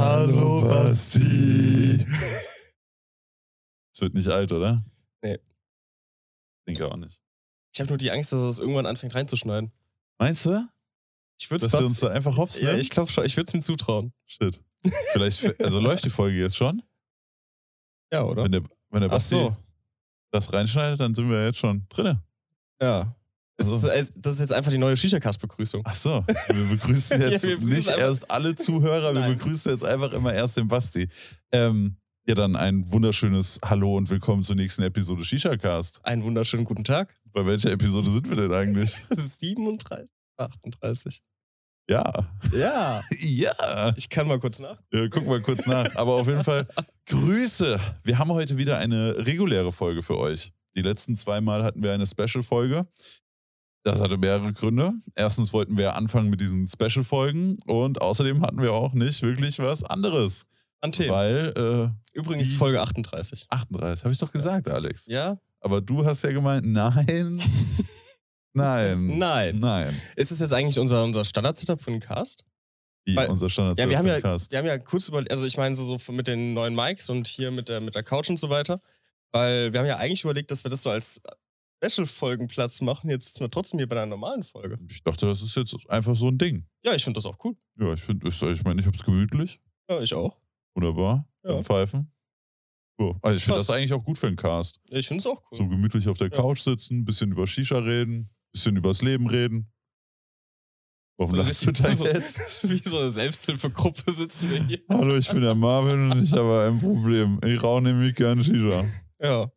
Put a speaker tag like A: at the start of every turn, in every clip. A: Hallo, Basti.
B: Es wird nicht alt, oder?
A: Nee.
B: Denke auch nicht.
A: Ich habe nur die Angst, dass es irgendwann anfängt reinzuschneiden.
B: Meinst du,
A: Ich würde
B: dass du uns
A: es
B: da ne? einfach hops
A: ja,
B: nimmst?
A: ich glaube schon, ich würde es ihm zutrauen.
B: Shit. Vielleicht, also läuft die Folge jetzt schon?
A: Ja, oder?
B: Wenn der, wenn der
A: Ach
B: Basti
A: so.
B: das reinschneidet, dann sind wir jetzt schon drinne.
A: Ja. Es
B: Also.
A: ist, das ist jetzt einfach die neue Shisha-Cast-Begrüßung.
B: Ach so. Wir begrüßen
A: Ja,
B: jetzt
A: wir begrüßen
B: nicht
A: einfach-
B: erst alle Zuhörer, wir
A: Nein.
B: begrüßen jetzt einfach immer erst den Basti. Ähm, ja, dann ein wunderschönes Hallo und willkommen zur nächsten Episode Shisha Cast.
A: Einen wunderschönen guten Tag.
B: Bei welcher Episode sind wir denn eigentlich?
A: 37,
B: Ja.
A: 38. Ja.
B: Ja.
A: Ich kann mal kurz nach.
B: Ja, Äh, guck mal kurz nach. Aber auf jeden Fall Grüße. Wir haben heute wieder eine reguläre Folge für euch. Die letzten zweimal hatten wir eine Special-Folge. Das hatte mehrere Gründe. Erstens wollten wir anfangen mit diesen Special-Folgen und außerdem hatten wir auch nicht wirklich was anderes.
A: An Themen.
B: Weil, äh,
A: Übrigens
B: Die-
A: Folge 38.
B: 38, habe ich doch gesagt, Alex.
A: Ja?
B: Aber du hast ja gemeint, nein, nein,
A: Nein.
B: nein.
A: Ist es jetzt eigentlich unser, unser Standard-Setup für den Cast?
B: Wie
A: Weil-
B: unser Standard
A: Ja, wir haben ja-
B: Podcast.
A: Die haben ja kurz über, also ich meine so, so mit den neuen Mics und hier mit der, mit der Couch und so weiter, weil wir haben ja eigentlich überlegt, dass wir das so als äh, Special-Folgenplatz machen. Jetzt sind wir trotzdem hier bei einer normalen Folge.
B: Ich dachte, das ist jetzt einfach so ein Ding.
A: Ja, ich finde das auch cool.
B: Ja, ich finde, ich, ich meine, ich habe es gemütlich.
A: Ja, ich auch.
B: Wunderbar.
A: Ja.
B: Dann Pfeifen. Ja. Also ich finde
A: Passt.
B: das eigentlich auch gut für einen Cast.
A: Ich finde es auch cool.
B: So gemütlich auf der
A: Ja.
B: Couch sitzen, bisschen über Shisha reden, bisschen übers Leben reden. Warum
A: So also,
B: lachst du
A: richtig-
B: da
A: so-
B: jetzt?
A: Wie so eine Selbsthilfegruppe sitzen wir hier.
B: Hallo, ich bin der Marvin und ich habe ein Problem. Ich rauche nämlich gerne Shisha.
A: Ja.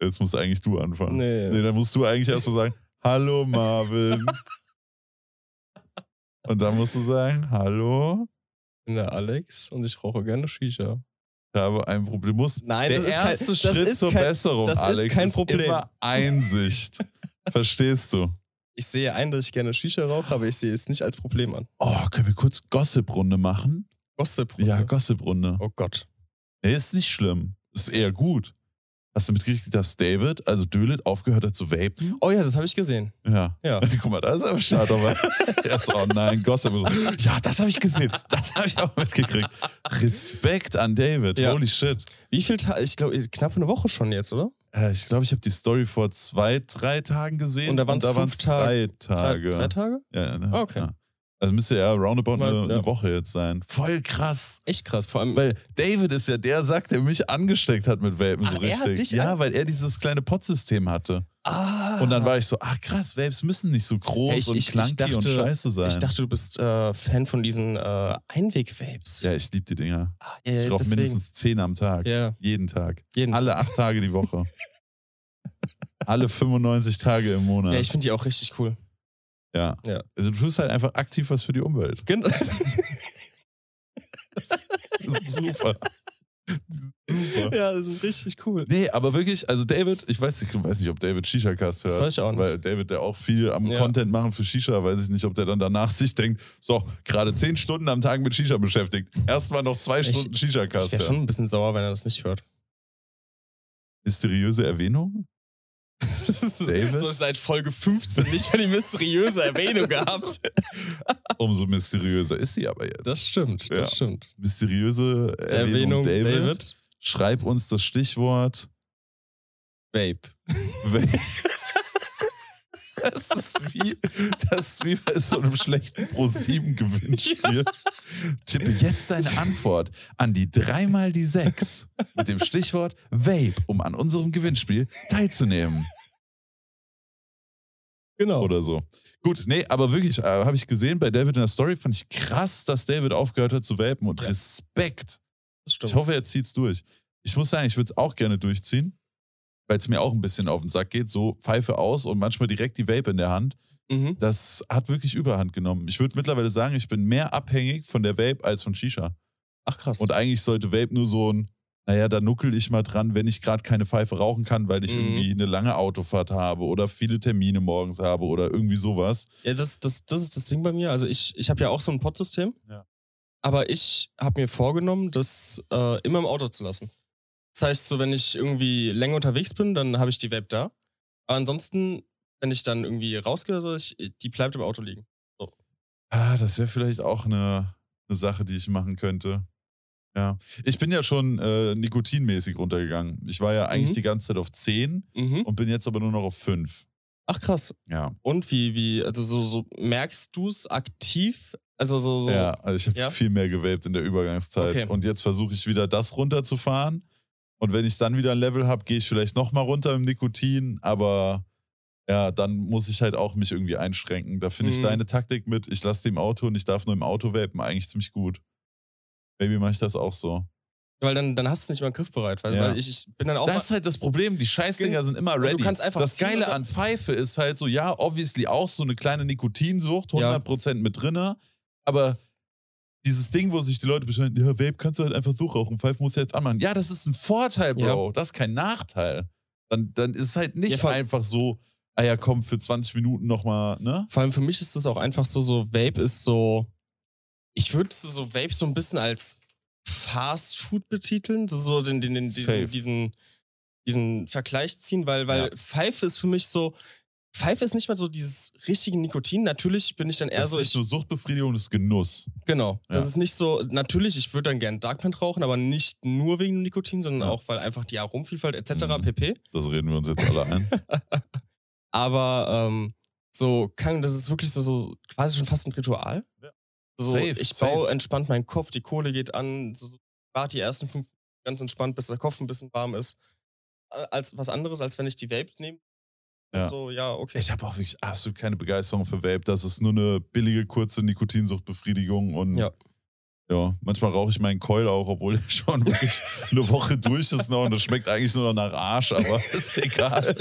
B: Jetzt musst eigentlich du anfangen. Nee,
A: Nee.
B: dann musst du eigentlich erst mal sagen, hallo Marvin. und dann musst du sagen, hallo,
A: Ich bin der Alex und ich rauche gerne Shisha.
B: ich habe ein Problem. Du musst
A: Nein,
B: Der erste Schritt zur Besserung,
A: das ist
B: Alex,
A: kein Problem.
B: immer Einsicht. Verstehst du?
A: Ich sehe ein, dass ich gerne Shisha rauche, aber ich sehe es nicht als Problem an.
B: Oh, können wir kurz Gossip-Runde machen?
A: Gossip.
B: Ja, Gossip-Runde.
A: Oh Gott.
B: Nee, ist nicht schlimm. Ist eher gut. Hast du mitgekriegt, dass David, also Dölit, aufgehört hat zu vapen?
A: Oh ja, das habe ich gesehen.
B: Ja.
A: Ja.
B: Guck mal, da ist er am Start. Aber er ist, oh nein, Gossip. Ja, das habe ich gesehen. Das habe ich auch mitgekriegt. Respekt an David.
A: Ja.
B: Holy shit.
A: Wie viel Tage? Ich glaube, knapp eine Woche schon jetzt, oder?
B: Äh, Ich glaube, ich habe die Story vor zwei, drei Tagen gesehen.
A: Und da waren's
B: waren's
A: fünf Tage.
B: drei Tage.
A: Drei, drei Tage?
B: Ja, ne,
A: Ah, okay.
B: Ja. Also müsste ja roundabout
A: Weil-
B: eine,
A: ja.
B: eine Woche jetzt sein. Voll krass.
A: Echt krass. Vor allem,
B: Weil David ist ja der Sack, der mich angesteckt hat mit Vapen so
A: Ach, er
B: richtig.
A: hat dich
B: ja,
A: an-
B: weil er dieses kleine Pod-System hatte.
A: ah,
B: Und dann war ich so, ach krass, Vapes müssen nicht so groß
A: Ja, ich-
B: und
A: ich- ich
B: clunky und
A: dachte-
B: scheiße sein.
A: ich dachte, du bist äh, Fan von diesen äh, Einweg-Vapes.
B: ja, ich liebe die Dinger.
A: Ah, ja,
B: Ich
A: ja,
B: rauche
A: deswegen.
B: mindestens zehn am Tag.
A: Ja,
B: Jeden Tag.
A: jeden
B: Alle acht Tage die Woche. Alle 95 Tage im Monat.
A: Ja, ich finde die auch richtig cool.
B: ja.
A: Ja.
B: Also du tust halt einfach aktiv was für die Umwelt.
A: Genau.
B: Das ist super. super.
A: ja, das ist richtig cool.
B: Nee, aber wirklich, also David, ich weiß, nicht- ich weiß nicht, ob David Shisha-Cast
A: Das
B: hört.
A: weiß ich auch nicht.
B: Weil David, der auch viel am
A: Ja.
B: Content machen für Shisha, weiß ich nicht, ob der dann danach sich denkt, so, gerade zehn Stunden am Tag mit Shisha beschäftigt. Erstmal noch zwei
A: Ich-
B: Stunden
A: ich
B: Shisha-Cast.
A: wäre
B: hören.
A: schon ein bisschen sauer, wenn er das nicht hört.
B: Mysteriöse Erwähnung? David?
A: So seit Folge 15 nicht mehr die mysteriöse Erwähnung gehabt.
B: Umso mysteriöser ist sie aber jetzt.
A: stimmt,
B: Ja.
A: stimmt.
B: Mysteriöse Erwähnung,
A: Erwähnung,
B: David.
A: David.
B: Schreib uns das Stichwort.
A: Vape.
B: Das ist wie, das ist wie bei so einem schlechten Pro-7-Gewinnspiel. Tippe jetzt deine Antwort an die dreimal die sechs mit dem Stichwort Vape, um an unserem Gewinnspiel teilzunehmen.
A: Genau.
B: Oder so. Gut, nee, aber wirklich, äh, habe ich gesehen bei David in der Story, fand ich krass, dass David aufgehört hat zu vapen und
A: Ja.
B: Respekt.
A: Das
B: Ich
A: stimmt.
B: hoffe, er zieht es durch. Ich muss sagen, ich würde es auch gerne durchziehen, weil es mir auch ein bisschen auf den Sack geht. So Pfeife aus und manchmal direkt die Vape in der Hand.
A: mhm.
B: Das hat wirklich Überhand genommen. Ich würde mittlerweile sagen, ich bin mehr abhängig von der Vape als von Shisha.
A: Ach krass.
B: Und eigentlich sollte Vape nur so ein, naja, da nuckel ich mal dran, wenn ich gerade keine Pfeife rauchen kann, weil ich
A: Mhm.
B: irgendwie eine lange Autofahrt habe oder viele Termine morgens habe oder irgendwie sowas.
A: Ja, das, das, das ist das Ding bei mir. Also ich, ich habe ja auch so ein Pod-System.
B: Ja.
A: Aber ich habe mir vorgenommen, das äh, immer im Auto zu lassen. Das heißt, so wenn ich irgendwie länger unterwegs bin, dann habe ich die Vape da. Aber ansonsten, wenn ich dann irgendwie rausgehe, oder so, ich, die bleibt im Auto liegen.
B: Ah, das wäre vielleicht auch eine, eine Sache, die ich machen könnte. Ja. Ich bin ja schon äh, nikotinmäßig runtergegangen. Ich war ja eigentlich
A: Mhm.
B: die ganze Zeit auf 10
A: Mhm.
B: und bin jetzt aber nur noch auf 5.
A: Ach krass.
B: Ja.
A: Und wie, wie, also so, so merkst du es aktiv? Also so, so.
B: Ja, also ich habe
A: Ja.
B: viel mehr gewelbt in der Übergangszeit.
A: Okay.
B: Und jetzt versuche ich wieder das runterzufahren. Und wenn ich dann wieder ein Level habe, gehe ich vielleicht nochmal runter im Nikotin, aber ja, dann muss ich halt auch mich irgendwie einschränken. Da finde ich
A: Mhm.
B: deine Taktik mit, ich lasse die im Auto und ich darf nur im Auto vapen, eigentlich ziemlich gut. Maybe mache ich das auch so.
A: Weil dann, dann hast du es nicht mehr im Griff bereit. Weil,
B: Ja.
A: weil ich, ich bin dann auch.
B: das ist halt das Problem, die Scheißdinger sind immer
A: du
B: ready.
A: kannst einfach
B: das
A: ziehen und
B: Geile
A: dann-
B: an Pfeife ist halt so, ja, obviously auch so eine kleine Nikotinsucht,
A: Ja.
B: 100% mit drinne, aber dieses Ding, wo sich die Leute beschweren, ja, Vape kannst du halt einfach so rauchen, Pfeife musst du jetzt anmachen. Ja, das ist ein Vorteil, Bro, das ist kein Nachteil. Dann, dann ist es halt
A: Ja,
B: nicht
A: vor-
B: einfach so, ah ja, komm, für 20 Minuten nochmal, ne?
A: vor allem für mich ist das auch einfach so, so Vape ist so. Ich würde so Vape so ein bisschen als Fast Food betiteln. So, so den, den, den,
B: Safe.
A: diesen, diesen, diesen Vergleich ziehen, weil, weil
B: Ja.
A: Pfeife ist für mich so. Pfeife ist nicht mal so dieses richtige Nikotin. Natürlich bin ich dann eher
B: das
A: so.
B: ist nicht
A: Ich,
B: nur Suchtbefriedigung, das ist Genuss.
A: Genau. Das
B: Ja.
A: ist nicht so, natürlich, ich würde dann gern Darkman rauchen, aber nicht nur wegen dem Nikotin, sondern
B: Ja.
A: auch, weil einfach die Aromenvielfalt etc.
B: Mhm.
A: pp.
B: Das reden wir uns jetzt alle ein.
A: Aber ähm, so, kann, das ist wirklich so, so quasi schon fast ein Ritual.
B: Ja.
A: So,
B: Safe,
A: ich
B: safe.
A: baue entspannt meinen Kopf, die Kohle geht an, so, so, warte die ersten fünf Minuten ganz entspannt, bis der Kopf ein bisschen warm ist. Äh, Als was anderes, als wenn ich die Vape nehme.
B: Ja.
A: So, ja, okay.
B: Ich habe auch wirklich absolut keine Begeisterung für Vape. Das ist nur eine billige, kurze Nikotinsuchtbefriedigung und
A: Ja.
B: Ja, manchmal rauche ich meinen Coil auch, obwohl der schon wirklich eine Woche durch ist noch und das schmeckt eigentlich nur noch nach Arsch, aber ist egal.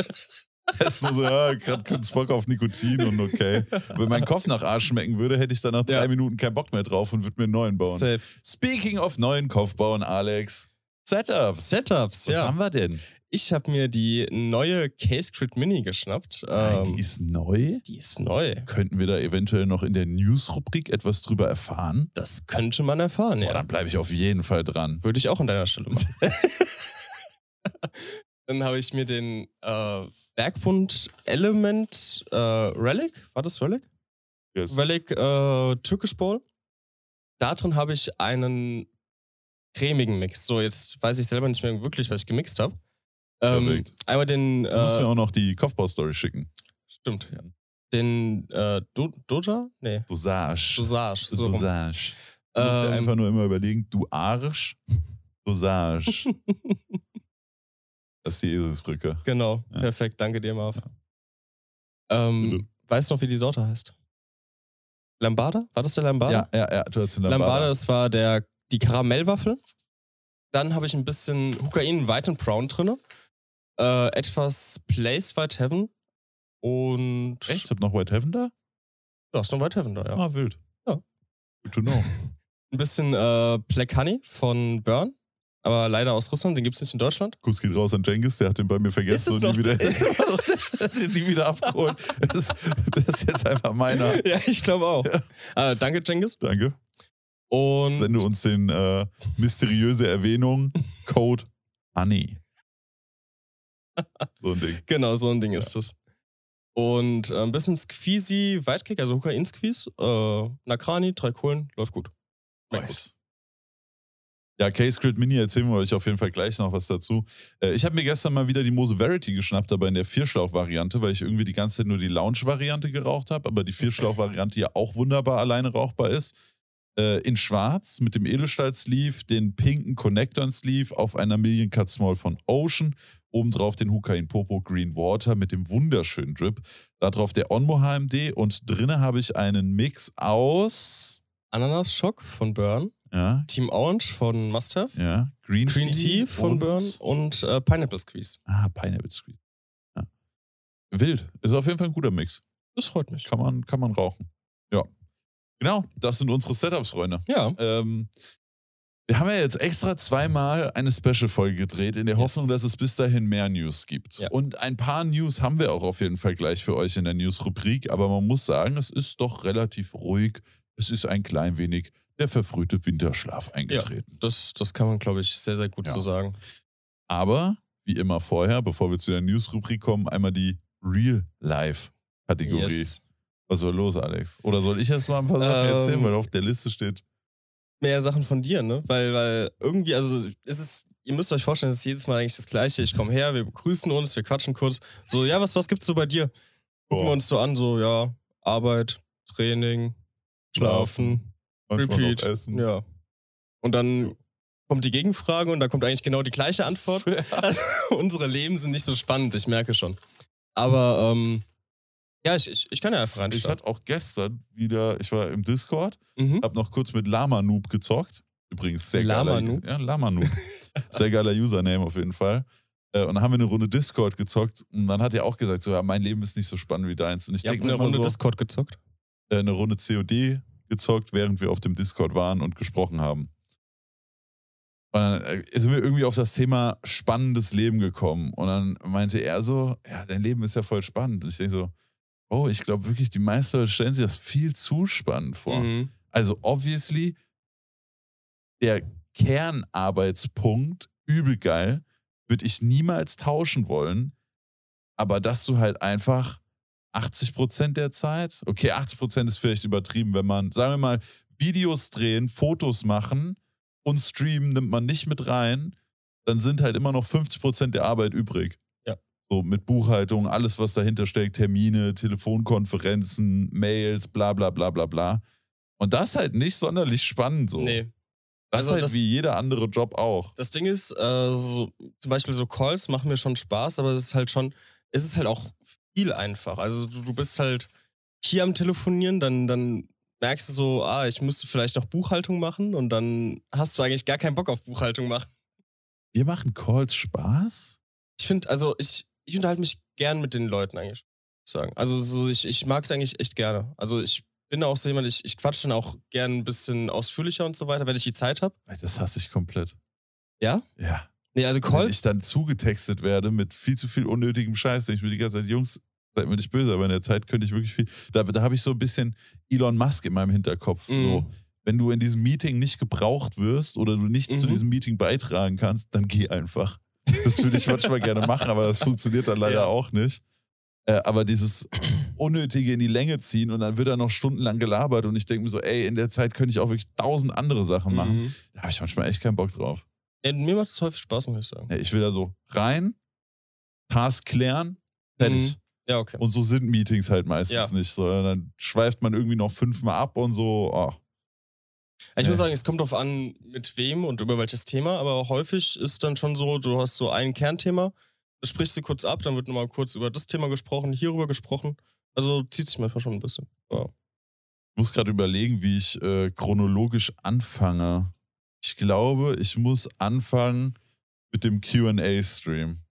B: Das ist nur so, ja, gerade kurz Bock auf Nikotin und okay. Wenn mein Kopf nach Arsch schmecken würde, hätte ich dann nach drei
A: Ja.
B: Minuten keinen Bock mehr drauf und würde mir einen neuen bauen.
A: Safe.
B: Speaking of neuen Kopf bauen, Alex. Setups.
A: Setups,
B: Was
A: ja.
B: haben wir denn?
A: Ich habe mir die neue Case Crit Mini geschnappt.
B: Nein,
A: Ähm,
B: die ist neu.
A: die ist neu.
B: Könnten wir da eventuell noch in der News-Rubrik etwas drüber erfahren?
A: Das könnte man erfahren,
B: Boah,
A: ja.
B: dann bleibe ich auf jeden Fall dran.
A: Würde ich auch an deiner Stelle machen. Dann habe ich mir den äh, Werkbund Element äh, Relic, war das Relic? Relic äh, Türkisch Bowl. Da drin habe ich einen cremigen Mix. So, jetzt weiß ich selber nicht mehr wirklich, was ich gemixt habe. Ähm,
B: Perfekt.
A: einmal den,
B: Du musst mir
A: äh,
B: auch noch die Kopfbau-Story schicken.
A: stimmt, ja. den äh, Do Doja? Nee,
B: Dosage.
A: Dosage. So rum.
B: Dosage. Du musst dir
A: Ähm,
B: einfach nur immer überlegen, du Arsch, Dosage. das ist die Eselsbrücke.
A: Genau,
B: Ja.
A: perfekt. Danke dir, Marv.
B: Bitte.
A: Ähm, weißt du noch, wie die Sorte heißt? Lambada? War das der Lambada?
B: Ja, ja, ja, du hast den
A: Lambada,
B: Lambada.
A: das war der, die Karamellwaffel. Dann habe ich ein bisschen Hukain White and Brown drin. Äh, etwas Place White Heaven. Und.
B: Echt? Hab noch White Heaven da?
A: Du hast noch White Heaven da, ja.
B: Ah, wild.
A: Ja.
B: Good to know.
A: Ein bisschen äh, Black Honey von Burn. Aber leider aus Russland, den gibt es nicht in Deutschland.
B: Kuss geht raus an Jengis, der hat den bei mir
A: Ist
B: vergessen
A: es
B: und
A: noch-
B: nie wieder,
A: ist es
B: hat den nie wieder abgeholt. Das ist, das ist jetzt einfach meiner.
A: ja, ich glaube auch. Äh, danke, Cengiz.
B: Danke.
A: Und.
B: Sende uns den äh, mysteriöse Erwähnung. Code Honey. So ein Ding.
A: Genau, so ein Ding ist das. Und äh, ein bisschen Squeezy, Weitkick, also Hooker in Squeeze, äh, Nakrani, drei Kohlen, läuft gut. Merkt gut.
B: Nice. Ja, K-Script Mini erzählen wir euch auf jeden Fall gleich noch was dazu. Äh, ich habe mir gestern mal wieder die Mose Verity geschnappt, aber in der Vierschlauch-Variante, weil ich irgendwie die ganze Zeit nur die Lounge-Variante geraucht habe, aber die Vierschlauch-Variante ja auch wunderbar alleine rauchbar ist. Äh, in schwarz mit dem Edelstahl-Sleeve, den pinken Connector-Sleeve auf einer Million Cut Small von Ocean, obendrauf den Hukain Popo Green Water mit dem wunderschönen Drip, darauf der Onmo HMD und drinne habe ich einen Mix aus...
A: Ananas Schock von Burn,
B: Ja,
A: Team Orange von Must Have,
B: Ja, Green,
A: Green Tea von
B: und-
A: Burn und äh, Pineapple Squeeze.
B: Ah, Pineapple Squeeze. Ja. Wild. Ist auf jeden Fall ein guter Mix.
A: Das freut mich.
B: Kann man, kann man rauchen. Ja. Genau, das sind unsere Setups, Freunde.
A: Ja,
B: Ähm, wir haben ja jetzt extra zweimal eine Special-Folge gedreht, in der
A: Yes.
B: Hoffnung, dass es bis dahin mehr News gibt.
A: Ja.
B: Und ein paar News haben wir auch auf jeden Fall gleich für euch in der News-Rubrik, aber man muss sagen, es ist doch relativ ruhig. Es ist ein klein wenig der verfrühte Winterschlaf eingetreten.
A: das, das kann man, glaube ich, sehr, sehr gut
B: Ja.
A: so sagen.
B: Aber wie immer vorher, bevor wir zu der News-Rubrik kommen, einmal die Real-Life-Kategorie.
A: Yes.
B: Was war los, Alex? Oder soll ich erst mal ein paar Sachen
A: Ähm,
B: erzählen, weil auf der Liste steht
A: mehr Sachen von dir, ne? Weil, weil irgendwie, also es ist, ihr müsst euch vorstellen, es ist jedes Mal eigentlich das Gleiche. Ich komme her, wir begrüßen uns, wir quatschen kurz. So, ja, was, was gibt's so bei dir? Gucken wir
B: Boah,
A: uns so an, so, ja, Arbeit, Training, Schlafen,
B: manchmal noch
A: Repeat.
B: Essen.
A: ja. Und dann kommt die Gegenfrage und da kommt eigentlich genau die gleiche Antwort. Also, unsere Leben sind nicht so spannend, ich merke schon. Aber, ähm, ja, ich, ich, ich kann ja einfach
B: Ich
A: reinstarten.
B: hatte auch gestern wieder, ich war im Discord,
A: Mhm.
B: hab noch kurz mit Lama Noob gezockt. Übrigens, sehr
A: Lama
B: geiler.
A: Noob?
B: Ja, Lama Noob. sehr geiler Username auf jeden Fall. Äh, Und dann haben wir eine Runde Discord gezockt und dann hat er auch gesagt, so ja, mein Leben ist nicht so spannend wie deins. Und ich
A: Ihr habt
B: denke
A: eine
B: mir
A: Runde
B: immer so,
A: Discord gezockt.
B: äh, eine Runde COD gezockt, während wir auf dem Discord waren und gesprochen haben. Und dann äh, sind wir irgendwie auf das Thema spannendes Leben gekommen. Und dann meinte er so, ja, dein Leben ist ja voll spannend. Und ich denke so, oh, ich glaube wirklich, die meisten Leute stellen sich das viel zu spannend vor.
A: Mhm.
B: Also obviously der Kernarbeitspunkt, übel geil, würde ich niemals tauschen wollen. Aber dass du halt einfach 80 Prozent der Zeit, okay, 80 Prozent ist vielleicht übertrieben, wenn man, sagen wir mal, Videos drehen, Fotos machen und streamen nimmt man nicht mit rein, dann sind halt immer noch 50 Prozent der Arbeit übrig.
A: Ja.
B: So mit Buchhaltung, alles, was dahinter steckt, Termine, Telefonkonferenzen, Mails, bla bla bla bla bla. Und das halt nicht sonderlich spannend so.
A: Nee.
B: Das
A: Also
B: ist halt
A: das-
B: wie jeder andere Job auch.
A: Das Ding ist, äh, so, zum Beispiel so Calls machen mir schon Spaß, aber es ist halt schon, es ist halt auch viel einfach. Also du, du bist halt hier am Telefonieren, dann, dann merkst du so, ah, ich müsste vielleicht noch Buchhaltung machen und dann hast du eigentlich gar keinen Bock auf Buchhaltung machen.
B: Wir machen Calls Spaß?
A: Ich finde, also ich, ich unterhalte mich gern mit den Leuten eigentlich, muss ich sagen. Also so, ich, ich mag es eigentlich echt gerne. Also ich bin auch so jemand, ich, ich quatsche dann auch gern ein bisschen ausführlicher und so weiter, wenn ich die Zeit habe.
B: Das hasse ich komplett.
A: Ja?
B: Ja.
A: Nee, also
B: Wenn
A: Calls.
B: ich dann zugetextet werde mit viel zu viel unnötigem Scheiß. Ich will die ganze Zeit, Jungs, seid mir nicht böse, aber in der Zeit könnte ich wirklich viel. Da, da habe ich so ein bisschen Elon Musk in meinem Hinterkopf.
A: Mhm.
B: So, wenn du in diesem Meeting nicht gebraucht wirst oder du nichts zu
A: Mhm.
B: diesem Meeting beitragen kannst, dann geh einfach. Das würde ich manchmal gerne machen, aber das funktioniert dann leider
A: Ja.
B: auch nicht. Äh, aber dieses Unnötige in die Länge ziehen und dann wird er noch stundenlang gelabert und ich denke mir so, ey, in der Zeit könnte ich auch wirklich tausend andere Sachen machen.
A: Mhm.
B: Da habe ich manchmal echt keinen Bock drauf.
A: Ja, mir macht es häufig Spaß, muss ich sagen.
B: Ja, ich will da so rein, Task klären, fertig.
A: Ja, okay.
B: Und so sind Meetings halt meistens
A: Mhm. Ja.
B: nicht, sondern dann schweift man irgendwie noch fünfmal ab und so. Oh.
A: Ich
B: Nee.
A: muss sagen, es kommt drauf an, mit wem und über welches Thema, aber häufig ist dann schon so, du hast so ein Kernthema, das sprichst du kurz ab, dann wird nochmal kurz über das Thema gesprochen, hierüber gesprochen. Also zieht sich manchmal schon ein bisschen. Wow.
B: Ich muss gerade überlegen, wie ich äh, chronologisch anfange. Ich glaube, ich muss anfangen mit dem QA-Stream.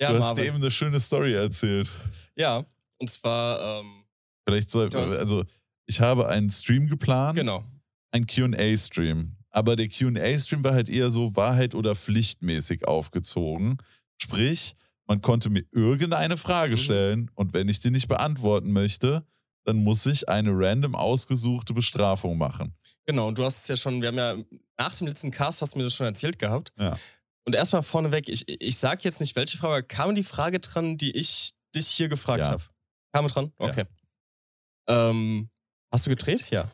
A: Ja,
B: du hast
A: Marvin.
B: eben eine schöne Story erzählt.
A: Ja, und zwar, ähm,
B: Vielleicht soll,
A: Du hast-
B: also ich habe einen Stream geplant.
A: genau.
B: ein QA-Stream. Aber der QA-Stream war halt eher so Wahrheit oder Pflichtmäßig aufgezogen. Sprich, man konnte mir irgendeine Frage
A: Mhm.
B: stellen und wenn ich die nicht beantworten möchte, dann muss ich eine random ausgesuchte Bestrafung machen.
A: Genau, und du hast es ja schon, wir haben ja nach dem letzten Cast hast du mir das schon erzählt gehabt.
B: Ja.
A: Und erstmal vorneweg, ich, ich sag jetzt nicht welche Frage, aber kam die Frage dran, die ich dich hier gefragt
B: Ja.
A: habe? Kam dran?
B: Ja.
A: Okay. Ähm, hast du gedreht? Ja.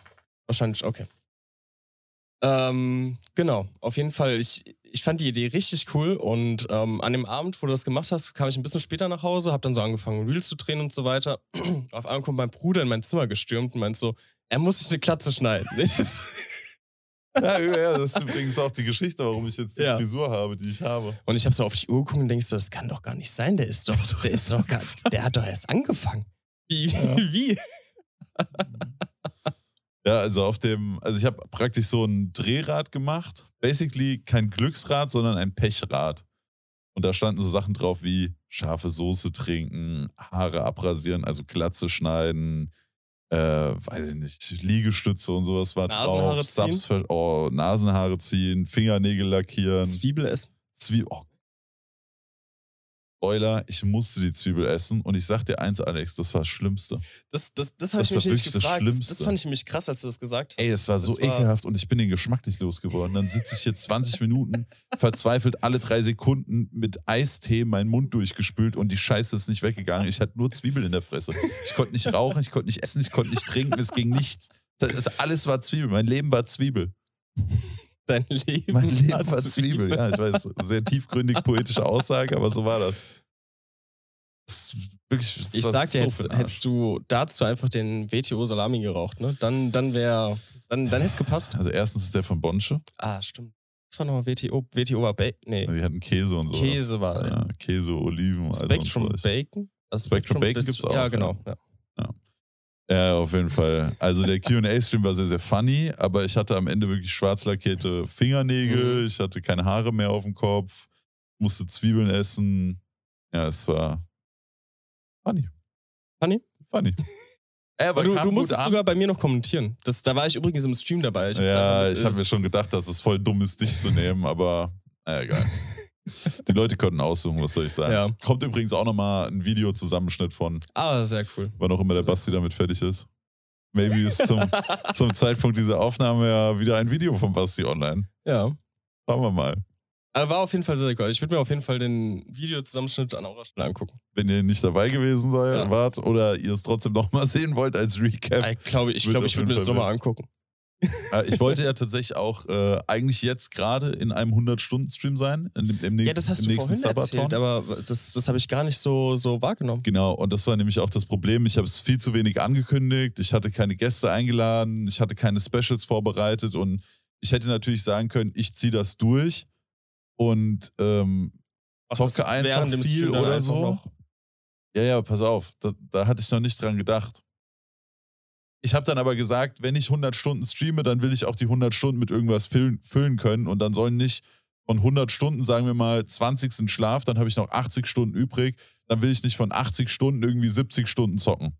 A: Wahrscheinlich, okay. Ähm, genau, auf jeden Fall. Ich, ich fand die Idee richtig cool und ähm, an dem Abend, wo du das gemacht hast, kam ich ein bisschen später nach Hause, hab dann so angefangen, Reels zu drehen und so weiter. auf einmal kommt mein Bruder in mein Zimmer gestürmt und meint so, er muss sich eine Klatze schneiden.
B: Ja, ja, das ist übrigens auch die Geschichte, warum ich jetzt die
A: Ja.
B: Frisur habe, die ich habe.
A: Und ich habe so auf die Uhr geguckt und denkst so, das kann doch gar nicht sein, der ist doch, der ist doch gar, der hat doch erst angefangen. Wie?
B: Ja.
A: Wie?
B: Ja, also auf dem, also ich habe praktisch so ein Drehrad gemacht. Basically kein Glücksrad, sondern ein Pechrad. Und da standen so Sachen drauf wie scharfe Soße trinken, Haare abrasieren, also Glatze schneiden, äh, weiß ich nicht, Liegestütze und sowas war
A: Nasenhaare
B: drauf. Subs ver- oh, Nasenhaare ziehen, Fingernägel lackieren.
A: Zwiebel essen.
B: Zwiebel. Oh. Spoiler, ich musste die Zwiebel essen und ich sag dir eins, Alex, das war das Schlimmste.
A: Das, das, das habe
B: Das ist doch
A: ich mich nicht
B: wirklich das
A: gefragt. Das, das,
B: Schlimmste.
A: fand ich nämlich krass, als du das gesagt hast.
B: Ey, es war so
A: Das war-
B: ekelhaft und ich bin den Geschmack nicht losgeworden. Dann sitze ich hier 20 Minuten verzweifelt alle drei Sekunden mit Eistee meinen Mund durchgespült und die Scheiße ist nicht weggegangen. Ich hatte nur Zwiebeln in der Fresse. Ich konnte nicht rauchen, ich konnte nicht essen, ich konnte nicht trinken, es ging nichts. Das, das, alles war Zwiebel. Mein Leben war Zwiebel.
A: Dein Leben,
B: Mein Leben war Zwiebel. Ja, ich weiß, sehr tiefgründig poetische Aussage, aber so war das. das ist wirklich, das
A: Ich
B: war
A: sag
B: so
A: dir,
B: für
A: hättest,
B: ein Arsch.
A: hättest du dazu einfach den WTO Salami geraucht, ne? Dann, dann wäre, dann, dann hätte es gepasst.
B: Also erstens ist der von Bonsche.
A: Ah, stimmt. Das war nochmal WTO. WTO war Bacon. Nee,
B: Die hatten Käse und so.
A: Käse war.
B: Ja, Käse, Oliven, also
A: Spectrum
B: und so.
A: Bacon? Also
B: Spectrum Bacon
A: bist-
B: gibt's auch,
A: Ja,
B: ja.
A: genau. Ja.
B: Ja, auf jeden Fall. Also der QA-Stream war sehr, sehr funny, aber ich hatte am Ende wirklich schwarz lackierte Fingernägel,
A: Mhm.
B: ich hatte keine Haare mehr auf dem Kopf, musste Zwiebeln essen. Ja, es war funny.
A: Funny?
B: Funny. Ey, aber
A: du
B: kam
A: du
B: gut
A: musstest
B: an.
A: sogar bei mir noch kommentieren. Das, da war ich übrigens im Stream dabei. hab's
B: Ja,
A: einfach-
B: ich habe mir schon gedacht, dass es voll dumm ist, dich zu nehmen, aber naja, egal. Die Leute konnten aussuchen, was soll ich sagen.
A: Ja.
B: Kommt übrigens auch nochmal ein Videozusammenschnitt von,
A: Ah, sehr cool.
B: wann auch immer der Basti damit fertig ist. Maybe ist zum, zum Zeitpunkt dieser Aufnahme ja wieder ein Video von Basti online.
A: Ja.
B: Schauen wir mal.
A: Aber war auf jeden Fall sehr cool. Ich würde mir auf jeden Fall den Videozusammenschnitt an eurer Stelle angucken.
B: Wenn ihr nicht dabei gewesen seid,
A: Ja.
B: wart oder ihr es trotzdem nochmal sehen wollt als Recap.
A: Äh, Ich glaube, ich,
B: Wird
A: glaub,
B: auf
A: ich
B: jeden
A: würde mir das
B: Fall
A: nochmal angucken.
B: Äh, Ich wollte ja tatsächlich auch äh, eigentlich jetzt gerade in einem 100-Stunden-Stream sein. In, dem- im, nächsten-
A: Ja, das hast
B: im
A: du
B: nächsten
A: vorhin
B: Sabaton.
A: erzählt, aber das, das habe ich gar nicht so, so wahrgenommen.
B: Genau, und das war nämlich auch das Problem. Ich habe es viel zu wenig angekündigt. Ich hatte keine Gäste eingeladen. Ich hatte keine Specials vorbereitet. Und ich hätte natürlich sagen können, ich ziehe das durch und ähm,
A: Was
B: zocke
A: ist
B: einfach
A: während dem
B: viel
A: Stream dann
B: oder
A: einfach
B: so.
A: noch?
B: Ja, ja, pass auf. Da, da hatte ich noch nicht dran gedacht. Ich habe dann aber gesagt, wenn ich 100 Stunden streame, dann will ich auch die 100 Stunden mit irgendwas füllen, füllen können. Und dann sollen nicht von 100 Stunden, sagen wir mal, 20 sind Schlaf, dann habe ich noch 80 Stunden übrig. Dann will ich nicht von 80 Stunden irgendwie 70 Stunden zocken.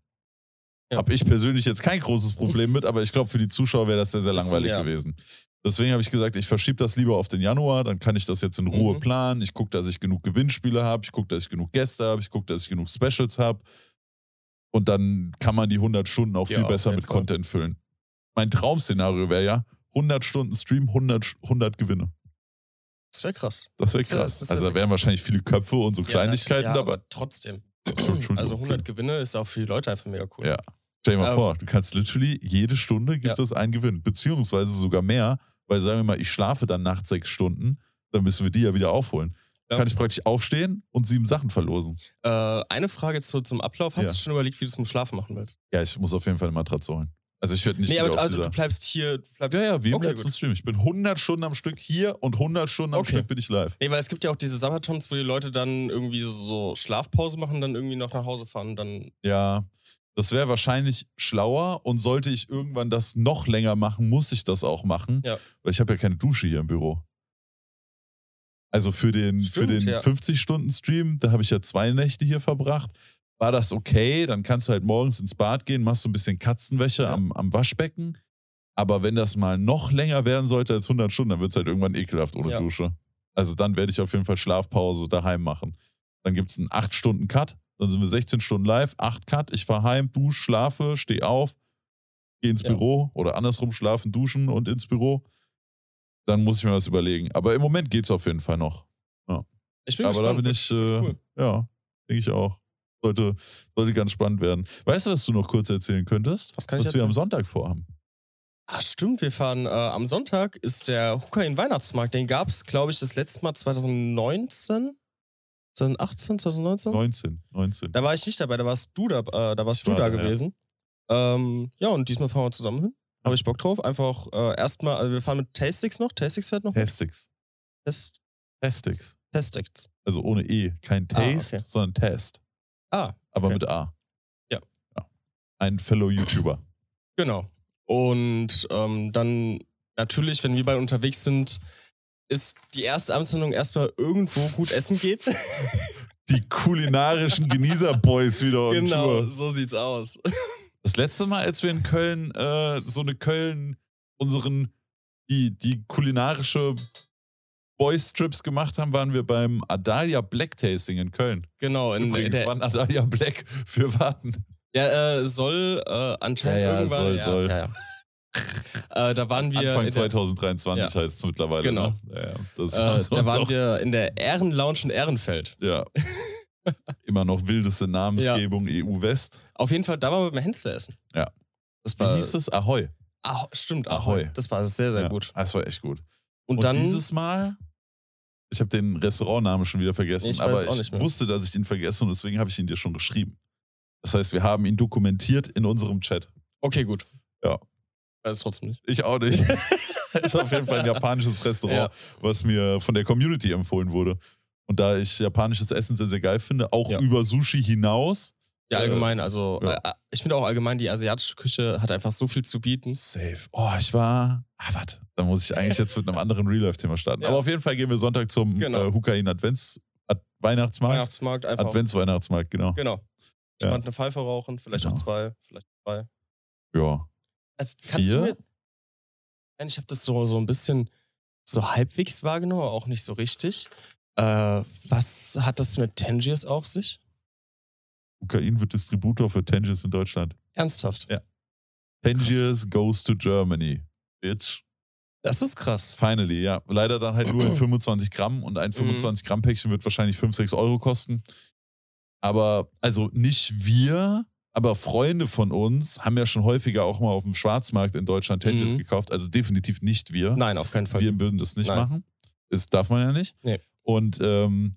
A: Ja.
B: Habe ich persönlich jetzt kein großes Problem mit, aber ich glaube, für die Zuschauer wäre das sehr, sehr
A: Bisschen,
B: langweilig
A: ja.
B: gewesen. Deswegen habe ich gesagt, ich verschiebe das lieber auf den Januar, dann kann ich das jetzt in Ruhe
A: Mhm.
B: planen. Ich gucke, dass ich genug Gewinnspiele habe, ich gucke, dass ich genug Gäste habe, ich gucke, dass ich genug Specials habe. Und dann kann man die 100 Stunden auch
A: Ja,
B: viel
A: auf
B: besser
A: jeden
B: mit
A: Fall.
B: Content füllen. Mein Traumszenario wäre ja 100 Stunden Stream, 100, Sch- 100 Gewinne.
A: Das wäre krass.
B: Das wäre
A: Das wär-
B: krass.
A: das wär
B: also da
A: sehr
B: wären
A: krass.
B: wahrscheinlich viele Köpfe und so Kleinigkeiten
A: ja,
B: dabei.
A: aber trotzdem.
B: Entschuldigung.
A: Also 100 Gewinne ist auch für die Leute einfach mega cool.
B: Ja. Stell dir mal
A: Ähm,
B: vor, du kannst literally jede Stunde gibt
A: Ja.
B: es einen Gewinn, beziehungsweise sogar mehr, weil sagen wir mal, ich schlafe dann nachts sechs Stunden, dann müssen wir die ja wieder aufholen.
A: Ja.
B: Kann ich praktisch aufstehen und sieben Sachen verlosen.
A: Äh, eine Frage zu, zum Ablauf. Hast
B: Ja.
A: du schon überlegt, wie du es zum Schlafen machen willst?
B: Ja, ich muss auf jeden Fall eine Matratze holen. Also ich werde nicht
A: nee,
B: wieder
A: aber
B: auf
A: also, du
B: dieser...
A: bleibst hier. Du bleibst
B: Ja, ja, wie im
A: Okay,
B: letzten
A: gut.
B: Stream. Ich bin 100 Stunden am Stück hier und 100 Stunden am
A: Okay.
B: Stück bin ich live.
A: Nee, weil es gibt ja auch diese Sabatons, wo die Leute dann irgendwie so Schlafpause machen, dann irgendwie noch nach Hause fahren. Dann
B: Ja, das wäre wahrscheinlich schlauer und sollte ich irgendwann das noch länger machen, muss ich das auch machen,
A: Ja.
B: weil ich habe ja keine Dusche hier im Büro. Also für den,
A: Stimmt,
B: für den
A: ja.
B: 50-Stunden-Stream, da habe ich ja zwei Nächte hier verbracht. War das okay? Dann kannst du halt morgens ins Bad gehen, machst so ein bisschen Katzenwäsche
A: Ja.
B: am, am Waschbecken. Aber wenn das mal noch länger werden sollte als 100 Stunden, dann wird es halt irgendwann ekelhaft ohne
A: Ja.
B: Dusche. Also dann werde ich auf jeden Fall Schlafpause daheim machen. Dann gibt es einen 8-Stunden-Cut, dann sind wir 16 Stunden live, 8-Cut, ich fahre heim, dusche, schlafe, stehe auf, gehe ins
A: Ja.
B: Büro oder andersrum schlafen, duschen und ins Büro. Dann muss ich mir was überlegen. Aber im Moment geht es auf jeden Fall noch.
A: ich bin
B: Aber
A: gespannt.
B: da bin ich, äh,
A: cool.
B: ja, denke ich auch. Sollte, sollte ganz spannend werden. Weißt du, was du noch kurz erzählen könntest?
A: Was kann ich
B: was wir
A: erzählen?
B: am Sonntag vorhaben.
A: Ah, stimmt, wir fahren äh, am Sonntag ist der Hukain Weihnachtsmarkt. Den gab es, glaube ich, das letzte Mal 2019, 2018, 2019.
B: 19, 19.
A: Da war ich nicht dabei, da warst du da, äh, da, warst
B: Ich
A: du
B: war
A: da
B: da, ja.
A: gewesen. Ja. Ähm, ja, und diesmal fahren wir zusammen hin. Habe ich Bock drauf. Einfach äh, erstmal, also wir fahren mit Tastix noch. Tastix fährt noch.
B: Testix.
A: Test,
B: Testix.
A: Tastix.
B: Also ohne E. Kein Taste,
A: Ah, okay.
B: sondern Test.
A: Ah,
B: Aber
A: Okay.
B: mit A.
A: Ja.
B: ja. Ein Fellow YouTuber.
A: genau. Und ähm, dann natürlich, wenn wir beide unterwegs sind, ist die erste Amtshandlung erstmal irgendwo gut essen geht.
B: Die kulinarischen Genießer-Boys wieder on
A: genau,
B: Tour.
A: so sieht's aus.
B: Das letzte Mal, als wir in Köln, äh, so eine Köln, unseren, die, die kulinarische Boys-Trips gemacht haben, waren wir beim Adalia Black Tasting in Köln.
A: Genau, in, in
B: Übrigens,
A: der,
B: wann Adalia Black für warten.
A: der äh, soll äh, anscheinend
B: Ja, ja,
A: irgendwann.
B: soll,
A: ja,
B: soll.
A: Ja, ja. Äh, da waren wir.
B: Anfang
A: in der-
B: 2023 heißt es mittlerweile.
A: Genau.
B: Ne? Ja, ja, das
A: Äh,
B: haben wir
A: da
B: uns
A: waren
B: auch,
A: wir in der Ehrenlounge in Ehrenfeld.
B: ja. Immer noch wildeste Namensgebung EU West.
A: Auf jeden Fall, da waren wir beim Hensler essen.
B: Ja.
A: Das
B: Wie
A: war
B: hieß es? Ahoi.
A: Ah, stimmt,
B: Ahoi.
A: Ahoi. Das war sehr, Äh, sehr
B: ja, Ah,
A: gut.
B: Das war echt gut.
A: Und, dann.
B: dieses Mal, ich habe den Restaurantnamen schon wieder vergessen,
A: Ich weiß
B: aber
A: auch
B: ich
A: nicht mehr.
B: wusste, dass ich den vergesse und deswegen habe ich ihn dir schon geschrieben. Das heißt, wir haben ihn dokumentiert in unserem Chat.
A: okay, gut.
B: Ja.
A: Weiß trotzdem nicht.
B: Ich auch nicht. ist auf jeden Fall ein japanisches Restaurant, was mir von der Community empfohlen wurde. Und da ich japanisches Essen sehr, sehr geil finde, auch
A: Ja.
B: über Sushi hinaus.
A: Ja,
B: Äh,
A: allgemein, also
B: ja.
A: äh, ich finde auch allgemein, die asiatische Küche hat einfach so viel zu bieten.
B: Safe. Oh, ich war. Ah, warte. Da muss ich eigentlich jetzt mit einem anderen Real-Life-Thema starten.
A: Ja.
B: Aber auf jeden Fall gehen wir Sonntag zum
A: Genau.
B: äh, Hukain Advents, Ad Weihnachtsmarkt.
A: Weihnachtsmarkt einfach.
B: Advents-Weihnachtsmarkt, genau.
A: Genau.
B: Ja.
A: Spannend eine Pfeife rauchen, vielleicht
B: Genau.
A: auch zwei, vielleicht drei.
B: Ja.
A: Also, kannst
B: Vier?
A: du mir. Nein, ich habe das so, so ein bisschen so halbwegs wahrgenommen, aber auch nicht so richtig. Äh, was hat das mit Tangiers auf sich?
B: Hukain wird Distributor für Tangiers in Deutschland.
A: Ernsthaft.
B: Tangiers goes to Germany. Bitch.
A: Das ist krass.
B: Finally, ja. Leider dann halt nur in 25 Gramm und ein 25 Gramm Päckchen wird wahrscheinlich 5, 6 Euro kosten. Aber, also nicht wir, aber Freunde von uns haben ja schon häufiger auch mal auf dem Schwarzmarkt in Deutschland Tangiers
A: Mhm.
B: gekauft. Also definitiv nicht wir.
A: Nein, auf keinen Fall.
B: Wir würden das nicht
A: Nein.
B: machen. Das darf man ja nicht.
A: Nee.
B: Und ähm,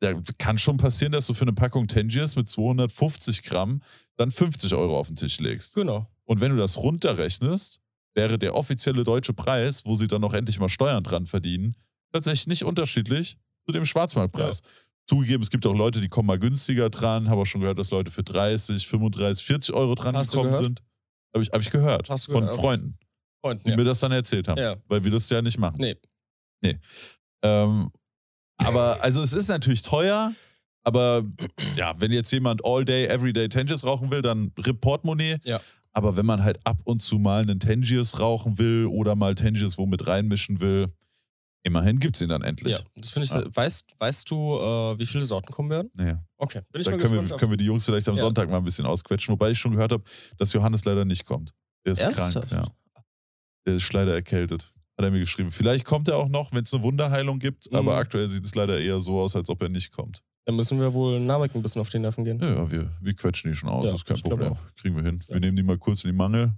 B: da kann schon passieren, dass du für eine Packung Tangiers mit 250 Gramm dann 50 Euro auf den Tisch legst.
A: genau.
B: Und wenn du das runterrechnest, wäre der offizielle deutsche Preis, wo sie dann noch endlich mal Steuern dran verdienen, tatsächlich nicht unterschiedlich zu dem Schwarzmarktpreis. Zugegeben, es gibt auch Leute, die kommen mal günstiger dran. Habe auch schon gehört, dass Leute für 30, 35, 40 Euro dran
A: Hast du
B: gekommen
A: gehört?
B: sind. Habe ich, hab ich gehört.
A: Hast du
B: von
A: gehört?
B: Freunden,
A: Freunden,
B: die
A: ja.
B: mir das dann erzählt haben.
A: ja.
B: Weil wir das ja nicht machen.
A: Nee.
B: Nee. Ähm, aber also es ist natürlich teuer, aber ja, wenn jetzt jemand all day, everyday Tangiers rauchen will, dann Reportmoney.
A: Ja.
B: Aber wenn man halt ab und zu mal einen Tangiers rauchen will oder mal Tangiers womit reinmischen will, immerhin gibt es ihn dann endlich.
A: Ja, das finde ich.
B: Ja.
A: sehr- Weißt, weißt du, äh, wie viele Sorten kommen werden?
B: Naja,
A: Okay, bin ich
B: dann können
A: mal gespannt.
B: wir,
A: auf-
B: können wir die Jungs vielleicht am
A: Ja.
B: Sonntag mal ein bisschen ausquetschen, wobei ich schon gehört habe, dass Johannes leider nicht kommt. Der ist
A: Ernsthaft?
B: krank, ja. Der ist leider erkältet. Hat er mir geschrieben. Vielleicht kommt er auch noch, wenn es eine Wunderheilung gibt, aber
A: Mhm.
B: aktuell sieht es leider eher so aus, als ob er nicht kommt.
A: Dann müssen wir wohl Namek ein bisschen auf die Nerven gehen.
B: Ja, ja wir, wir quetschen die schon aus,
A: Ja,
B: ist kein
A: ich glaub
B: Problem. Kriegen wir hin. Wir nehmen die mal kurz in die Mangel.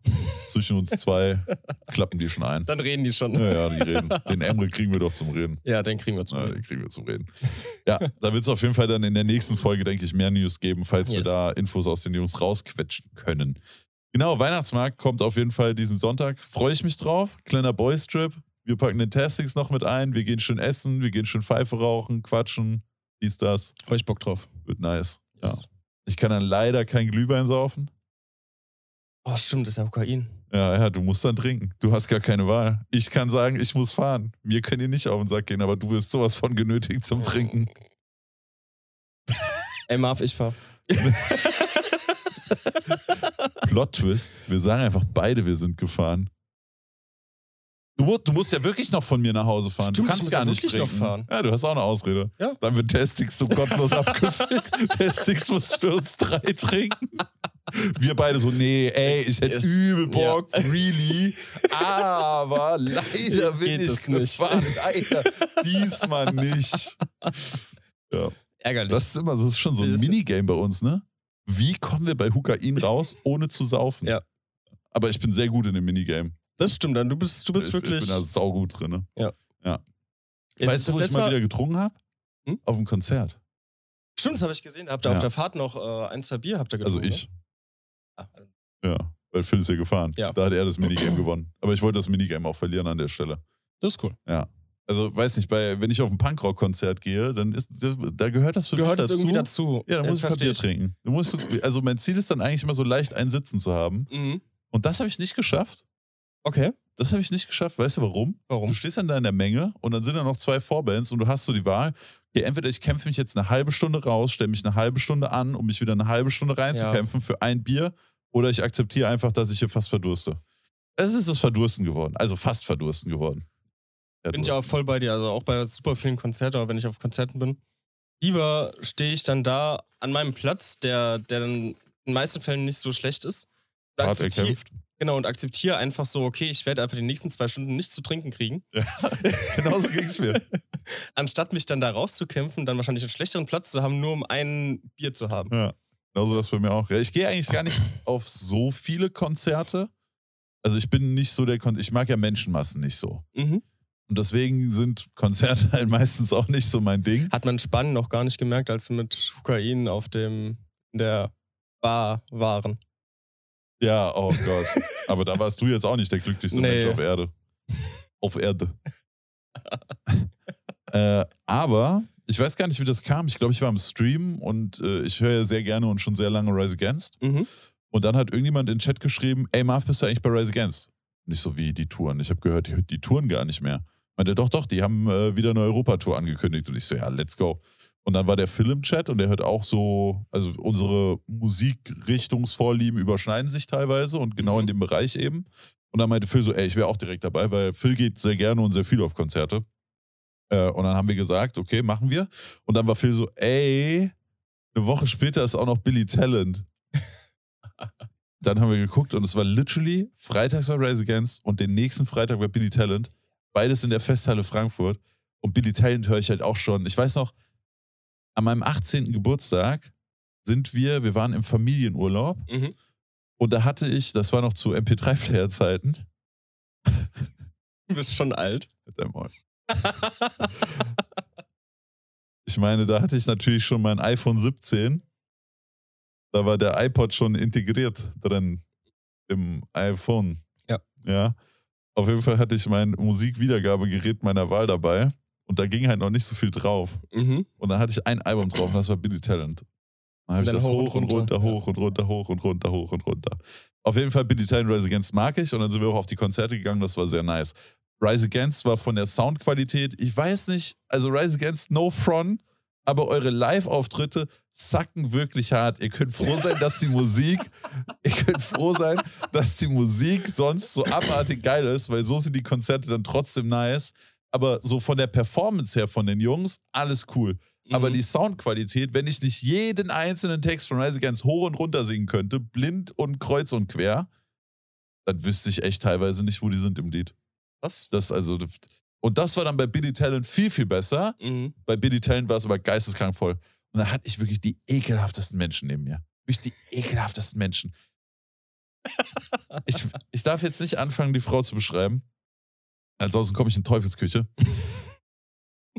B: Zwischen uns zwei klappen die schon ein.
A: Dann reden die schon.
B: Ja, ja, die reden. Den Emre kriegen wir doch zum Reden.
A: Ja, den kriegen wir zu.
B: Ja, Äh, den kriegen wir zum Reden. Ja, da wird es auf jeden Fall dann in der nächsten Folge, denke ich, mehr News geben, falls wir
A: Yes.
B: da Infos aus den Jungs rausquetschen können. Genau, Weihnachtsmarkt kommt auf jeden Fall diesen Sonntag. Freue ich mich drauf. Kleiner Boys Trip. Wir packen den Tastings noch mit ein. Wir gehen schön essen. Wir gehen schön Pfeife rauchen, quatschen. Dies, das.
A: Habe ich Bock drauf.
B: Wird nice. Ja.
A: Yes.
B: Ich kann dann leider kein Glühwein saufen.
A: Oh, stimmt, das ist ja Kokain.
B: Ja, ja, du musst dann trinken. Du hast gar keine Wahl. Ich kann sagen, ich muss fahren. Mir können die nicht auf den Sack gehen, aber du wirst sowas von genötigt
A: Oh.
B: zum Trinken.
A: Ey, Marv, ich fahr.
B: Plot Twist. Wir sagen einfach beide, wir sind gefahren. Du, mu- du musst ja wirklich noch von mir nach Hause fahren.
A: Stimmt,
B: du
A: ich
B: kannst
A: muss
B: gar
A: ja
B: nicht
A: wirklich noch
B: trinken.
A: fahren.
B: Ja, du hast auch eine Ausrede.
A: Ja.
B: Dann wird Testix so gottlos abgefüllt. Testix muss für uns drei trinken. Wir beide so, nee, ey, ich hätte
A: Yes.
B: übel Bock, really. Aber leider bin
A: Geht
B: ich
A: das nicht.
B: gefahren. Leider diesmal nicht. Ja.
A: Ärgerlich.
B: Das ist immer, das ist schon so ein
A: Das ist-
B: Minigame bei uns, ne? Wie kommen wir bei Hukain raus, ohne zu saufen?
A: Ja.
B: Aber ich bin sehr gut in dem Minigame.
A: Das stimmt, dann du bist, du bist
B: ich,
A: wirklich.
B: Ich bin da saugut drin. Ne?
A: Ja.
B: ja.
A: Ja,
B: weißt du,
A: das
B: wo ich
A: letzte
B: mal
A: Mal-
B: wieder getrunken habe?
A: Hm?
B: Auf dem Konzert.
A: stimmt, das habe ich gesehen. Da habt ihr
B: Ja.
A: auf der Fahrt noch äh, ein, zwei Bier habt ihr
B: Also
A: getrunken.
B: ich.
A: ne? Ah,
B: Ja. Weil Phil ist ja gefahren.
A: Ja.
B: Da hat er das Minigame gewonnen. Aber ich wollte das Minigame auch verlieren an der Stelle.
A: Das ist cool.
B: Also, weiß nicht, bei, wenn ich auf ein Punkrock-Konzert gehe, dann ist, da gehört das für
A: Gehört
B: mich
A: es
B: dazu.
A: irgendwie dazu. Äh,
B: Ja, dann muss ich
A: verstehe
B: Papier trinken. Du musst, also, mein Ziel ist dann eigentlich immer so leicht ein Sitzen zu haben.
A: Mhm.
B: Und das habe ich nicht geschafft.
A: Okay,
B: Das habe ich nicht geschafft. Weißt du warum? Du
A: warum?
B: stehst dann da in der Menge und dann sind da noch zwei Vorbands und du hast so die Wahl, okay, entweder ich kämpfe mich jetzt eine halbe Stunde raus, stelle mich eine halbe Stunde an, um mich wieder eine halbe Stunde reinzukämpfen für ein Bier, oder ich akzeptiere einfach, dass ich hier fast verdurste. Es ist das Verdursten geworden, also fast verdursten geworden.
A: Bin ich auch voll bei dir. Also auch bei super vielen Konzerten, aber wenn ich auf Konzerten bin, lieber stehe ich dann da an meinem Platz, der, der dann in den meisten Fällen nicht so schlecht ist. Und
B: hart
A: akzeptier-
B: erkämpft.
A: Genau, und akzeptiere einfach so, okay, ich werde einfach die nächsten zwei Stunden nichts zu trinken kriegen.
B: Genauso ging es mir.
A: Anstatt mich dann da rauszukämpfen, dann wahrscheinlich einen schlechteren Platz zu haben, nur um ein Bier zu haben.
B: Ja, genauso das bei mir auch. Ja, ich gehe eigentlich gar nicht auf so viele Konzerte, also ich bin nicht so der, Kon ich mag ja Menschenmassen nicht so.
A: Mhm.
B: Und deswegen sind Konzerte halt meistens auch nicht so mein Ding.
A: Hat man Spannen noch gar nicht gemerkt, als wir mit Kokain auf dem, in der Bar waren.
B: Ja, oh Gott. Aber da warst du jetzt auch nicht der glücklichste
A: Nee.
B: Mensch auf Erde. Auf Erde. äh, aber ich weiß gar nicht, wie das kam. Ich glaube, ich war im Stream und äh, ich höre ja sehr gerne und schon sehr lange Rise Against.
A: Mhm.
B: Und dann hat irgendjemand in den Chat geschrieben: Ey, Marv, bist du eigentlich bei Rise Against? Nicht so wie die Touren. Ich habe gehört, die, die Touren gar nicht mehr. Meinte, doch, doch, die haben äh, wieder eine Europatour angekündigt. Und ich so, ja, let's go. Und dann war der Phil im Chat und der hört auch so, also unsere Musikrichtungsvorlieben überschneiden sich teilweise und genau
A: Mhm.
B: in dem Bereich eben. Und dann meinte Phil so, ey, ich wäre auch direkt dabei, weil Phil geht sehr gerne und sehr viel auf Konzerte. Äh, und dann haben wir gesagt, okay, machen wir. Und dann war Phil so, ey, eine Woche später ist auch noch Billy Talent. dann haben wir geguckt und es war literally, freitags war Rise Against und den nächsten Freitag war Billy Talent. Beides in der Festhalle Frankfurt. Und Billy Talent höre ich halt auch schon. Ich weiß noch, an meinem 18. Geburtstag sind wir, wir waren im Familienurlaub
A: Mhm.
B: und da hatte ich, das war noch zu MP3-Player-Zeiten,
A: Du bist schon alt.
B: Mit deinem Ohr. ich meine, da hatte ich natürlich schon mein iPhone 17. Da war der iPod schon integriert drin im iPhone.
A: Ja.
B: Ja. Auf jeden Fall hatte ich mein Musikwiedergabegerät meiner Wahl dabei und da ging halt noch nicht so viel drauf.
A: Mhm.
B: Und dann hatte ich ein Album drauf und das war Billy Talent. Dann habe
A: Und
B: ich
A: dann
B: das
A: hoch
B: hoch
A: und
B: und runter,
A: runter,
B: hoch und runter, hoch und runter, hoch und runter. Auf jeden Fall Billy Talent Rise Against mag ich und dann sind wir auch auf die Konzerte gegangen, das war sehr nice. Rise Against war von der Soundqualität, ich weiß nicht, also Rise Against no front, aber eure Live-Auftritte sacken wirklich hart. Ihr könnt froh sein, dass die Musik, ihr könnt froh sein, dass die Musik sonst so abartig geil ist, weil so sind die Konzerte dann trotzdem nice. Aber so von der Performance her von den Jungs, alles cool. Aber
A: Mhm.
B: die Soundqualität, wenn ich nicht jeden einzelnen Text von Rise Against hoch und runter singen könnte, blind und kreuz und quer, dann wüsste ich echt teilweise nicht, wo die sind im Lied.
A: Was?
B: Das also und das war dann bei Billy Talent viel viel besser.
A: Mhm.
B: Bei Billy Talent war es aber geisteskrank voll. Und da hatte ich wirklich die ekelhaftesten Menschen neben mir. Wirklich die ekelhaftesten Menschen. Ich, ich darf jetzt nicht anfangen, die Frau zu beschreiben. Ansonsten komme ich in Teufelsküche.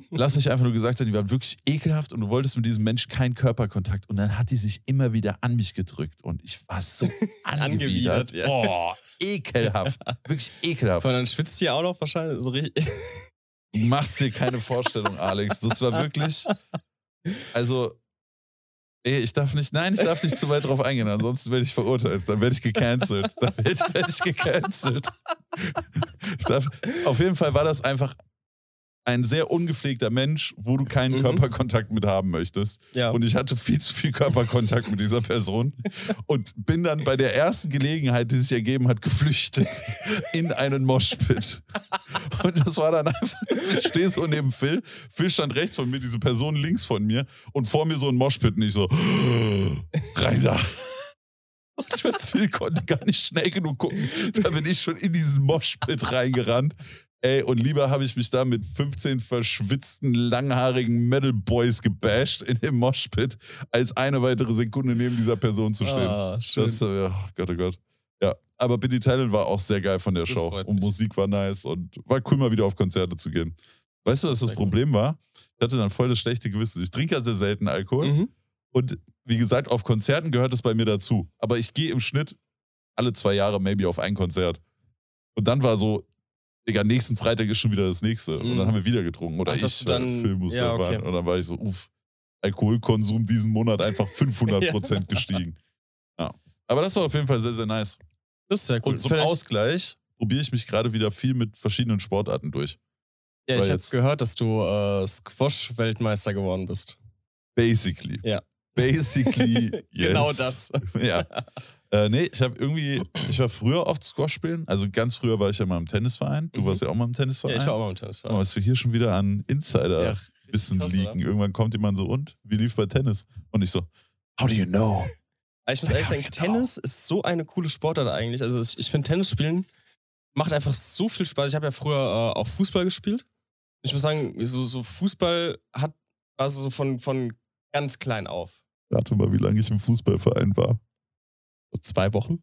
B: Lass mich einfach nur gesagt sein, die waren wirklich ekelhaft und du wolltest mit diesem Mensch keinen Körperkontakt. Und dann hat die sich immer wieder an mich gedrückt und ich war so angewidert.
A: Angewidert, ja.
B: Oh, ekelhaft. Wirklich ekelhaft.
A: Vor allem, dann schwitzt hier auch noch wahrscheinlich so richtig.
B: Du machst dir keine Vorstellung, Alex. Das war wirklich. Also, nee, ich darf nicht, nein, ich darf nicht zu weit drauf eingehen, ansonsten werde ich verurteilt. Dann werde ich gecancelt. Dann werde ich- werde ich gecancelt. Ich darf, auf jeden Fall war das einfach ein sehr ungepflegter Mensch, wo du keinen
A: Mhm.
B: Körperkontakt mit haben möchtest.
A: Ja.
B: Und ich hatte viel zu viel Körperkontakt mit dieser Person und bin dann bei der ersten Gelegenheit, die sich ergeben hat, geflüchtet in einen Moshpit. Und das war dann einfach, ich stehe so neben Phil, Phil stand rechts von mir, diese Person links von mir und vor mir so ein Moshpit und ich so, rein da. Und ich mein, Phil konnte gar nicht schnell genug gucken, da bin ich schon in diesen Moshpit reingerannt. Ey, und lieber habe ich mich da mit 15 verschwitzten, langhaarigen Metal Boys gebasht in dem Moshpit, als eine weitere Sekunde neben dieser Person zu stehen.
A: Ah, schön.
B: Das, äh, oh Gott, oh Gott. Ja, aber Billy Talent war auch sehr geil von der
A: Das
B: Show.
A: freut
B: Und
A: mich.
B: Musik war nice und war cool, mal wieder auf Konzerte zu gehen. Weißt du, was das
A: Sehr gut.
B: Problem war? Ich hatte dann voll das schlechte Gewissen. Ich trinke ja sehr selten Alkohol.
A: mhm.
B: Und wie gesagt, auf Konzerten gehört es bei mir dazu. Aber ich gehe im Schnitt alle zwei Jahre maybe auf ein Konzert. Und dann war so, Digga, nächsten Freitag ist schon wieder das nächste. Und
A: Mhm.
B: dann haben wir wieder getrunken. Oder
A: Ach, dass
B: ich,
A: du dann-
B: weil Film musste
A: ja,
B: fahren.
A: okay.
B: Und dann war ich so, uff, Alkoholkonsum diesen Monat einfach 500 Prozent gestiegen. Ja. Aber das war auf jeden Fall sehr, sehr nice.
A: Das ist sehr cool.
B: Und zum
A: Vielleicht-
B: Ausgleich probiere ich mich gerade wieder viel mit verschiedenen Sportarten durch. weil
A: ja, ich habe
B: jetzt-
A: gehört, dass du äh, Squash-Weltmeister geworden bist.
B: Basically.
A: Ja.
B: Basically, yes.
A: Genau das.
B: ja. Äh, nee, ich habe irgendwie, ich war früher oft Squash spielen. Also ganz früher war ich ja mal im Tennisverein. Du
A: Mhm.
B: warst ja auch mal im
A: Ja,
B: Tennisverein.
A: ich war auch mal im Tennis.
B: Oh, was du hier schon wieder an Insider Wissen
A: krass,
B: Oh, liegen. Irgendwann kommt jemand so und wie lief bei Tennis? Und ich so, how do you know?
A: Ich muss
B: Ja,
A: ehrlich sagen,
B: genau.
A: Tennis ist so eine coole Sportart eigentlich. Also ich, ich finde Tennis spielen macht einfach so viel Spaß. Ich habe ja früher äh, auch Fußball gespielt. Ich muss sagen, so, so Fußball hat also so von, von ganz klein auf.
B: Warte mal, wie lange ich im Fußballverein war.
A: So zwei Wochen?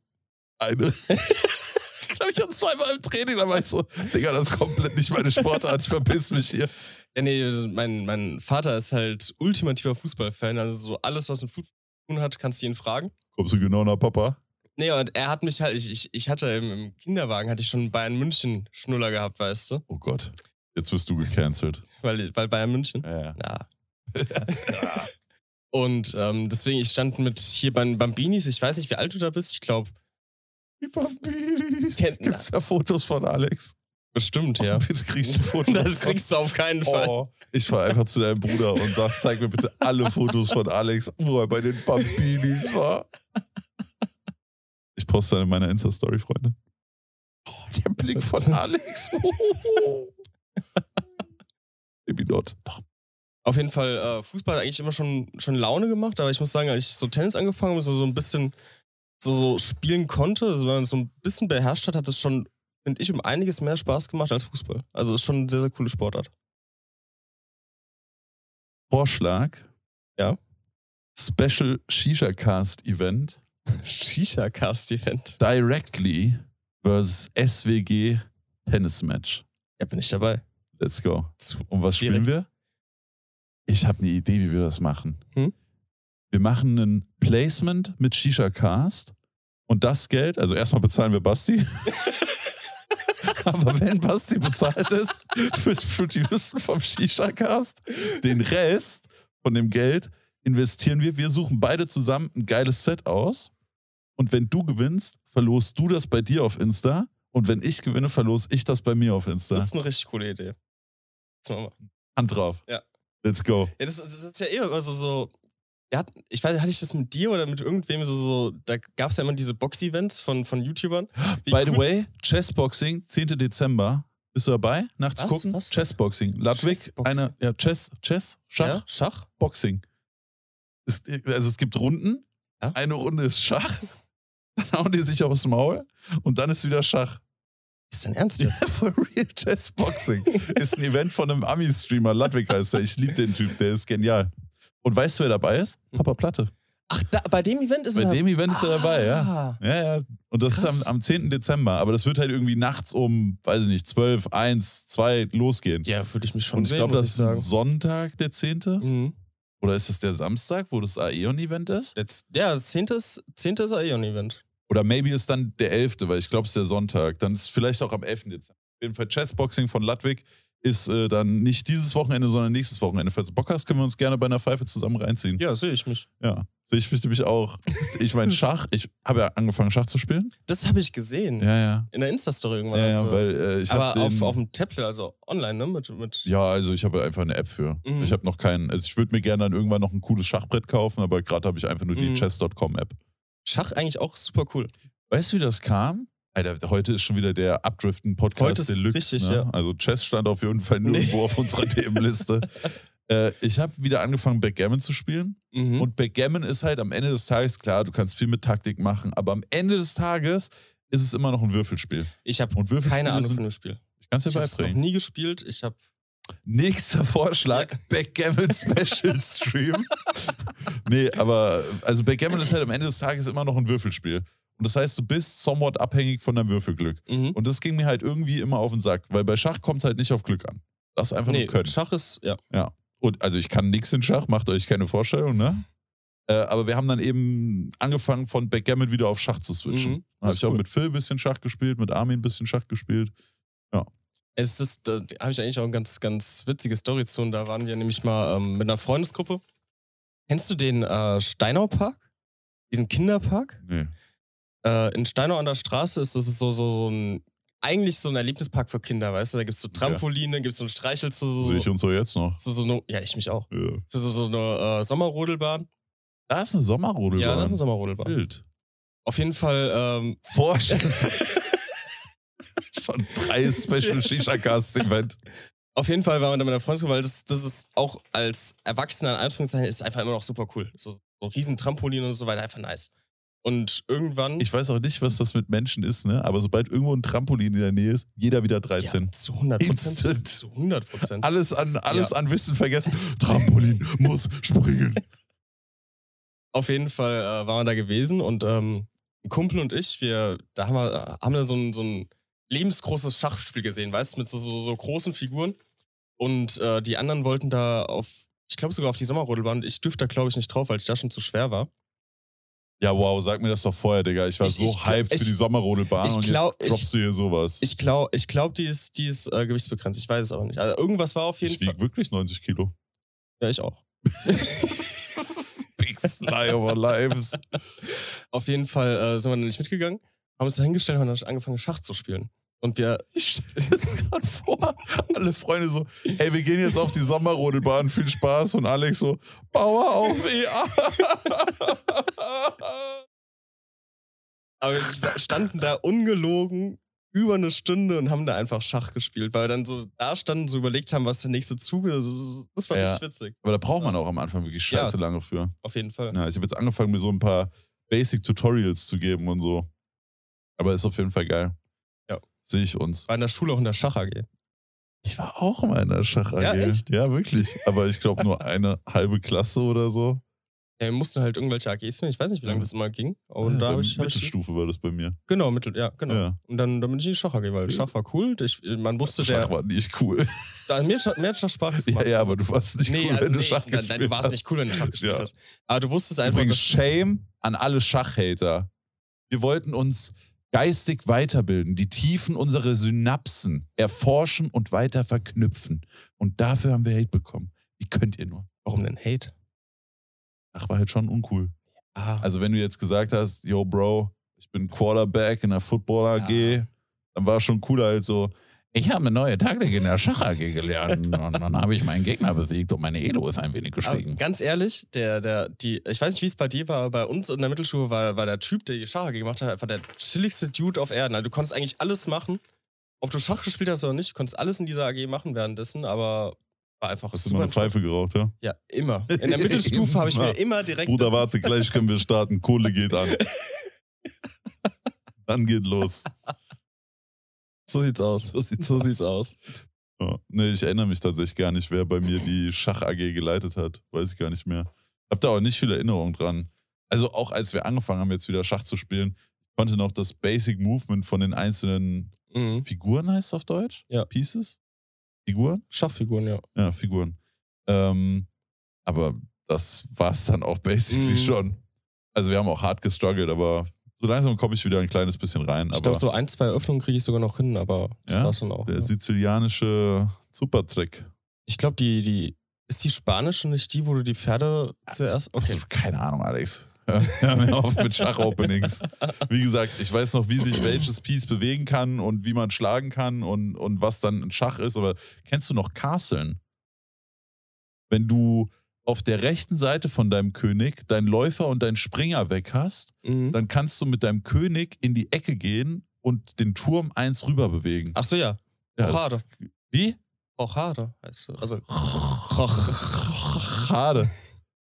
B: Eine. habe ich uns zweimal im Training, da war ich so, Digga, das ist komplett nicht meine Sportart, ich verpiss mich hier.
A: Ja, nee, mein, mein Vater ist halt ultimativer Fußballfan. Also so alles, was mit Fußball zu tun hat, kannst du ihn fragen.
B: Kommst du genau nach Papa?
A: Nee, und er hat mich halt, ich, ich, ich hatte im, im Kinderwagen, hatte ich schon einen Bayern München Schnuller gehabt, weißt du?
B: Oh Gott, jetzt wirst du gecancelt.
A: Weil, weil Bayern München.
B: Ja.
A: Ja. und ähm, deswegen, ich stand mit hier bei den Bambinis, ich weiß nicht, wie alt du da bist, ich glaube,
B: Die Bambinis.
A: Kennt-
B: Gibt's da Fotos von Alex?
A: bestimmt, ja.
B: Bitte kriegst du Fotos.
A: Das kriegst du auf keinen Fall.
B: Oh, ich fahr einfach zu deinem Bruder und sag, zeig mir bitte alle Fotos von Alex, wo er bei den Bambinis war. Ich poste dann in meiner Insta-Story, Freunde. Oh, der Blick von Alex. Baby Dot.
A: Auf jeden Fall, äh, Fußball hat eigentlich immer schon, schon Laune gemacht, aber ich muss sagen, als ich so Tennis angefangen habe, so, so ein bisschen so, so spielen konnte, also wenn man es so ein bisschen beherrscht hat, hat es schon, finde ich, um einiges mehr Spaß gemacht als Fußball. Also ist schon eine sehr, sehr coole Sportart.
B: Vorschlag.
A: Ja.
B: Special Shisha Cast Event
A: Shisha-Cast-Event.
B: directly versus SWG Tennis Match.
A: Ja, bin ich dabei.
B: Let's go.
A: Zu-
B: Und was spielen wir? Ich habe eine Idee, wie wir das machen.
A: Hm?
B: Wir machen ein Placement mit Shisha Cast und das Geld, also erstmal bezahlen wir Basti. Aber wenn Basti bezahlt ist fürs Producen vom Shisha Cast, den Rest von dem Geld investieren wir. Wir suchen beide zusammen ein geiles Set aus. Und wenn du gewinnst, verlost du das bei dir auf Insta. Und wenn ich gewinne, verlose ich das bei mir auf Insta.
A: Das ist eine richtig coole Idee. Das machen wir.
B: Hand drauf.
A: Ja.
B: Let's go.
A: Ja, das, das ist ja eh immer so, so wir hatten, ich weiß, hatte ich das mit dir oder mit irgendwem so, so da gab es ja immer diese Box-Events von, von YouTubern. Wie
B: By the
A: cool-
B: way, Chessboxing, 10. Dezember. Bist du dabei? Nachts
A: Was?
B: gucken?
A: Was?
B: Chessboxing. Ludwig,
A: Chessboxing?
B: eine, ja, Chess, Chess, Schach,
A: Ja, Schach?
B: Boxing. Ist, also es gibt Runden.
A: Ja.
B: Eine Runde ist Schach. Dann hauen die sich aufs Maul und dann ist wieder Schach.
A: Ist dein Ernst?
B: Ja, for real Chessboxing. ist ein Event von einem Ami-Streamer. Ludwig heißt er. Ich liebe den Typ, der ist genial. Und weißt du, wer dabei ist?
A: Hm.
B: Papa Platte.
A: Ach, da, bei dem Event ist
B: Bei
A: er
B: dem Event ist er dabei, ja.
A: Ah.
B: Ja, ja. Und das
A: Krass.
B: ist am, am 10. Dezember. Aber das wird halt irgendwie nachts um, weiß ich nicht, 12, 1, 2 losgehen.
A: Ja, würde ich mich schon
B: Und ich
A: sehen,
B: glaube,
A: muss
B: das ist ein
A: sagen.
B: Sonntag, der 10.
A: Mhm.
B: Oder ist das der Samstag, wo das Aeon-Event ist?
A: Jetzt, ja, das 10. ist, 10. ist Aeon-Event.
B: Oder maybe ist dann der 11., weil ich glaube, es ist der Sonntag. Dann ist es vielleicht auch am 11. Dezember. Auf jeden Fall Chessboxing von Ludwig ist äh, dann nicht dieses Wochenende, sondern nächstes Wochenende. Falls du Bock hast, können wir uns gerne bei einer Pfeife zusammen reinziehen.
A: Ja, sehe ich mich.
B: Ja. Sehe ich mich nämlich auch. Ich meine, Schach, ich habe ja angefangen, Schach zu spielen.
A: Das habe ich gesehen.
B: Ja, ja.
A: In der Insta-Story irgendwann.
B: Ja,
A: hast
B: ja,
A: du-
B: weil äh, ich habe
A: aber
B: den...
A: auf, auf dem Tablet, also online, ne? Mit, mit
B: Ja, also ich habe einfach eine App für.
A: Mhm.
B: Ich habe noch keinen. Also ich würde mir gerne dann irgendwann noch ein cooles Schachbrett kaufen, aber gerade habe ich einfach nur die
A: Mhm.
B: chess.com-App.
A: Schach eigentlich auch super cool.
B: Weißt du, wie das kam? Alter, heute ist schon wieder der
A: Heute
B: Abdriften-Podcast
A: ist
B: Deluxe.
A: richtig,
B: ne?
A: ja.
B: Also Chess stand auf jeden Fall
A: Nee.
B: nirgendwo auf unserer Themenliste. Äh, ich habe wieder angefangen, Backgammon zu spielen.
A: Mhm.
B: Und Backgammon ist halt am Ende des Tages, klar, du kannst viel mit Taktik machen, aber am Ende des Tages ist es immer noch ein Würfelspiel.
A: ich habe
B: Und Würfelspiele
A: keine Ahnung
B: sind,
A: von dem Spiel.
B: ich kann es dir
A: Ich habe es noch
B: beibringen.
A: nie gespielt. Ich habe.
B: Nächster Vorschlag, Backgammon Special Stream. nee, aber also Backgammon ist halt am Ende des Tages immer noch ein Würfelspiel. Und das heißt, du bist somewhat abhängig von deinem Würfelglück.
A: Mhm.
B: Und das ging mir halt irgendwie immer auf den Sack, weil bei Schach kommt es halt nicht auf Glück an. Das ist einfach
A: Nee,
B: nur Können.
A: Schach ist, ja.
B: Und also ich kann nichts in Schach, macht euch keine Vorstellung, ne? Äh, aber wir haben dann eben angefangen, von Backgammon wieder auf Schach zu switchen.
A: Mhm.
B: Da habe
A: Das
B: ich
A: ist
B: auch
A: cool.
B: mit Phil ein bisschen Schach gespielt, mit Armin ein bisschen Schach gespielt.
A: Es ist, da habe ich eigentlich auch eine ganz, ganz witzige Story zu. Und da waren wir nämlich mal ähm, mit einer Freundesgruppe. Kennst du den äh, Steinau-Park? Diesen Kinderpark?
B: Nee.
A: Äh, in Steinau an der Straße ist das ist so, so, so ein, eigentlich so ein Erlebnispark für Kinder, weißt du? Da gibt es so Trampoline, gibt es so ein Streichel, so, so,
B: Sehe ich
A: so,
B: uns so jetzt noch.
A: so, so eine, ja, ich mich auch.
B: Ja.
A: So, so, so eine äh, Sommerrodelbahn.
B: Da ist eine Sommerrodelbahn.
A: Ja, das ist eine Sommerrodelbahn.
B: Wild.
A: Auf jeden Fall, ähm,
B: Vorstellen. Schon drei Special Shisha Cast Event.
A: auf jeden Fall waren wir da mit einer Freundesgruppe, weil das, das ist auch als Erwachsener in Anführungszeichen ist einfach immer noch super cool. So, so riesen Trampolin und so weiter, einfach nice. Und irgendwann.
B: Ich weiß auch nicht, was das mit Menschen ist, ne? Aber sobald irgendwo ein Trampolin in der Nähe ist, jeder wieder 13.
A: Ja, zu 100
B: Instant.
A: Prozent. Zu 100 Prozent.
B: Alles an alles
A: Ja.
B: an Wissen vergessen. Trampolin muss springen.
A: Auf jeden Fall äh, waren wir da gewesen und ähm, ein Kumpel und ich, wir, da haben wir, äh, haben wir so ein, so ein lebensgroßes Schachspiel gesehen, weißt du, mit so, so, so großen Figuren. Und äh, die anderen wollten da auf, ich glaube sogar auf die Sommerrodelbahn. Ich dürfte da, glaube ich, nicht drauf, weil ich da schon zu schwer war.
B: Ja, wow, sag mir das doch vorher, Digga. Ich war
A: Ich-
B: so
A: ich-
B: hyped
A: ich-
B: für die Sommerrodelbahn
A: ich
B: und
A: glaub-
B: jetzt droppst du hier sowas.
A: Ich glaube, ich glaub, die ist, die ist äh, gewichtsbegrenzt. Ich weiß es aber nicht. Also irgendwas war auf jeden
B: Ich
A: Fall.
B: wiege wirklich 90 Kilo.
A: Ja, ich auch.
B: Big Sly of our lives.
A: Auf jeden Fall äh, sind wir dann nicht mitgegangen, haben uns da hingestellt und haben dann angefangen, Schach zu spielen. Und wir,
B: Ich stelle das gerade vor. Alle Freunde so, hey, wir gehen jetzt auf die Sommerrodelbahn, viel Spaß. Und Alex so, Bauer auf EA.
A: aber wir sta- standen da ungelogen über eine Stunde und haben da einfach Schach gespielt, weil wir dann so da standen, so überlegt haben, was der nächste Zug ist. Das ist- Das war
B: Ja.
A: richtig witzig,
B: Aber da braucht man auch am Anfang wirklich
A: Ja.
B: scheiße lange für.
A: auf jeden Fall.
B: Ja, ich habe jetzt angefangen, mir so ein paar Basic-Tutorials zu geben und so. Aber ist auf jeden Fall geil.
A: Ja.
B: Sehe ich uns.
A: War in der Schule auch in der Schach AG.
B: Ich war auch mal in der Schach AG.
A: Ja, echt?
B: ja wirklich. Aber ich glaube nur eine halbe Klasse oder so.
A: Ja, wir mussten halt irgendwelche AGs finden. Ich weiß nicht, wie lange das immer ging. Oh, Und
B: ja,
A: da
B: bei
A: habe ich, hab ich.
B: Mittelstufe war das bei mir.
A: Genau, Mittel, ja, genau.
B: Ja.
A: Und dann, dann bin ich in die Schach AG, weil Schach war cool. Ich, man wusste,
B: Schach
A: der.
B: war nicht cool.
A: Da, mir, hat Schach- mir hat Schach Spaß gemacht.
B: Ja, ja, aber du warst nicht
A: nee,
B: cool,
A: also
B: wenn du
A: nee,
B: Schach
A: ich, nein, du
B: gespielt
A: warst
B: hast.
A: nicht cool, wenn du Schach gespielt
B: Ja.
A: hast. Aber du wusstest einfach,
B: Übrigens,
A: dass,
B: Shame an alle Schachhater. Wir wollten uns geistig weiterbilden, die Tiefen unserer Synapsen erforschen und weiter verknüpfen. Und dafür haben wir Hate bekommen. Wie könnt ihr nur?
A: warum denn Hate?
B: Ach, war halt schon uncool.
A: Ah,
B: Also, wenn du jetzt gesagt hast, yo, Bro, ich bin Quarterback in der Football AG,
A: Ja.
B: dann war schon cooler als so, ich habe eine neue Taktik in der Schach AG gelernt und dann habe ich meinen Gegner besiegt und meine Elo ist ein wenig
A: aber
B: gestiegen.
A: ganz ehrlich, der, der, die, ich weiß nicht, wie es bei dir war, aber bei uns in der Mittelschule war, war der Typ, der die Schach AG gemacht hat, einfach der chilligste Dude auf Erden. Also, du konntest eigentlich alles machen. Ob du Schach gespielt hast oder nicht, du konntest alles in dieser AG machen währenddessen, aber war einfach
B: Hast du mal
A: super.
B: eine Pfeife geraucht, ja?
A: Ja, immer. In der Mittelstufe habe ich mir immer direkt.
B: Bruder, warte, gleich können wir starten. Kohle geht an. Dann geht los.
A: So sieht's aus. So sieht's, so sieht's aus.
B: Ja. Nee, ich erinnere mich tatsächlich gar nicht, wer bei mir die Schach AG geleitet hat. Weiß ich gar nicht mehr. Hab da auch nicht viel Erinnerung dran. Also auch als wir angefangen haben, jetzt wieder Schach zu spielen, konnte noch das Basic Movement von den einzelnen
A: Mhm.
B: Figuren heißt es auf Deutsch?
A: Ja.
B: Pieces? Figuren?
A: Schachfiguren, ja.
B: Ja, Figuren. Ähm, aber das war es dann auch basically
A: Mhm.
B: schon. Also wir haben auch hart gestruggelt, aber so langsam komme ich wieder ein kleines bisschen rein.
A: Ich
B: aber
A: glaube, so ein, zwei Öffnungen kriege ich sogar noch hin, aber das
B: Ja?
A: war's dann auch.
B: der
A: ja.
B: sizilianische Supertrick.
A: Ich glaube, die, die. Ist die spanische nicht die, wo du die Pferde zuerst. Okay.
B: Also, Keine Ahnung, Alex. Hör hör mir auf mit Schach-Openings. Wie gesagt, ich weiß noch, wie sich welches Piece bewegen kann und wie man schlagen kann und, und was dann ein Schach ist. Aber kennst du noch Castlen? Wenn du auf der rechten Seite von deinem König deinen Läufer und deinen Springer weg hast,
A: Mhm.
B: dann kannst du mit deinem König in die Ecke gehen und den Turm eins rüber bewegen.
A: Ach so, ja.
B: Ja, also
A: Rochade.
B: wie?
A: Rochade heißt sie. Also,
B: Schade.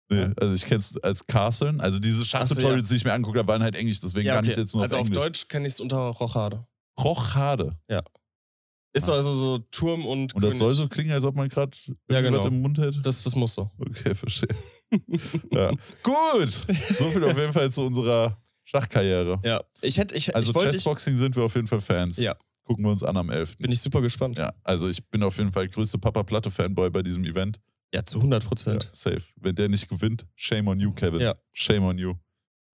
B: Nee, also ich kenn's als Castlen. Also diese Schachtutorials, die ich mir angeguckt habe, waren halt Englisch, deswegen
A: ja,
B: kann ich
A: okay.
B: jetzt nur
A: also auf
B: auf Englisch.
A: Deutsch kenne ich es unter Rochade.
B: Krochade.
A: Ist
B: Ah.
A: also so Turm und,
B: Und das soll so klingen, als ob man gerade
A: Ja,
B: irgendwas
A: genau.
B: im Mund hätte.
A: das, das muss so.
B: Okay, verstehe. ja. Gut! So viel auf jeden Fall zu unserer Schachkarriere.
A: Ja. Ich hätte, ich,
B: Also
A: ich wollte, ich,
B: Chessboxing sind wir auf jeden Fall Fans.
A: Ja.
B: Gucken wir uns an am 11.
A: bin ich super gespannt. Ja,
B: Ja, also ich bin auf jeden Fall größte Papa-Platte-Fanboy bei diesem Event.
A: zu 100
B: Ja,
A: Prozent.
B: safe. Wenn der nicht gewinnt, shame on you, Kevin.
A: Ja.
B: Shame on you.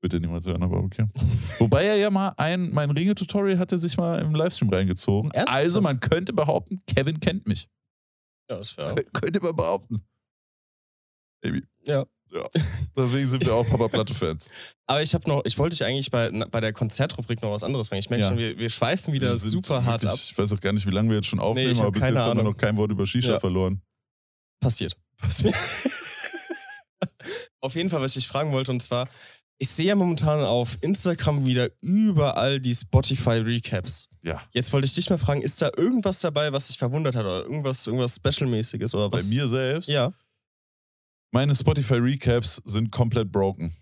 B: Bitte niemals hören, aber okay. Wobei er ja mal ein, mein Ringe-Tutorial hat er sich mal im Livestream reingezogen.
A: Ernsthaft?
B: Also man könnte behaupten, Kevin kennt mich.
A: Ja, das wäre
B: Kön- Könnte man behaupten. Baby.
A: Ja.
B: ja. Deswegen sind wir auch Papa-Platte-Fans.
A: Aber ich habe noch, ich wollte dich eigentlich bei, na, bei der Konzertrubrik noch was anderes fragen. Ich merke
B: Ja.
A: schon, wir, wir schweifen wieder
B: Wir sind
A: super hart
B: wirklich-
A: ab.
B: Ich weiß auch gar nicht, wie lange wir jetzt schon aufnehmen,
A: Nee, ich hab
B: aber bis
A: keine
B: jetzt haben wir
A: Ahnung.
B: noch kein Wort über Shisha
A: Ja.
B: verloren.
A: Passiert. Passiert. auf jeden Fall, was ich dich fragen wollte, und zwar, ich sehe ja momentan auf Instagram wieder überall die Spotify Recaps.
B: Ja.
A: Jetzt wollte ich dich mal fragen, ist da irgendwas dabei, was dich verwundert hat oder irgendwas, irgendwas Specialmäßiges oder
B: Bei
A: was?
B: mir selbst.
A: Ja.
B: Meine Spotify-Recaps sind komplett broken.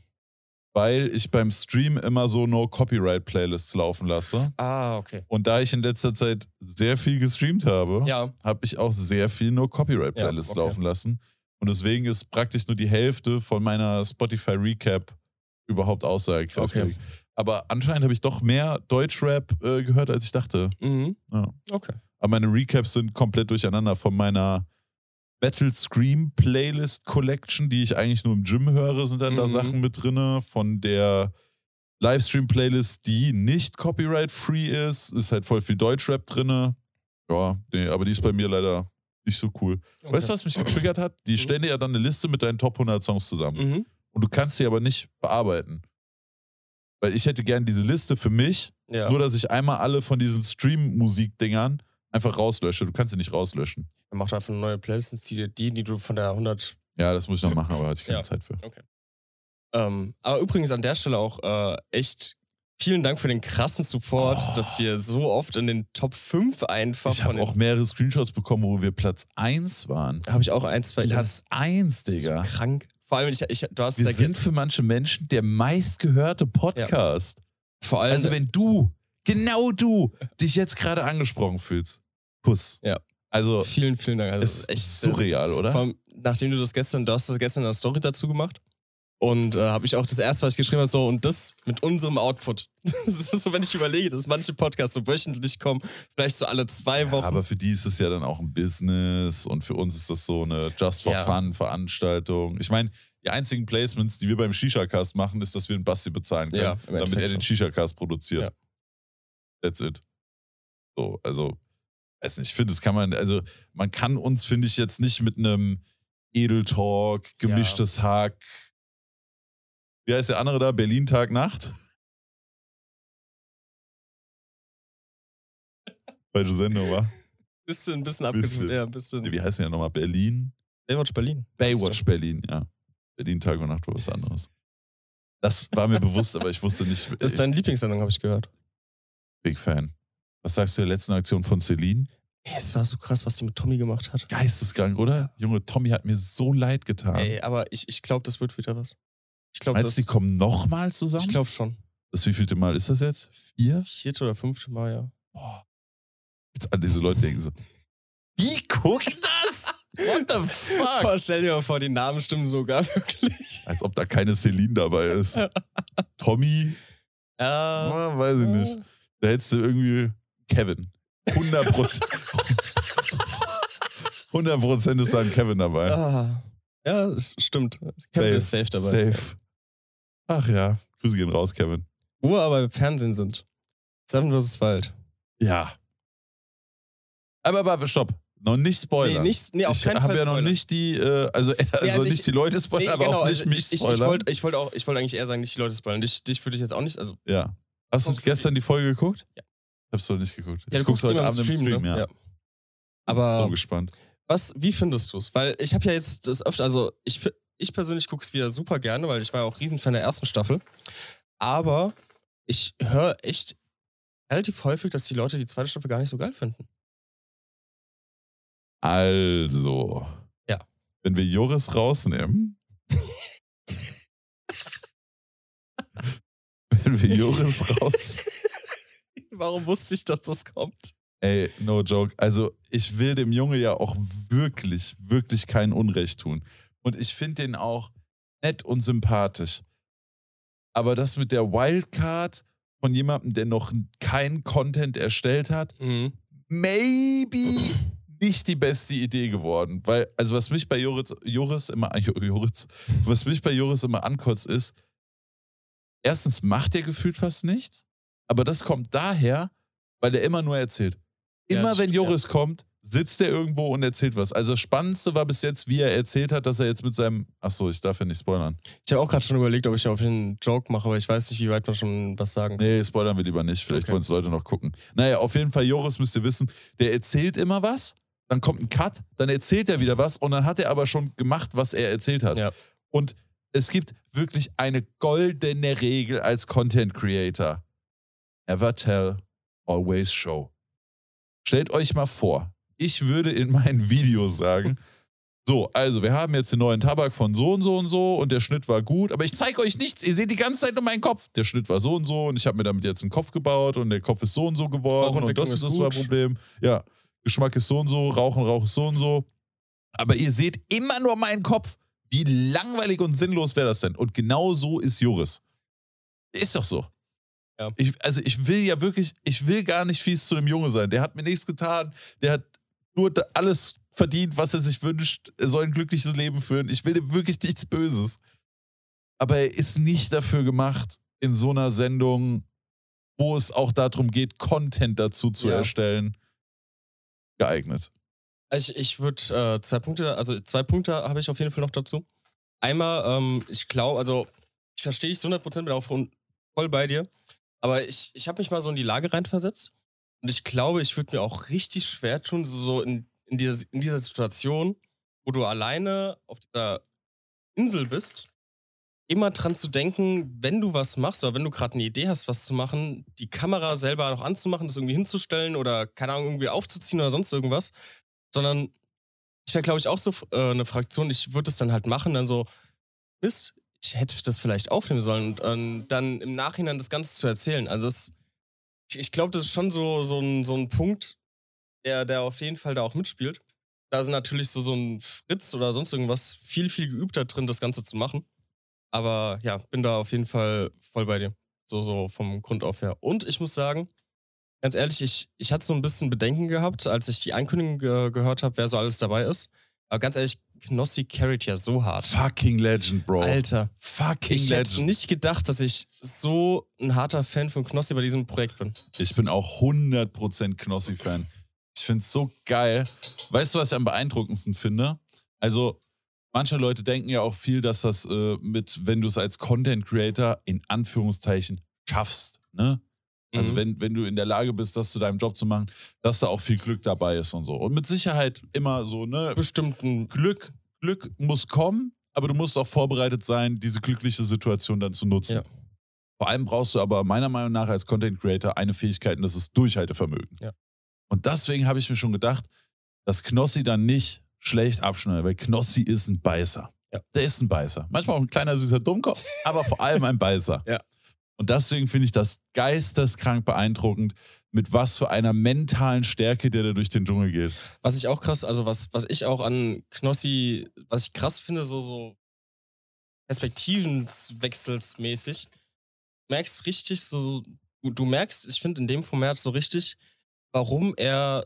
B: Weil ich beim Stream immer so No-Copyright-Playlists laufen lasse.
A: Ah, okay.
B: Und da ich in letzter Zeit sehr viel gestreamt habe,
A: Ja,
B: habe ich auch sehr viel No-Copyright-Playlists
A: Ja, okay.
B: laufen lassen. Und deswegen ist praktisch nur die Hälfte von meiner Spotify-Recap überhaupt aussagekräftig.
A: Okay.
B: Aber anscheinend habe ich doch mehr Deutschrap äh, gehört, als ich dachte.
A: Mhm.
B: Ja.
A: Okay.
B: Aber meine Recaps sind komplett durcheinander von meiner Battle Scream Playlist Collection, die ich eigentlich nur im Gym höre, sind dann da
A: Mhm.
B: Sachen mit drin. Von der Livestream Playlist, die nicht copyright-free ist, ist halt voll viel Deutschrap drin. Ja, nee, aber die ist bei mir leider nicht so cool.
A: okay.
B: Weißt du, was mich getriggert hat? Die stellen dir ja dann eine Liste mit deinen Top 100 Songs zusammen.
A: Mhm.
B: Und du kannst sie aber nicht bearbeiten. Weil ich hätte gern diese Liste für mich,
A: Ja.
B: nur dass ich einmal alle von diesen Stream-Musik-Dingern einfach rauslösche. Du kannst sie nicht rauslöschen.
A: Dann mach doch einfach eine neue Playlist, und zieh dir die, die du von der 100.
B: Ja, das muss ich noch machen, aber hatte ich keine
A: Ja.
B: Zeit für.
A: Ähm, aber übrigens an der Stelle auch äh, echt vielen Dank für den krassen Support,
B: Oh.
A: dass wir so oft in den Top 5 einfach
B: Ich
A: von
B: habe
A: den.
B: auch mehrere Screenshots bekommen, wo wir Platz 1 waren.
A: Habe ich auch ein, zwei.
B: Platz 1,
A: das ist so
B: Digga.
A: krank. Vor allem, ich, ich, du hast
B: Wir
A: da
B: sind für manche Menschen der meistgehörte Podcast.
A: vor allem.
B: Also wenn du, genau du, dich jetzt gerade angesprochen fühlst, Puss.
A: Ja.
B: Also
A: vielen, vielen Dank. Also,
B: ist
A: ist echt
B: surreal, ne? oder?
A: Vor allem, nachdem du das gestern, du hast das gestern in der Story dazu gemacht. Und äh, habe ich auch das erste, was ich geschrieben habe, so, und das mit unserem Output. Das ist so, wenn ich überlege, dass manche Podcasts so wöchentlich kommen, vielleicht so alle zwei Wochen.
B: Ja, aber für die ist es ja dann auch ein Business und für uns ist das so eine Just for
A: Ja.
B: Fun Veranstaltung. Ich meine, die einzigen Placements, die wir beim Shisha-Cast machen, ist, dass wir den Basti bezahlen können,
A: Ja, im
B: damit
A: Endeffekt
B: er den
A: schon.
B: Shisha-Cast produziert.
A: Ja.
B: That's it. So, also, weiß nicht, ich finde, das kann man, also, man kann uns, finde ich, jetzt nicht mit einem Edeltalk, gemischtes Hack, wie heißt der andere da? Berlin Tag Nacht? Falsche Sendung, war.
A: bisschen, ein bisschen
B: Bisschen.
A: abgeschnitten. Ja, ein bisschen.
B: Wie heißt denn ja nochmal? Berlin?
A: Baywatch Berlin.
B: Baywatch Berlin, ja. Berlin Tag und Nacht war was anderes. Das war mir bewusst, aber ich wusste nicht.
A: Das ist deine Lieblingssendung, habe ich gehört.
B: Big Fan. Was sagst du der letzten Aktion von Celine?
A: Ey, es war so krass, was die mit Tommy gemacht hat.
B: Geisteskrank, oder? Junge, Tommy hat mir so leid getan.
A: Ey, aber ich, ich glaube, das wird wieder was. Ich glaube,
B: Meinst
A: das.
B: du, die kommen nochmal zusammen?
A: ich glaube schon.
B: das wievielte Mal ist das jetzt? Vier?
A: Vierte oder fünfte Mal, ja.
B: Boah. Jetzt an diese Leute denken so. Die gucken das? What the fuck?
A: Boah, stell dir mal vor, die Namen stimmen sogar wirklich.
B: Als ob da keine Celine dabei ist. Tommy,
A: Äh,
B: ah, weiß ich nicht. Da hättest du irgendwie Kevin. 100 Prozent. 100 Prozent ist dann Kevin dabei.
A: Ah. Ja, es stimmt. Kevin
B: Safe.
A: ist safe dabei.
B: Safe. Ach ja. Grüße gehen raus, Kevin.
A: Wo wir aber im Fernsehen sind. Seven vs. Wild.
B: Ja. Aber, aber, stopp. Noch nicht spoilern.
A: Nee, nicht, nee auf
B: ich
A: keinen Fall.
B: habe ja noch
A: spoilern.
B: nicht die, äh, also, äh, also,
A: also
B: nicht
A: ich-
B: die Leute spoilern, aber
A: Nee, genau,
B: auch nicht
A: also
B: mich
A: ich, ich, ich
B: spoilern.
A: wollte ich wollt auch- ich wollt eigentlich eher sagen, nicht die Leute spoilern. Dich, dich würde ich jetzt auch nicht. Also,
B: ja. Hast du
A: Sonst-
B: gestern die Folge geguckt?
A: Ja.
B: Hab's doch nicht geguckt.
A: ja, du
B: ich
A: guckst
B: guck's heute
A: immer im
B: Abend
A: Stream, ne?
B: ja.
A: ja. Aber
B: so gespannt.
A: Was, wie findest du es? Weil ich habe ja jetzt das öfter, also ich, fi- ich persönlich gucke es wieder super gerne, weil ich war ja auch Riesenfan der ersten Staffel. Aber ich höre echt relativ häufig, dass die Leute die zweite Staffel gar nicht so geil finden.
B: Also.
A: Ja.
B: Wenn wir Joris rausnehmen. wenn wir Joris raus.
A: Warum wusste ich, dass das kommt?
B: Ey, no joke. Also, ich will dem Junge ja auch wirklich, wirklich kein Unrecht tun. Und ich finde den auch nett und sympathisch. Aber das mit der Wildcard von jemandem, der noch kein Content erstellt hat,
A: Mhm.
B: maybe nicht die beste Idee geworden. Weil, also was mich bei Joris, Joris immer, Joris, was mich bei Joris immer ankotzt, ist, erstens macht er gefühlt fast nichts, aber das kommt daher, weil er immer nur erzählt.
A: Ja,
B: Immer
A: das
B: wenn
A: stimmt,
B: Joris kommt, sitzt er irgendwo und erzählt was. Also das Spannendste war bis jetzt, wie er erzählt hat, dass er jetzt mit seinem, achso, ich darf ja nicht spoilern.
A: Ich habe auch gerade schon überlegt, ob ich überhaupt einen Joke mache, aber ich weiß nicht, wie weit man schon was sagen kann.
B: Nee, spoilern wir lieber nicht. Vielleicht
A: Okay.
B: wollen es Leute noch gucken. Naja, auf jeden Fall, Joris müsst ihr wissen, der erzählt immer was, dann kommt ein Cut, dann erzählt er wieder was und dann hat er aber schon gemacht, was er erzählt hat.
A: Ja.
B: Und es gibt wirklich eine goldene Regel als Content Creator. Never tell, always show. Stellt euch mal vor, ich würde in meinen Videos sagen, so, also wir haben jetzt den neuen Tabak von so und so und so und der Schnitt war gut, aber ich zeige euch nichts. Ihr seht die ganze Zeit nur meinen Kopf. Der Schnitt war so und so und ich habe mir damit jetzt einen Kopf gebaut und der Kopf ist so und so geworden und
A: Rauchentwicklung
B: das ist
A: ist
B: das
A: gut.
B: war Problem. Ja, Geschmack ist so und so, Rauchen, Rauch ist so und so. Aber ihr seht immer nur meinen Kopf. Wie langweilig und sinnlos wäre das denn? Und genau so ist Joris. Ist doch so.
A: Ja.
B: Ich, also ich will ja wirklich, ich will gar nicht fies zu dem Junge sein. Der hat mir nichts getan. Der hat nur da- alles verdient, was er sich wünscht. Er soll ein glückliches Leben führen. Ich will dem wirklich nichts Böses. Aber er ist nicht dafür gemacht, in so einer Sendung, wo es auch darum geht, Content dazu zu
A: Ja.
B: erstellen, geeignet.
A: Also ich, ich würde äh, zwei Punkte, also zwei Punkte habe ich auf jeden Fall noch dazu. Einmal, ähm, ich glaube, also ich verstehe dich zu 100 Prozent, bin auch von- voll bei dir, aber ich, ich habe mich mal so in die Lage reinversetzt und ich glaube, ich würde mir auch richtig schwer tun, so in, in, dieser, in dieser Situation, wo du alleine auf dieser Insel bist, immer dran zu denken, wenn du was machst oder wenn du gerade eine Idee hast, was zu machen, die Kamera selber noch anzumachen, das irgendwie hinzustellen oder keine Ahnung, irgendwie aufzuziehen oder sonst irgendwas sondern ich wäre, glaube ich, auch so äh, eine Fraktion, ich würde es dann halt machen, dann so, Mist, ich hätte das vielleicht aufnehmen sollen und ähm, dann im Nachhinein das Ganze zu erzählen. Also das, ich, ich glaube, das ist schon so, so, ein, so ein Punkt, der, der auf jeden Fall da auch mitspielt. Da sind natürlich so, so ein Fritz oder sonst irgendwas viel, viel geübter drin, das Ganze zu machen. Aber ja, bin da auf jeden Fall voll bei dir. So, so vom Grund auf her. Und ich muss sagen, ganz ehrlich, ich, ich hatte so ein bisschen Bedenken gehabt, als ich die Ankündigung ge gehört habe, wer so alles dabei ist. Aber ganz ehrlich, Knossi carried ja so hart.
B: Fucking Legend, Bro.
A: Alter,
B: Fucking
A: ich hätte
B: Legend.
A: nicht gedacht, dass ich so ein harter Fan von Knossi bei diesem Projekt bin.
B: Ich bin auch 100% Knossi-Fan. Ich finde es so geil. Weißt du, was ich am beeindruckendsten finde? Also, manche Leute denken ja auch viel, dass das äh, mit, wenn du es als Content-Creator in Anführungszeichen schaffst, ne? Also,
A: Mhm.
B: wenn, wenn du in der Lage bist, das zu deinem Job zu machen, dass da auch viel Glück dabei ist und so. Und mit Sicherheit immer so, ne?
A: bestimmt ein
B: Glück, Glück muss kommen, aber du musst auch vorbereitet sein, diese glückliche Situation dann zu nutzen.
A: Ja.
B: Vor allem brauchst du aber meiner Meinung nach als Content Creator eine Fähigkeit und das ist Durchhaltevermögen.
A: Ja.
B: Und deswegen habe ich mir schon gedacht, dass Knossi dann nicht schlecht abschneidet, weil Knossi ist ein Beißer.
A: Ja.
B: Der ist ein Beißer. Manchmal auch ein kleiner süßer Dummkopf, aber vor allem ein Beißer.
A: Ja.
B: Und deswegen finde ich das geisteskrank beeindruckend, mit was für einer mentalen Stärke der da durch den Dschungel geht.
A: Was ich auch krass, also was, was ich auch an Knossi, was ich krass finde, so, so perspektivenwechselsmäßig, merkst richtig, so, so du, du merkst, ich finde in dem Format so richtig, warum er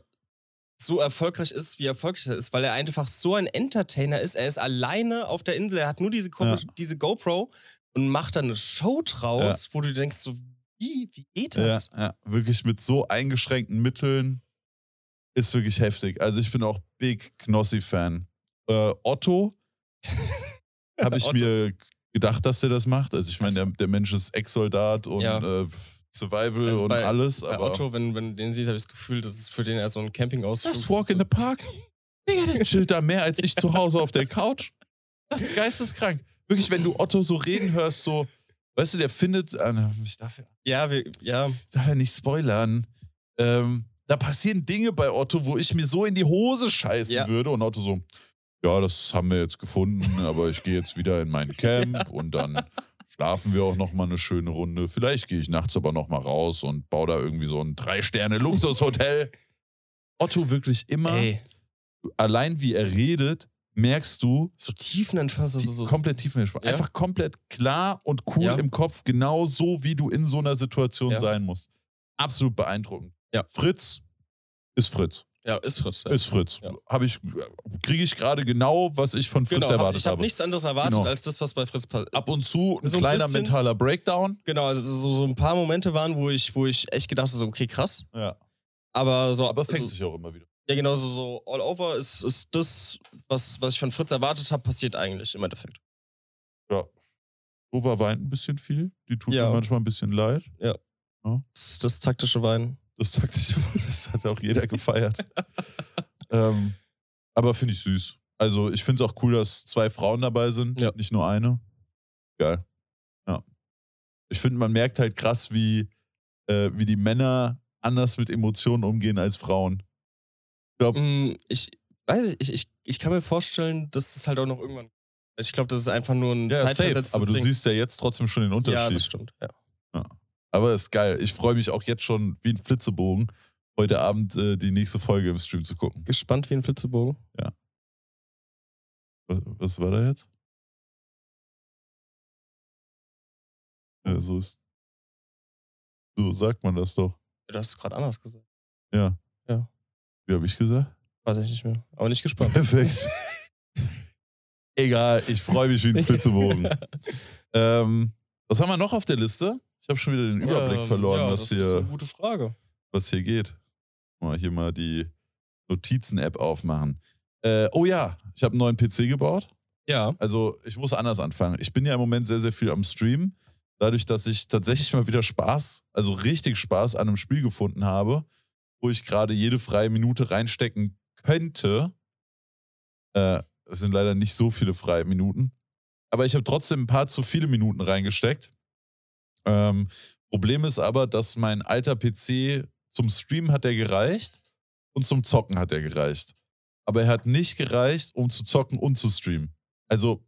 A: so erfolgreich ist, wie erfolgreich er ist, weil er einfach so ein Entertainer ist. Er ist alleine auf der Insel, er hat nur diese, komische, diese GoPro und macht dann eine Show draus, wo du denkst, so, wie, wie geht
B: Ja,
A: das?
B: ja, wirklich mit so eingeschränkten Mitteln ist wirklich heftig. Also ich bin auch Big Knossi-Fan. Äh, Otto habe ich
A: Otto.
B: mir gedacht, dass der das macht. Also ich meine, der, der Mensch ist Ex-Soldat und
A: Ja.
B: äh, Survival
A: Also
B: und
A: bei-
B: alles.
A: Bei
B: aber
A: Otto, wenn, wenn du den siehst, habe ich das Gefühl, das ist für den eher so ein Campingausflug.
B: das Walk in the Park. Digga, der chillt da mehr als ich zu Hause auf der Couch. Das ist geisteskrank. Wirklich, wenn du Otto so reden hörst, so, weißt du, der findet, äh, ich darf ja
A: Ja, wir, ja,
B: darf ja nicht spoilern. Ähm, da passieren Dinge bei Otto, wo ich mir so in die Hose scheißen
A: Ja.
B: würde und Otto so, ja, das haben wir jetzt gefunden, aber ich gehe jetzt wieder in mein Camp und dann schlafen wir auch noch mal eine schöne Runde. Vielleicht gehe ich nachts aber noch mal raus und baue da irgendwie so ein drei Sterne Luxushotel. Otto wirklich immer
A: ey,
B: allein wie er redet, merkst du,
A: so tiefenentspannt, so,
B: die,
A: so, so.
B: komplett tiefenentspannt.
A: Ja.
B: Einfach komplett klar und cool
A: Ja.
B: im Kopf, genau so, wie du in so einer Situation
A: Ja.
B: sein musst. Absolut beeindruckend.
A: Ja.
B: Fritz ist Fritz.
A: ja, ist Fritz. Ja.
B: Ist Fritz.
A: Ja.
B: Hab ich, äh, Kriege ich gerade genau, was ich von Fritz
A: genau, hab,
B: erwartet
A: ich habe
B: habe.
A: nichts anderes erwartet,
B: Genau.
A: als das, was bei Fritz passiert.
B: Ab und zu ein
A: So ein
B: kleiner
A: bisschen-
B: mentaler Breakdown.
A: Genau, also so, so ein paar Momente waren, wo ich, wo ich echt gedacht habe, so, okay, krass.
B: Ja.
A: Aber so,
B: Aber fängt
A: so,
B: sich auch immer wieder.
A: ja, genau, so, so all over ist, ist das, was, was ich von Fritz erwartet habe, passiert eigentlich im Endeffekt.
B: Ova weint ein bisschen viel. Die tut
A: Ja.
B: mir manchmal ein bisschen leid.
A: Das, das taktische Weinen.
B: Das sagt sich immer, das hat auch jeder gefeiert. ähm, aber finde ich süß. Also ich finde es auch cool, dass zwei Frauen dabei sind,
A: Ja.
B: nicht nur eine. Geil. Ja. Ich finde, man merkt halt krass, wie, äh, wie die Männer anders mit Emotionen umgehen als Frauen.
A: Mm, Ich weiß nicht, ich, ich, ich kann mir vorstellen, dass es halt auch noch irgendwann. Ich glaube, das ist einfach nur ein zeitversetztes
B: Aber du
A: Ding.
B: siehst ja jetzt trotzdem schon den
A: ja,
B: Unterschied.
A: das stimmt. Ja.
B: aber ist geil. Ich freue mich auch jetzt schon wie ein Flitzebogen, heute Abend äh, die nächste Folge im Stream zu gucken.
A: Gespannt wie ein Flitzebogen.
B: Was, was war da jetzt? Äh, so ist. So sagt man das doch.
A: Du hast es gerade anders gesagt.
B: Ja.
A: Ja.
B: Wie habe ich gesagt?
A: Weiß ich nicht mehr. Aber nicht gespannt.
B: Perfekt. Egal, ich freue mich wie ein Flitzebogen. ähm, was haben wir noch auf der Liste? Ich habe schon wieder den Überblick
A: Ähm,
B: verloren,
A: ja,
B: was,
A: das ist eine
B: hier,
A: gute Frage.
B: was hier geht. Mal hier mal die Notizen-App aufmachen. Äh, oh ja, ich habe einen neuen PC gebaut.
A: Ja.
B: Also ich muss anders anfangen. Ich bin ja im Moment sehr, sehr viel am Stream. Dadurch, dass ich tatsächlich mal wieder Spaß, also richtig Spaß an einem Spiel gefunden habe, wo ich gerade jede freie Minute reinstecken könnte. Äh, es sind leider nicht so viele freie Minuten. Aber ich habe trotzdem ein paar zu viele Minuten reingesteckt. Ähm, Problem ist aber, dass mein alter PC zum Stream hat er gereicht und zum Zocken hat er gereicht. Aber er hat nicht gereicht, um zu zocken und zu streamen. Also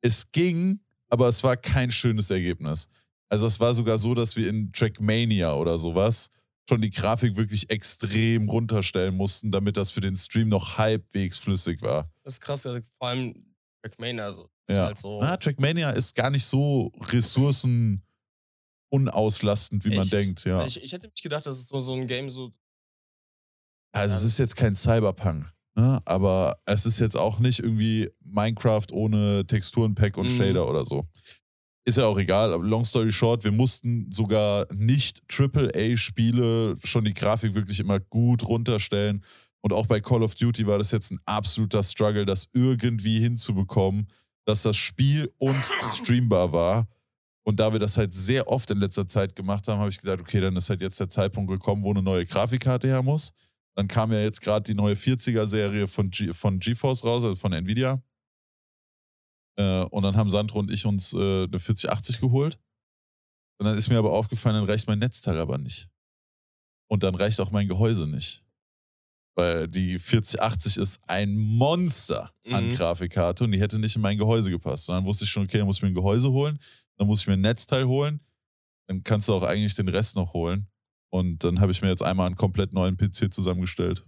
B: es ging, aber es war kein schönes Ergebnis. Also es war sogar so, dass wir in Trackmania oder sowas schon die Grafik wirklich extrem runterstellen mussten, damit das für den Stream noch halbwegs flüssig war.
A: Das ist krass. ja, Vor allem Trackmania. Also, ist
B: Ja.
A: halt so.
B: Ah, Trackmania ist gar nicht so ressourcenunauslastend, wie man
A: Echt?
B: denkt, ja.
A: Ich, ich hätte nicht gedacht, dass es so, so ein Game so.
B: Also es ist jetzt kein Cyberpunk, ne? aber es ist jetzt auch nicht irgendwie Minecraft ohne Texturenpack und
A: Mhm.
B: Shader oder so. Ist ja auch egal, aber long story short, wir mussten sogar nicht AAA-Spiele schon die Grafik wirklich immer gut runterstellen. Und auch bei Call of Duty war das jetzt ein absoluter Struggle, das irgendwie hinzubekommen, dass das Spiel und streambar war. Und da wir das halt sehr oft in letzter Zeit gemacht haben, habe ich gesagt, okay, dann ist halt jetzt der Zeitpunkt gekommen, wo eine neue Grafikkarte her muss. Dann kam ja jetzt gerade die neue 40er-Serie von, G von GeForce raus, also von Nvidia. Äh, und dann haben Sandro und ich uns äh, eine 4080 geholt. Und dann ist mir aber aufgefallen, dann reicht mein Netzteil aber nicht. Und dann reicht auch mein Gehäuse nicht. Weil die 4080 ist ein Monster an
A: Mhm.
B: Grafikkarte und die hätte nicht in mein Gehäuse gepasst. Und dann wusste ich schon, okay, dann muss ich mir ein Gehäuse holen, dann muss ich mir ein Netzteil holen, dann kannst du auch eigentlich den Rest noch holen. Und dann habe ich mir jetzt einmal einen komplett neuen PC zusammengestellt.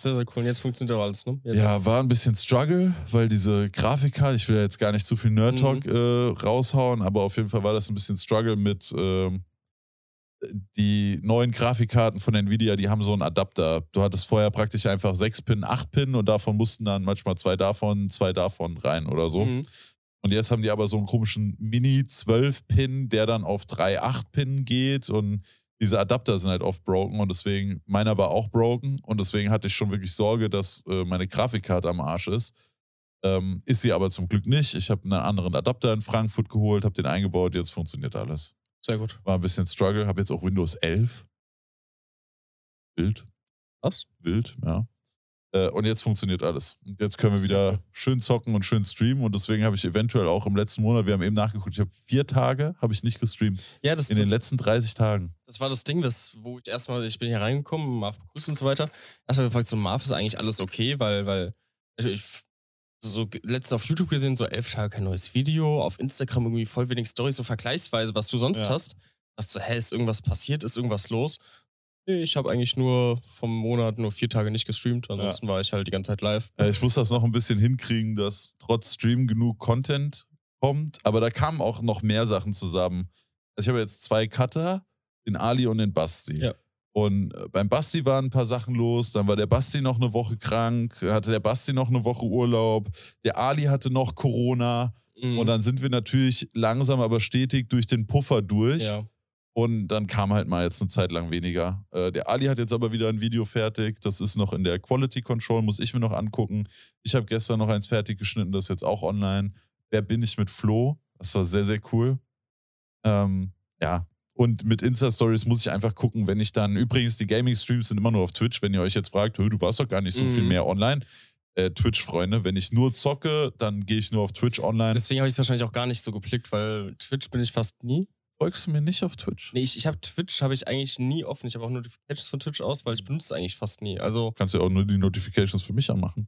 A: Sehr, sehr cool. Und jetzt funktioniert auch alles, ne? Jetzt
B: Ja,
A: ist-
B: war ein bisschen Struggle, weil diese Grafikkarte, ich will ja jetzt gar nicht zu viel Nerd-Talk äh, raushauen, aber auf jeden Fall war das ein bisschen Struggle mit ähm, die neuen Grafikkarten von Nvidia, die haben so einen Adapter. Du hattest vorher praktisch einfach 6-Pin, 8-Pin und davon mussten dann manchmal zwei davon, zwei davon rein oder so.
A: Mhm.
B: Und jetzt haben die aber so einen komischen Mini-12-Pin, der dann auf 3-8-Pin geht und diese Adapter sind halt oft broken und deswegen, meiner war auch broken und deswegen hatte ich schon wirklich Sorge, dass äh, meine Grafikkarte am Arsch ist. Ähm, ist sie aber zum Glück nicht. Ich habe einen anderen Adapter in Frankfurt geholt, habe den eingebaut, jetzt funktioniert alles.
A: Sehr gut.
B: War ein bisschen Struggle, habe jetzt auch Windows 11. Wild.
A: Was?
B: Wild, ja. Äh, und jetzt funktioniert alles. Und jetzt können wir
A: Sehr
B: wieder
A: gut.
B: schön zocken und schön streamen. Und deswegen habe ich eventuell auch im letzten Monat, wir haben eben nachgeguckt, ich habe vier Tage, habe ich nicht gestreamt.
A: Ja, das,
B: In den
A: das,
B: letzten 30 Tagen.
A: das war das Ding, das, wo ich erstmal, ich bin hier reingekommen, Marv begrüßt und so weiter. Erstmal gefragt, so Marv ist eigentlich alles okay, weil, weil also ich, ich so ge- letztens auf YouTube gesehen, so elf Tage kein neues Video, auf Instagram irgendwie voll wenig Stories, so vergleichsweise, was du sonst
B: Ja.
A: hast. Was so, hä, ist irgendwas passiert, ist irgendwas los? Nee, ich habe eigentlich nur vom Monat nur vier Tage nicht gestreamt, ansonsten war ich halt die ganze Zeit live.
B: Äh, ich muss das noch ein bisschen hinkriegen, dass trotz Stream genug Content kommt. Aber da kamen auch noch mehr Sachen zusammen. Also ich habe jetzt zwei Cutter, den Ali und den Basti.
A: Ja.
B: Und äh, beim Basti waren ein paar Sachen los, dann war der Basti noch eine Woche krank, hatte der Basti noch eine Woche Urlaub, der Ali hatte noch Corona
A: Mhm.
B: und dann sind wir natürlich langsam aber stetig durch den Puffer durch.
A: ja.
B: Und dann kam halt mal jetzt eine Zeit lang weniger. Äh, der Ali hat jetzt aber wieder ein Video fertig. Das ist noch in der Quality Control, muss ich mir noch angucken. Ich habe gestern noch eins fertig geschnitten, das ist jetzt auch online. Wer bin ich mit Flo? Das war sehr, sehr cool. Ähm, ja. Und mit Insta-Stories muss ich einfach gucken, wenn ich dann. Übrigens, die Gaming-Streams sind immer nur auf Twitch. Wenn ihr euch jetzt fragt, "Hö, du warst doch gar nicht so
A: Mhm.
B: viel mehr online. Äh, Twitch-Freunde, wenn ich nur zocke, dann gehe ich nur auf Twitch online.
A: Deswegen habe ich es wahrscheinlich auch gar nicht so geblickt, weil Twitch bin ich fast nie.
B: folgst du mir nicht auf Twitch?
A: Nee, ich, ich habe Twitch habe ich eigentlich nie offen. Ich habe auch Notifications von Twitch aus, weil ich benutze es eigentlich fast nie. Also
B: Kannst ja auch nur die Notifications für mich anmachen.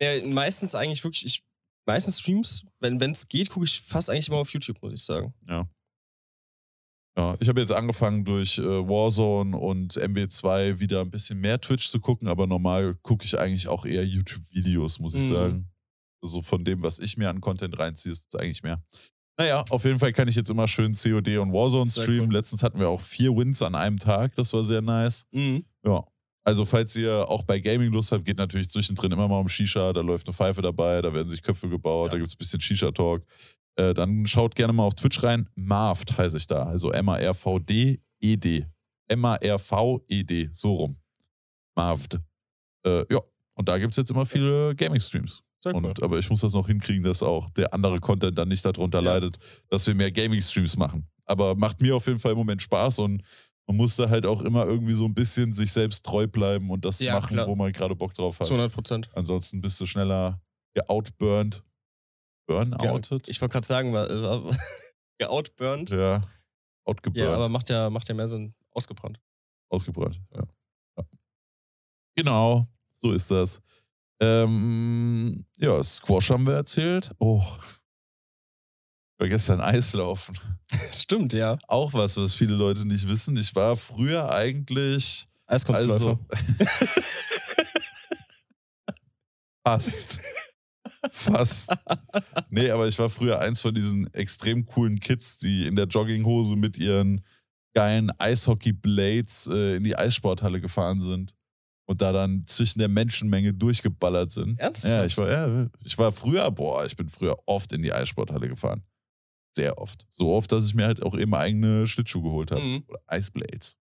A: ja, meistens eigentlich wirklich, ich, meistens Streams, wenn es geht, gucke ich fast eigentlich immer auf YouTube, muss ich sagen.
B: Ja, ich habe jetzt angefangen durch äh, Warzone und MW2 wieder ein bisschen mehr Twitch zu gucken, aber normal gucke ich eigentlich auch eher YouTube-Videos, muss ich
A: Mhm.
B: sagen. Also von dem, was ich mir an Content reinziehe, ist es eigentlich mehr. Naja, auf jeden Fall kann ich jetzt immer schön COD und Warzone
A: Sehr
B: streamen.
A: cool.
B: Letztens hatten wir auch vier Wins an einem Tag. Das war sehr nice.
A: Mhm.
B: Ja. Also, falls ihr auch bei Gaming Lust habt, geht natürlich zwischendrin immer mal um Shisha. Da läuft eine Pfeife dabei, da werden sich Köpfe gebaut,
A: Ja.
B: da gibt es ein bisschen Shisha-Talk. Äh, dann schaut gerne mal auf Twitch rein. Marvd heiße ich da. Also M-A-R-V-D-E-D. M-A-R-V-E-D. E So rum. Marvd. Äh, ja. Und da gibt es jetzt immer viele Gaming-Streams.
A: Sehr cool.
B: Und, aber ich muss das noch hinkriegen, dass auch der andere Content dann nicht darunter
A: Ja.
B: leidet, dass wir mehr Gaming-Streams machen. Aber macht mir auf jeden Fall im Moment Spaß und man muss da halt auch immer irgendwie so ein bisschen sich selbst treu bleiben und das
A: Ja,
B: machen,
A: klar.
B: wo man gerade Bock drauf hat.
A: Zu 100 Prozent.
B: Ansonsten bist du schneller geoutburnt. Burnoutet?
A: Ich wollte gerade sagen, war, war geoutburned.
B: Ja. Outgeburnt.
A: Ja, aber macht ja, macht ja mehr Sinn. Ausgebrannt.
B: Ausgebrannt. Ja. ja. Genau, so ist das. Ähm, ja, Squash haben wir erzählt. Oh. Ich war gestern Eislaufen.
A: Stimmt, ja.
B: Auch was, was viele Leute nicht wissen. Ich war früher eigentlich.
A: Eiskunstläufer.
B: Also. Fast. Fast. Nee, aber ich war früher eins von diesen extrem coolen Kids, die in der Jogginghose mit ihren geilen Eishockey-Blades äh, in die Eissporthalle gefahren sind und da dann zwischen der Menschenmenge durchgeballert sind.
A: Ernsthaft?
B: Ja, ich war, ja, ich war früher, boah, ich bin früher oft in die Eissporthalle gefahren. Sehr oft. So oft, dass ich mir halt auch eben eigene Schlittschuhe geholt habe.
A: Mhm.
B: Oder Iceblades.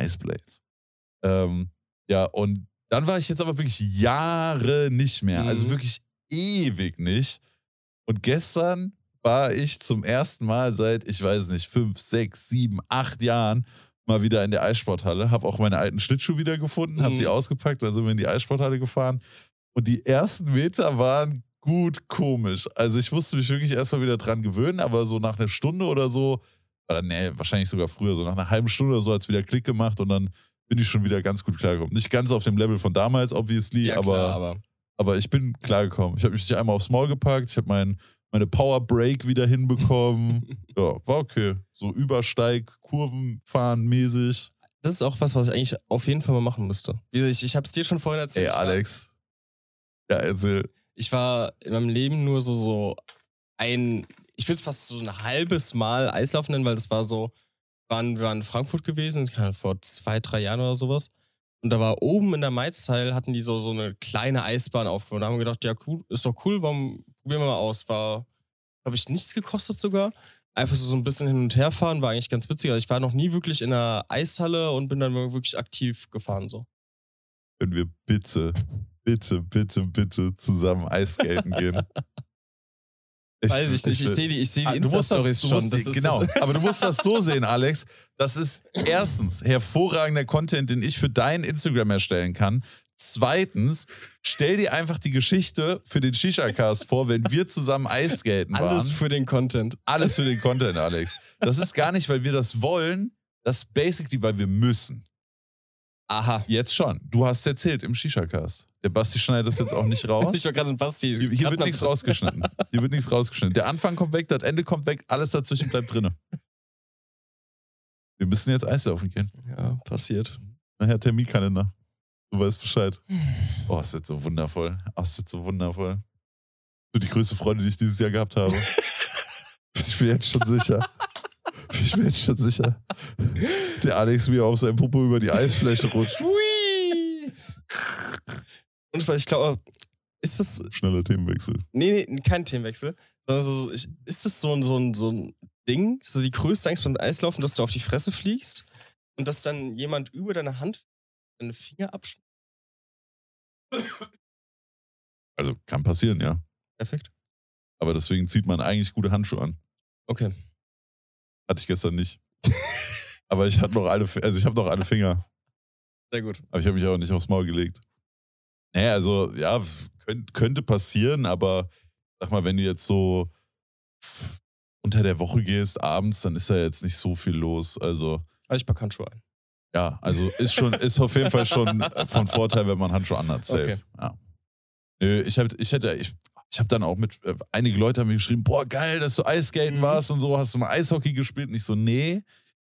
B: Iceblades. Ähm, ja, und dann war ich jetzt aber wirklich Jahre nicht mehr.
A: Mhm.
B: Also wirklich ewig nicht. Und gestern war ich zum ersten Mal seit, ich weiß nicht, fünf, sechs, sieben, acht Jahren mal wieder in der Eissporthalle. Habe auch meine alten Schlittschuhe wieder gefunden, habe
A: Mhm.
B: die ausgepackt, dann sind wir in die Eissporthalle gefahren. Und die ersten Meter waren gut komisch. Also ich musste mich wirklich erstmal wieder dran gewöhnen, aber so nach einer Stunde oder so, oder nee, wahrscheinlich sogar früher, so nach einer halben Stunde oder so hat es wieder Klick gemacht und dann bin ich schon wieder ganz gut klargekommen. Nicht ganz auf dem Level von damals, obviously,
A: Ja,
B: aber,
A: klar, aber
B: aber ich bin klargekommen. Ich habe mich nicht einmal aufs Maul gepackt, ich habe mein, meine Power Break wieder hinbekommen. ja, war okay. So Übersteig, Kurven fahren mäßig.
A: das ist auch was, was ich eigentlich auf jeden Fall mal machen müsste. Wie gesagt, Ich, ich habe es dir schon vorhin erzählt.
B: Ey,
A: Ich war-
B: Alex. Ja, also, erzähl.
A: Ich war in meinem Leben nur so, so ein, ich will es fast so ein halbes Mal Eislaufen nennen, weil das war so, waren, wir waren in Frankfurt gewesen, keine Ahnung, vor zwei, drei Jahren oder sowas. Und da war oben in der Maizteil, hatten die so, so eine kleine Eisbahn aufgebaut. Da haben wir gedacht, ja, cool, ist doch cool, warum probieren wir mal aus? War, glaube ich, nichts gekostet sogar. Einfach so, so ein bisschen hin und her fahren, war eigentlich ganz witzig. Also ich war noch nie wirklich in einer Eishalle und bin dann wirklich aktiv gefahren. So.
B: Können wir bitte, bitte, bitte, bitte zusammen Eisskaten gehen?
A: Weiß ich nicht, ich
B: will-
A: sehe die, ich seh
B: Ah,
A: die
B: du musst das,
A: Insta-Stories
B: du
A: schon.
B: musst die,
A: Das ist-
B: genau. Aber du musst das so sehen, Alex. Das ist erstens hervorragender Content, den ich für dein Instagram erstellen kann. Zweitens, stell dir einfach die Geschichte für den Shisha-Cast vor, wenn wir zusammen Eisskaten waren.
A: Alles für den Content.
B: Alles für den Content, Alex. Das ist gar nicht, weil wir das wollen. Das ist basically, weil wir müssen.
A: Aha.
B: Jetzt schon. Du hast erzählt im Shisha-Cast. Der Basti schneidet das jetzt auch nicht raus.
A: Ich war gerade ein Basti.
B: Hier, hier
A: Grad
B: wird
A: mal-
B: nichts rausgeschnitten. Hier wird nichts rausgeschnitten. Der Anfang kommt weg, das Ende kommt weg, alles dazwischen bleibt drin. Wir müssen jetzt Eislaufen gehen.
A: Ja, passiert.
B: Nachher Terminkalender. Du weißt Bescheid. Oh, es wird so wundervoll. Oh, es wird so wundervoll. Du, die größte Freude, die ich dieses Jahr gehabt habe. Bin ich mir jetzt schon sicher. Bin ich mir jetzt schon sicher. Der Alex, wie er auf seinem Popo über die Eisfläche rutscht.
A: Hui! Und ich glaube, ist das.
B: Schneller Themenwechsel.
A: Nee, nee, kein Themenwechsel. Sondern so, ich, ist das so ein, so, ein, so ein Ding, so die größte Angst beim Eislaufen, dass du auf die Fresse fliegst und dass dann jemand über deine Hand deine Finger abschneidet?
B: Also kann passieren, ja.
A: Perfekt.
B: Aber deswegen zieht man eigentlich gute Handschuhe an.
A: Okay.
B: Hatte ich gestern nicht. Aber ich hatte noch alle, also ich habe noch alle Finger.
A: Sehr gut.
B: Aber ich habe mich auch nicht aufs Maul gelegt. Naja, also ja, f- könnt, könnte passieren, aber sag mal, wenn du jetzt so f- unter der Woche gehst, abends, dann ist da jetzt nicht so viel los. Also
A: Aber ich pack Handschuhe ein.
B: ja, also ist schon, ist auf jeden Fall schon von Vorteil, wenn man Handschuhe anhat, safe.
A: Okay.
B: Ja. Nö, ich habe ich hätte, ich, ich hab dann auch mit, äh, einige Leute haben mir geschrieben, boah, geil, dass du Eisskaten
A: Mhm.
B: warst und so, hast du mal Eishockey gespielt? Und ich so, nee,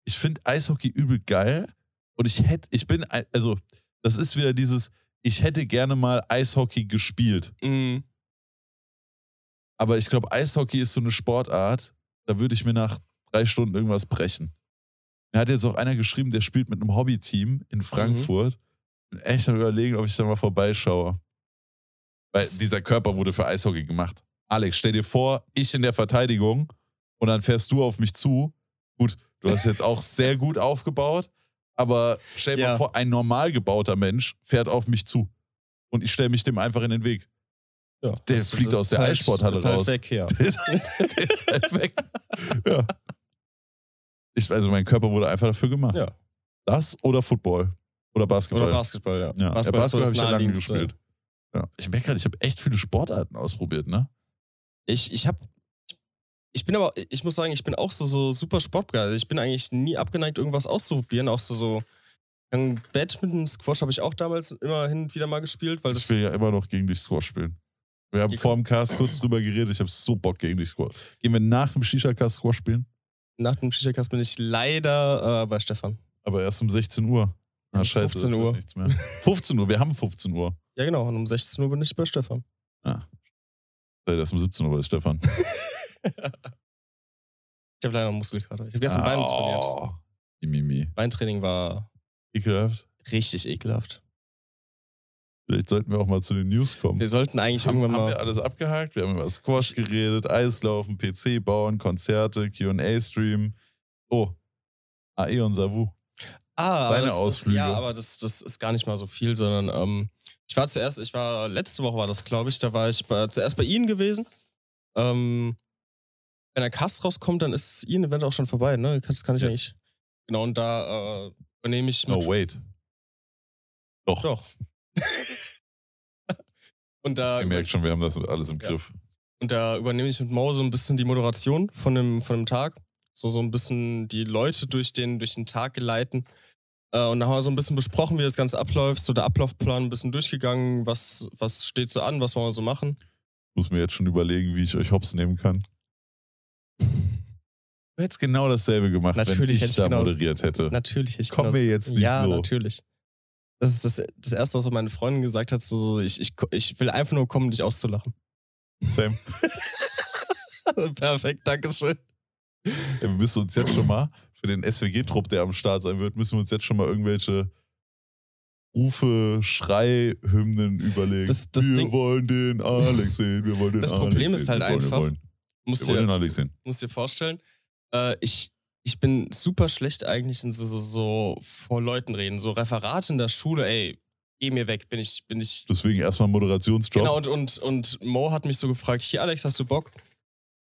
B: ich finde Eishockey übel geil und ich hätte, ich bin, ein- also, das ist wieder dieses, ich hätte gerne mal Eishockey gespielt.
A: Mhm.
B: Aber ich glaube, Eishockey ist so eine Sportart, da würde ich mir nach drei Stunden irgendwas brechen. Mir hat jetzt auch einer geschrieben, der spielt mit einem Hobbyteam
A: Mhm.
B: in Frankfurt. Bin echt am überlegen, ob ich da mal vorbeischaue. Weil
A: Das-
B: dieser Körper wurde für Eishockey gemacht. Alex, stell dir vor, ich in der Verteidigung und dann fährst du auf mich zu. Gut, du hast jetzt auch sehr gut aufgebaut, aber stell dir
A: Ja.
B: mal vor, ein normal gebauter Mensch fährt auf mich zu und ich stelle mich dem einfach in den Weg.
A: Ja, also
B: Der fliegt aus der Eissporthalle
A: ist halt
B: raus.
A: Weg, ja.
B: Der ist, der ist halt weg. Ja. Ich, also mein Körper wurde einfach dafür gemacht.
A: Ja.
B: Das oder Football oder Basketball.
A: Oder Basketball, ja.
B: Ja, Basketball,
A: Basketball, ist so
B: habe
A: das
B: ich ja lange
A: Naheliegendste.
B: gespielt. Ja. Ich merke gerade, ich habe echt viele Sportarten ausprobiert, ne?
A: Ich, ich habe ich bin aber, ich muss sagen, ich bin auch so, so super sportgeil. Ich bin eigentlich nie abgeneigt, irgendwas auszuprobieren. Auch so, so ähm, Badminton, Squash habe ich auch damals immer hin und wieder mal gespielt, weil
B: Ich
A: das.
B: will ja immer noch gegen dich Squash spielen. Wir haben
A: Die-
B: vor dem Cast kurz drüber geredet, ich habe so Bock gegen dich Squash. Gehen wir nach dem Shisha-Cast Squash spielen?
A: Nach dem Shisha-Cast bin ich leider äh, bei Stefan.
B: Aber erst um 16 Uhr. Na
A: Um
B: scheiße,
A: 15
B: das wird
A: Uhr.
B: nichts mehr. 15 Uhr, wir haben 15 Uhr.
A: Ja, genau. Und um 16 Uhr bin ich bei Stefan.
B: Äh, Das ist um 17 Uhr bei Stefan.
A: Ich habe leider Muskelkater. Ich habe gestern Bein um trainiert.
B: Oh, die Mimi.
A: Beintraining war
B: Ekelhaft.
A: richtig ekelhaft.
B: Vielleicht sollten wir auch mal zu den News kommen.
A: Wir sollten eigentlich
B: haben,
A: irgendwann
B: haben
A: mal.
B: wir alles abgehakt. Wir haben über Squash geredet, Eislaufen, PC bauen, Konzerte, QA-Stream. Oh, AE und Savu.
A: Ah, aber
B: Seine
A: das, das-
B: Ausflüge.
A: Ja, aber das, das ist gar nicht mal so viel, sondern ähm, ich war zuerst, ich war, letzte Woche war das, glaube ich, da war ich bei, zuerst bei Ihnen gewesen. Ähm, wenn der Cast rauskommt, dann ist Ian Event auch schon vorbei, ne? Das kann ich
B: Yes.
A: eigentlich. Genau, und da äh, übernehme ich.
B: No,
A: mit-
B: wait. Doch,
A: Doch. und da
B: ihr merkt schon, wir haben das alles im
A: Ja.
B: Griff.
A: Und da übernehme ich mit Mo so ein bisschen die Moderation von dem, von dem Tag. So, so ein bisschen die Leute durch den, durch den Tag geleiten. Äh, und da haben wir so ein bisschen besprochen, wie das Ganze abläuft, so der Ablaufplan ein bisschen durchgegangen, was, was steht so an, was wollen wir so machen.
B: Muss mir jetzt schon überlegen, wie ich euch hops nehmen kann. Du hättest genau dasselbe gemacht, wenn
A: Natürlich
B: ich,
A: hätte ich
B: da
A: genau das-
B: moderiert hätte.
A: Natürlich, ich
B: Komm
A: genau
B: mir
A: das-
B: jetzt nicht
A: ja,
B: so.
A: natürlich. Das ist das, das Erste, was so meine Freundin gesagt hat, so, so ich, ich, ich will einfach nur kommen, dich auszulachen.
B: Sam,
A: Perfekt, dankeschön.
B: wir müssen uns jetzt schon mal für den SWG-Trupp, der am Start sein wird, müssen wir uns jetzt schon mal irgendwelche Rufe, Schreihymnen überlegen.
A: Das- das
B: wir
A: Ding-
B: wollen den Alex sehen, wir wollen den
A: Das
B: Alex
A: Problem ist
B: sehen,
A: halt
B: wir wollen,
A: einfach,
B: Wir wollen, wir
A: Musst
B: wollen
A: dir,
B: den Alex sehen.
A: musst dir vorstellen, äh, ich, ich bin super schlecht eigentlich in so, so, so vor Leuten reden. So Referate in der Schule, ey, geh mir weg, bin ich, bin ich.
B: Deswegen erstmal Moderationsjob.
A: Genau, und, und, und Mo hat mich so gefragt, hier Alex, hast du Bock?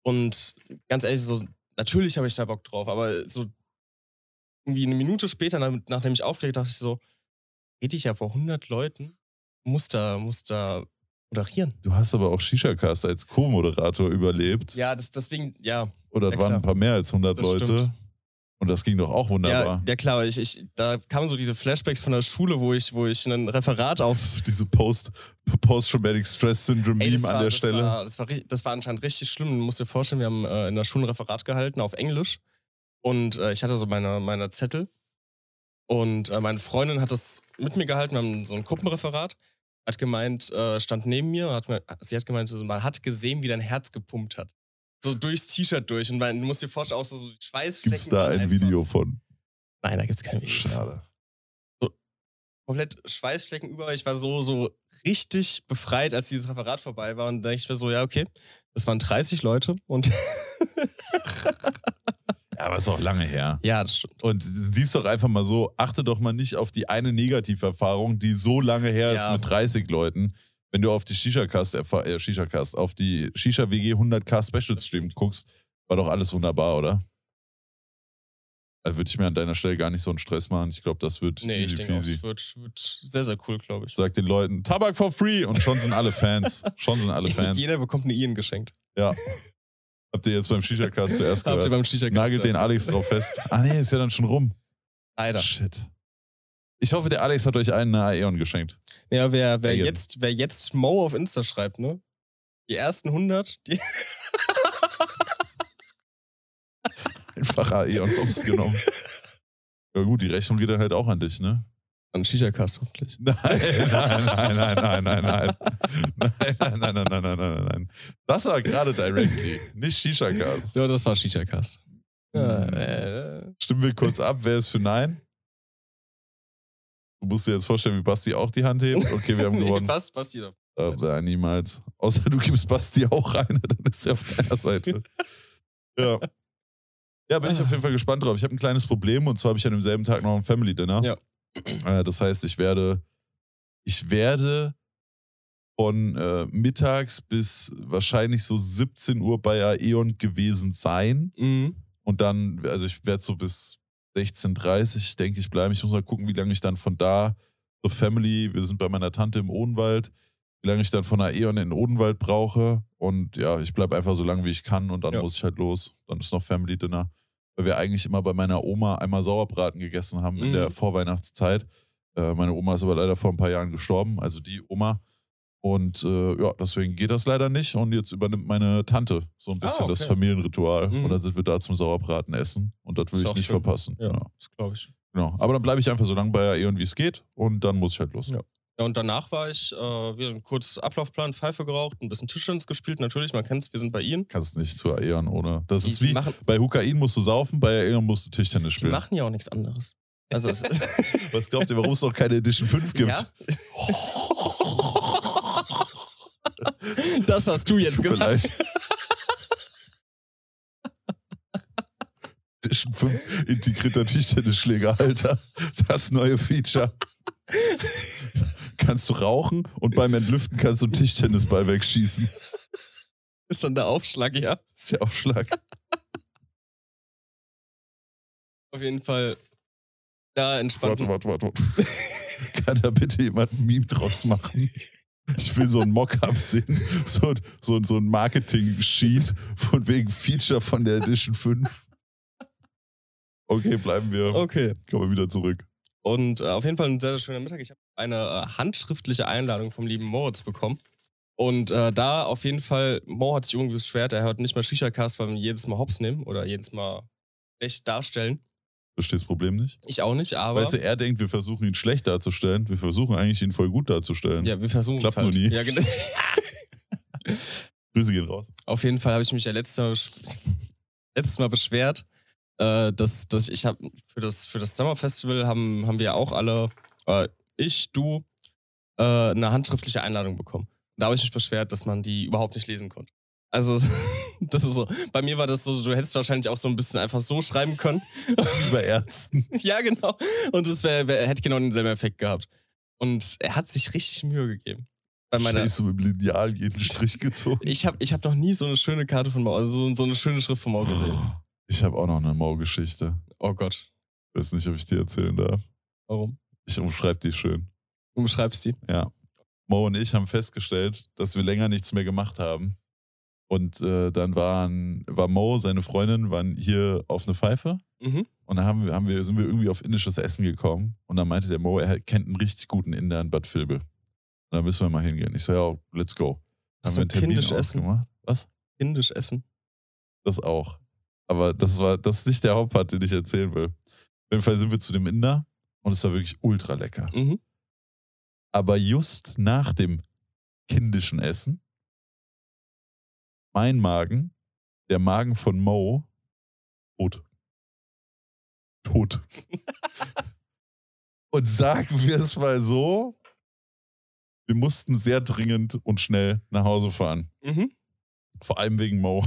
A: Und ganz ehrlich, so, natürlich habe ich da Bock drauf, aber so irgendwie eine Minute später, nach- nachdem ich aufgelegt, dachte ich so, rede ich ja vor 100 Leuten, muss da, muss da moderieren.
B: Du hast aber auch Shisha-Cast als Co-Moderator überlebt.
A: Ja, das, deswegen, ja,
B: Oder
A: Ja,
B: waren
A: klar.
B: ein paar mehr als 100
A: Das
B: Leute.
A: stimmt.
B: Und das ging doch auch
A: Ja,
B: wunderbar.
A: ja klar, ich, ich, da kamen so diese Flashbacks von der Schule, wo ich, wo ich ein Referat auf.
B: So diese Post- Post-Traumatic Stress Syndrome
A: Ey, das
B: Meme
A: war,
B: an der
A: das
B: Stelle.
A: War, das, war, ri- das war anscheinend richtig schlimm. Du musst dir vorstellen, wir haben äh, in der Schule ein Referat gehalten auf Englisch. Und äh, ich hatte so meine, meine Zettel. Und äh, meine Freundin hat das mit mir gehalten. Wir haben so ein Gruppenreferat. Hat gemeint, äh, stand neben mir und hat mir, sie hat gemeint, so, man hat gesehen, wie dein Herz gepumpt hat. So durchs T-Shirt durch. Und man, du musst dir vorstellen, auch so, so die Schweißflecken.
B: Gibt's da
A: waren
B: ein
A: einfach-
B: Video von?
A: Nein, da gibt's kein Video.
B: Schade.
A: komplett Schweißflecken über. Ich war so, so richtig befreit, als dieses Referat vorbei war. Und da dachte ich mir so, ja, okay, das waren 30 Leute. Und
B: Ja, aber ist auch lange her.
A: ja, das stimmt.
B: Und siehst doch einfach mal so, achte doch mal nicht auf die eine Negativerfahrung, die so lange her
A: Ja.
B: ist mit 30 Leuten. Wenn du auf die Shisha-Cast, erfa- äh, Shisha-Cast, auf die Shisha-WG 100k Special Stream guckst, war doch alles wunderbar, oder? Also würde ich mir an deiner Stelle gar nicht so einen Stress machen. Ich glaube, das wird
A: Nee, ich
B: easy
A: denke auch,
B: peasy.
A: es wird, wird sehr, sehr cool, glaube ich.
B: Sag den Leuten, Tabak for free und schon sind alle Fans. Schon sind alle Fans.
A: Jeder bekommt eine Ian geschenkt.
B: Habt ihr jetzt beim Shisha-Cast zuerst
A: Habt ihr
B: gehört?
A: beim Shisha
B: Nagelt den Alex drauf fest. Ah nee, ist ja dann schon rum.
A: Leider.
B: Shit. Ich hoffe, der Alex hat euch einen Aeon geschenkt.
A: Ja, wer, wer,
B: Ian.
A: jetzt, wer jetzt Mo auf Insta schreibt, ne? Die ersten 100, die
B: Einfach AE und Ops genommen. Ja gut, die Rechnung geht dann halt auch an dich, ne?
A: An Shisha-Cast hoffentlich.
B: Nein, nein, nein, nein, nein, nein, nein. Nein, nein, nein, nein, nein, nein, nein, nein. Das war gerade Directly, nicht Shisha-Cast.
A: Ja, das war Shisha-Cast.
B: Hm.
A: Ja, äh,
B: Stimmen wir kurz ab, wer ist für Nein? Du musst dir jetzt vorstellen, wie Basti auch die Hand hebt. Okay, wir haben gewonnen.
A: passt, passt jeder.
B: Äh, nein, niemals. Außer du gibst Basti auch eine, dann ist er auf deiner Seite. ja. Ja, bin ich auf jeden Fall gespannt drauf. Ich habe ein kleines Problem und zwar habe ich an demselben Tag noch ein Family Dinner.
A: Ja.
B: Äh, das heißt, ich werde, ich werde von äh, mittags bis wahrscheinlich so 17 Uhr bei Aeon gewesen sein.
A: Mhm.
B: Und dann, also ich werde so bis 16.30 denke ich, bleiben. Ich muss mal gucken, wie lange ich dann von da zur Family, wir sind bei meiner Tante im Odenwald, wie lange ich dann von der Eon in den Odenwald brauche. Und ja, ich bleibe einfach so lange, wie ich kann und dann
A: Ja.
B: muss ich halt los. Dann ist noch Family Dinner. Weil wir eigentlich immer bei meiner Oma einmal Sauerbraten gegessen haben in
A: Mhm.
B: der Vorweihnachtszeit. Äh, meine Oma ist aber leider vor ein paar Jahren gestorben, also die Oma. Und äh, ja, deswegen geht das leider nicht. Und jetzt übernimmt meine Tante so ein
A: Ah,
B: bisschen das
A: okay.
B: Familienritual.
A: Mhm.
B: Und dann sind wir da zum Sauerbraten essen. Und das will
A: Ist
B: ich
A: auch
B: nicht
A: schön.
B: verpassen.
A: Ja.
B: Genau.
A: Das glaube ich.
B: genau. Aber dann bleibe ich einfach so lange bei Aeon, wie es geht. Und dann muss ich halt los.
A: Ja. Ja, und danach war ich äh, wieder ein kurzes Ablaufplan, Pfeife geraucht, ein bisschen Tischtennis gespielt. Natürlich, man kennt es, wir sind bei ihnen.
B: Kannst nicht zu Aeon ohne. Das ist
A: Die
B: wie
A: machen,
B: bei Hukain musst du saufen, bei Aeon musst du Tischtennis
A: die
B: spielen.
A: machen ja auch nichts anderes. Also, es,
B: Was glaubt ihr, warum es noch keine Edition 5 gibt?
A: Ja? das hast du jetzt
B: Tut mir
A: gesagt.
B: leid. Edition 5 integrierter Tischtennisschläger, Alter. Das neue Feature. Kannst du rauchen und beim Entlüften kannst du einen Tischtennisball wegschießen.
A: Ist dann der Aufschlag, ja.
B: Ist der Aufschlag.
A: Auf jeden Fall da entspannt.
B: Warte, warte, warte, warte. Kann da bitte jemand ein Meme draus machen? Ich will so ein Mockup sehen, so, ein- so, ein- so ein Marketing-Sheet von wegen Feature von der Edition 5. Okay, bleiben wir.
A: Okay.
B: Kommen wir wieder zurück.
A: Und äh, auf jeden Fall ein sehr, sehr schöner Mittag. Ich habe eine äh, handschriftliche Einladung vom lieben Moritz bekommen. Und äh, da auf jeden Fall, Mo hat sich irgendwie beschwert, er hört nicht mal Shisha-Cast, weil wir jedes Mal Hops nehmen oder jedes Mal schlecht darstellen.
B: Verstehst das Problem nicht?
A: Ich auch nicht, aber
B: weißt du, er denkt, wir versuchen ihn schlecht darzustellen. Wir versuchen eigentlich, ihn voll gut darzustellen.
A: ja, wir versuchen es
B: Klappt
A: halt.
B: nur nie.
A: Ja, genau.
B: Grüße gehen raus.
A: Auf jeden Fall habe ich mich ja letztes Mal, besch- letztes mal beschwert, äh, dass, dass ich habe für das, für das Summer Festival haben, haben wir auch alle, äh, ich, du, äh, eine handschriftliche Einladung bekommen. Da habe ich mich beschwert, dass man die überhaupt nicht lesen konnte. Also, das ist so. Bei mir war das so, du hättest wahrscheinlich auch so ein bisschen einfach so schreiben können.
B: Über Ärzten.
A: ja, genau. Und es wär, wär, hätte genau denselben Effekt gehabt. Und er hat sich richtig Mühe gegeben. Bei meiner,
B: Scheiße, mit dem Lineal jeden Strich gezogen.
A: ich habe ich hab noch nie so eine schöne Karte von Mau, also so, so eine schöne Schrift von Mau gesehen.
B: Ich habe auch noch eine Mau-Geschichte.
A: Oh Gott,
B: Weiß nicht, ob ich die erzählen darf.
A: warum?
B: Ich umschreibe die schön.
A: Du beschreibst die.
B: Ja. Mo und ich haben festgestellt, dass wir länger nichts mehr gemacht haben. Und äh, dann waren, war Mo, seine Freundin, waren hier auf eine Pfeife.
A: Mhm.
B: Und dann haben wir, haben wir, sind wir irgendwie auf indisches Essen gekommen. Und dann meinte der Mo, er kennt einen richtig guten Inder in Bad Vilbel. Da müssen wir mal hingehen. Ich so, ja, let's go. Dann haben
A: Hast
B: wir
A: du
B: einen Termin
A: kindisch essen?
B: ausgemacht. Was?
A: Indisch essen.
B: Das auch. Aber das war, das ist nicht der Hauptpart, den ich erzählen will. Auf jeden Fall sind wir zu dem Inder und es war wirklich ultra lecker.
A: Mhm.
B: Aber just nach dem kindischen Essen, mein Magen, der Magen von Mo, tot. Tot. und sagen wir es mal so, wir mussten sehr dringend und schnell nach Hause fahren.
A: Mhm.
B: Vor allem wegen Mo.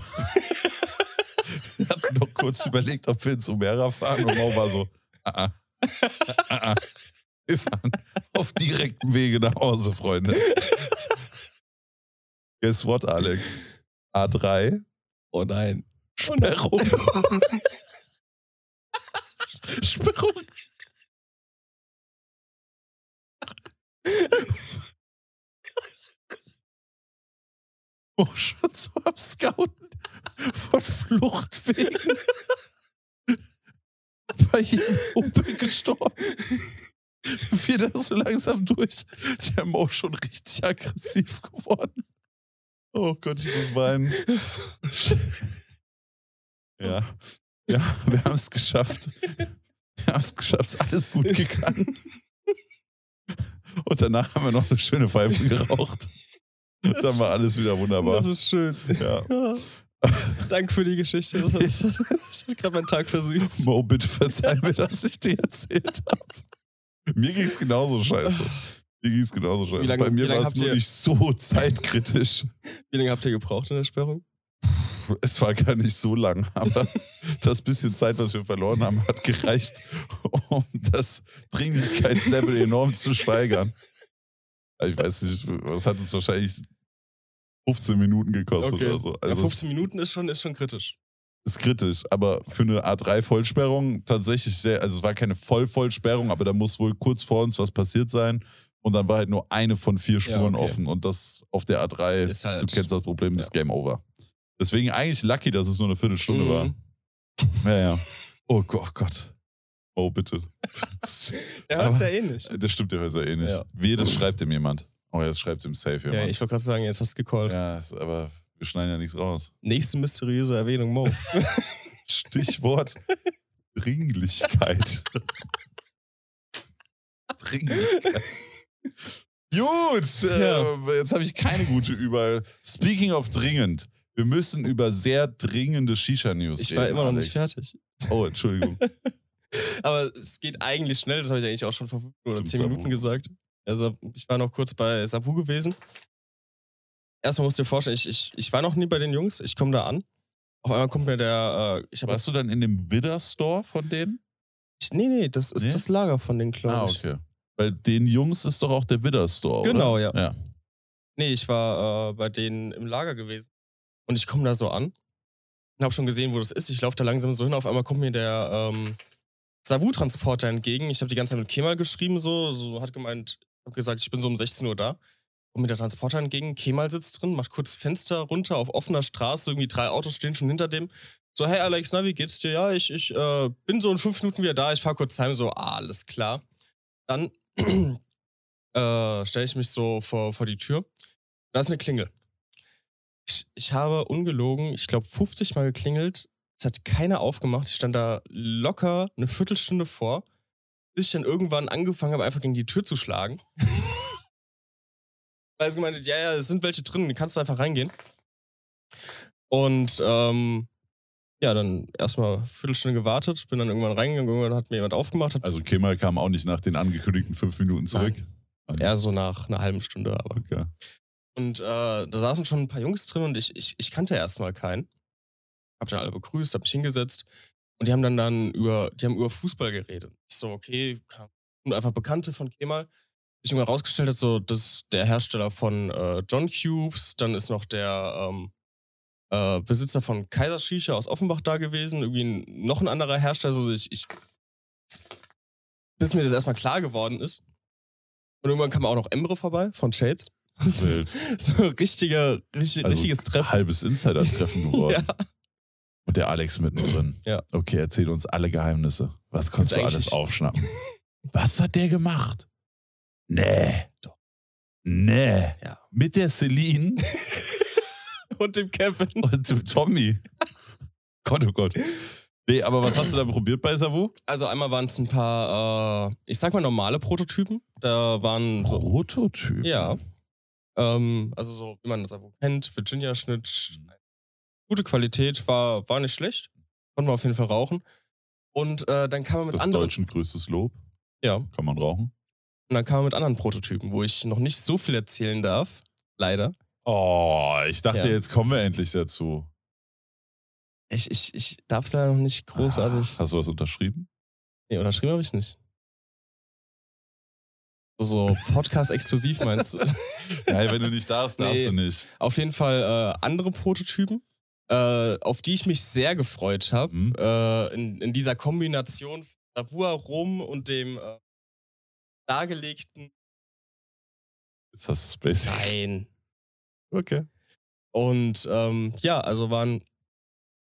B: wir hatten noch kurz überlegt, ob wir ins Umera fahren und Mo war so, ah, ah, ah, ah. wir fahren auf direktem Wege nach Hause, Freunde. Guess what, Alex? A3,
A: Oh nein.
B: Sperrung. Sperrung. Oh, schon so am Scouten von Fluchtwegen. Bei jedem Opel gestorben. Wir da so langsam durch. Der Mo schon richtig aggressiv geworden. Oh Gott, ich muss weinen. Ja. Ja, wir haben es geschafft. Wir haben es geschafft, ist alles gut gegangen. Und danach haben wir noch eine schöne Pfeife geraucht. Dann war alles wieder wunderbar.
A: Das ist schön.
B: Ja.
A: Ja. Danke für die Geschichte. Das, hat- das hat gerade meinen Tag versüßt.
B: Mo, bitte verzeih mir, dass ich dir erzählt habe. Mir ging es genauso scheiße. Mir ging es genauso scheiße.
A: Wie lange-
B: Bei
A: wie
B: mir
A: lange
B: war es
A: habt
B: nur
A: ihr-
B: nicht so zeitkritisch.
A: Wie lange habt ihr gebraucht in der Sperrung?
B: Es war gar nicht so lang, aber das bisschen Zeit, was wir verloren haben, hat gereicht, um das Dringlichkeitslevel enorm zu steigern. Ich weiß nicht, was hat uns wahrscheinlich 15 Minuten gekostet
A: Okay.
B: oder so.
A: Ja,
B: Also es
A: 15 Minuten ist schon, ist schon kritisch.
B: ist kritisch, aber für eine A3-Vollsperrung tatsächlich sehr, also es war keine Voll-Vollsperrung, aber da muss wohl kurz vor uns was passiert sein und dann war halt nur eine von vier
A: Ja,
B: Spuren
A: okay.
B: offen und das auf der A3,
A: Ist halt-
B: du kennst das Problem, ist Game Over. Deswegen eigentlich lucky, dass es nur eine Viertelstunde war.
A: Mhm.
B: Ja, ja. Oh Gott, oh Gott. Oh, bitte.
A: Er hört es
B: Aber-
A: ja ähnlich.
B: Das stimmt ja sehr ähnlich.
A: Ja.
B: Wehe, das schreibt ihm jemand. Oh, jetzt schreibt ihm safe
A: Ja,
B: jemand.
A: ich wollte gerade sagen, jetzt hast du gecallt.
B: Ja, ist, aber wir schneiden ja nichts raus.
A: Nächste mysteriöse Erwähnung, Mo.
B: Stichwort Dringlichkeit. Dringlichkeit. Gut, äh, jetzt habe ich keine gute über. Speaking of dringend, wir müssen über sehr dringende Shisha-News
A: Ich war immer noch nicht
B: Alex.
A: fertig.
B: Oh, Entschuldigung.
A: Aber es geht eigentlich schnell, das habe ich eigentlich auch schon vor fünf oder
B: Stimmt,
A: zehn
B: Sabu.
A: Minuten gesagt. Also ich war noch kurz bei Sabu gewesen. Erstmal musst du dir vorstellen, ich, ich, ich war noch nie bei den Jungs, ich komme da an. Auf einmal kommt mir der, äh, ich habe
B: Warst du dann in dem Widder-Store von denen?
A: Nee, nee, das ist
B: Nee?
A: das Lager von den Clowns.
B: Ah, okay. Bei den Jungs ist doch auch der Widder Store.
A: Genau,
B: oder?
A: ja.
B: ja.
A: Nee, ich war äh, bei denen im Lager gewesen. Und ich komme da so an und habe schon gesehen, wo das ist. Ich laufe da langsam so hin. Auf einmal kommt mir der ähm, Savu-Transporter entgegen. Ich habe die ganze Zeit mit Kemal geschrieben, so, so hat gemeint, habe gesagt, ich bin so um 16 Uhr da. Kommt mir der Transporter entgegen. Kemal sitzt drin, macht kurz Fenster runter auf offener Straße. Irgendwie drei Autos stehen schon hinter dem. So, hey Alex, na, wie geht's dir? Ja, ich, ich äh, bin so in fünf Minuten wieder da. Ich fahr kurz heim. So, ah, alles klar. Dann äh, stelle ich mich so vor, vor die Tür. Da ist eine Klingel. Ich, ich habe ungelogen, ich glaube, 50 Mal geklingelt. Es hat keiner aufgemacht. Ich stand da locker eine Viertelstunde vor, bis ich dann irgendwann angefangen habe, einfach gegen die Tür zu schlagen. Weil sie gemeint hat, ja, ja, es sind welche drin, kannst du einfach reingehen. Und ähm, ja, dann erstmal eine Viertelstunde gewartet, bin dann irgendwann reingegangen, irgendwann hat mir jemand aufgemacht. Hat
B: Also Kemal kam auch nicht nach den angekündigten fünf Minuten zurück.
A: eher so nach einer halben Stunde, aber
B: Okay.
A: Und äh, da saßen schon ein paar Jungs drin und ich, ich, ich kannte erstmal keinen. Hab dann alle begrüßt, hab mich hingesetzt. Und die haben dann, dann über, die haben über Fußball geredet. Ich so, okay, und einfach Bekannte von Kemal. Sich irgendwann rausgestellt hat, so, das ist der Hersteller von äh, John Cubes, dann ist noch der ähm, äh, Besitzer von Kaiser Shisha aus Offenbach da gewesen, irgendwie ein, noch ein anderer Hersteller, so ich, ich, bis mir das erstmal klar geworden ist. Und irgendwann kam auch noch Emre vorbei von Shades.
B: Wild.
A: So ein richtiger, richtig,
B: Also,
A: richtiges Treffen.
B: Halbes Insider-Treffen geworden.
A: Ja.
B: Und der Alex mittendrin.
A: Ja.
B: Okay, erzähl uns alle Geheimnisse. Was konntest du alles
A: Gibt's eigentlich-
B: aufschnappen? Was hat der gemacht? Nee.
A: Doch.
B: Nee.
A: Ja.
B: Mit der Celine
A: Und dem Kevin.
B: und dem Tommy. Gott, oh Gott. Nee, aber was hast du da probiert bei Savo?
A: Also einmal waren es ein paar, äh, ich sag mal normale Prototypen. Da waren so,
B: Prototyp.
A: ja, ähm, also so, wie man das einfach kennt, Virginia-Schnitt, gute Qualität, war, war nicht schlecht. Konnten wir auf jeden Fall rauchen. Und äh, dann kam man mit
B: Das
A: anderen,
B: Deutschen größtes Lob.
A: ja, und
B: Kann man rauchen?
A: dann kam man mit anderen Prototypen, wo ich noch nicht so viel erzählen darf, leider.
B: Oh, ich dachte,
A: Ja.
B: jetzt kommen wir endlich dazu.
A: Ich, ich, ich darf es leider noch nicht
B: Ah,
A: großartig.
B: Hast du was unterschrieben?
A: Nee, unterschrieben habe ich nicht. So Podcast-exklusiv meinst du?
B: Nein, wenn du nicht darfst, darfst
A: Nee.
B: du nicht.
A: Auf jeden Fall äh, andere Prototypen, äh, auf die ich mich sehr gefreut habe.
B: Mhm.
A: Äh, in, in dieser Kombination von Savua Rum und dem äh, dargelegten
B: Jetzt hast du es basic.
A: Nein.
B: Okay.
A: Und ähm, ja, also waren,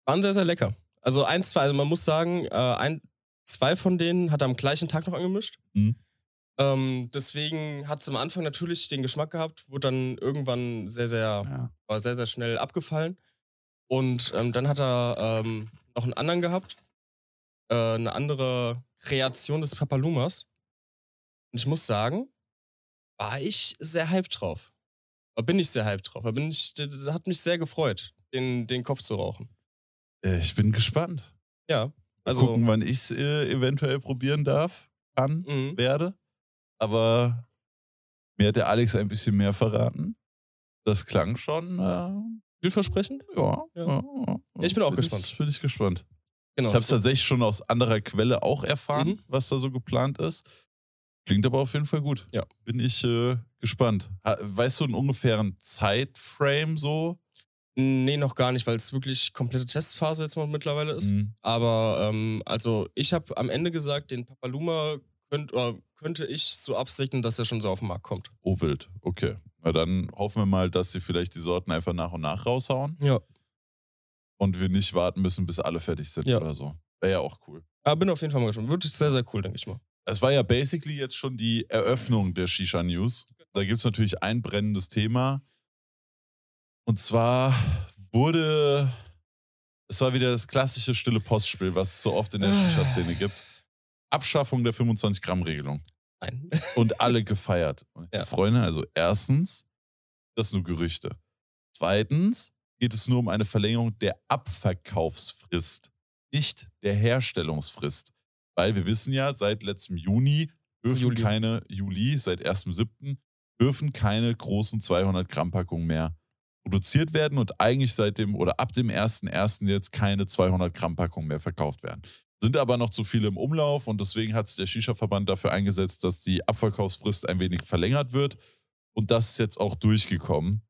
A: waren sehr, sehr lecker. Also eins, zwei, also man muss sagen, äh, ein, zwei von denen hat er am gleichen Tag noch angemischt.
B: Mhm.
A: Ähm, deswegen hat es am Anfang natürlich den Geschmack gehabt, wurde dann irgendwann sehr, sehr,
B: Ja.
A: war sehr, sehr schnell abgefallen. Und ähm, dann hat er ähm, noch einen anderen gehabt, äh, eine andere Kreation des Papalumas. Und ich muss sagen, war ich sehr hyped drauf. Da bin ich sehr hyped drauf. Da bin ich, da- da hat mich sehr gefreut, den, den Kopf zu rauchen.
B: Äh, Ich bin gespannt.
A: Ja.
B: Also,
A: Also,
B: Gucken, wann ich es äh, eventuell probieren darf, kann,
A: mhm.
B: werde. Aber mir hat der Alex ein bisschen mehr verraten. Das klang schon. Äh,
A: vielversprechend.
B: ja,
A: Ja.
B: ja.
A: Ja, ich bin auch
B: Bin
A: gespannt.
B: Ich, bin ich gespannt.
A: Genau.
B: Ich habe es tatsächlich schon aus anderer Quelle auch erfahren,
A: Mhm.
B: was da so geplant ist. Klingt aber auf jeden Fall gut.
A: Ja.
B: Bin ich äh, gespannt. Ha, weißt du einen ungefähren Zeitframe so?
A: nee, noch gar nicht, weil es wirklich komplette Testphase jetzt mal mittlerweile ist.
B: Mhm.
A: Aber ähm, also ich habe am Ende gesagt, den Papaluma könnt, oder könnte ich so absegnen, dass er schon so auf den Markt kommt.
B: Oh, wild. Okay. Na dann hoffen wir mal, dass sie vielleicht die Sorten einfach nach und nach raushauen
A: Ja.
B: und wir nicht warten müssen, bis alle fertig sind
A: Ja.
B: oder so. Wäre ja auch cool.
A: Aber bin auf jeden Fall mal gespannt. Wird sehr, sehr cool, denke ich mal.
B: Es war ja basically jetzt schon die Eröffnung der Shisha News. Da gibt es natürlich ein brennendes Thema. Und zwar wurde. Es war wieder das klassische stille Postspiel, was es so oft in der
A: Ah.
B: Shisha-Szene gibt. Abschaffung der 25-Gramm-Regelung.
A: Nein.
B: Und alle gefeiert. Und ich
A: Ja.
B: so, Freunde, also erstens, das sind nur Gerüchte. Zweitens geht es nur um eine Verlängerung der Abverkaufsfrist, nicht der Herstellungsfrist. Weil wir wissen ja, seit letztem Juni dürfen
A: Juli.
B: keine, Juli, seit 1.7. dürfen keine großen 200 Gramm Packungen mehr produziert werden und eigentlich seit dem oder ab dem 1.1. jetzt keine 200 Gramm Packungen mehr verkauft werden. Sind aber noch zu viele im Umlauf und deswegen hat sich der Shisha-Verband dafür eingesetzt, dass die Abverkaufsfrist ein wenig verlängert wird und das ist jetzt auch durchgekommen.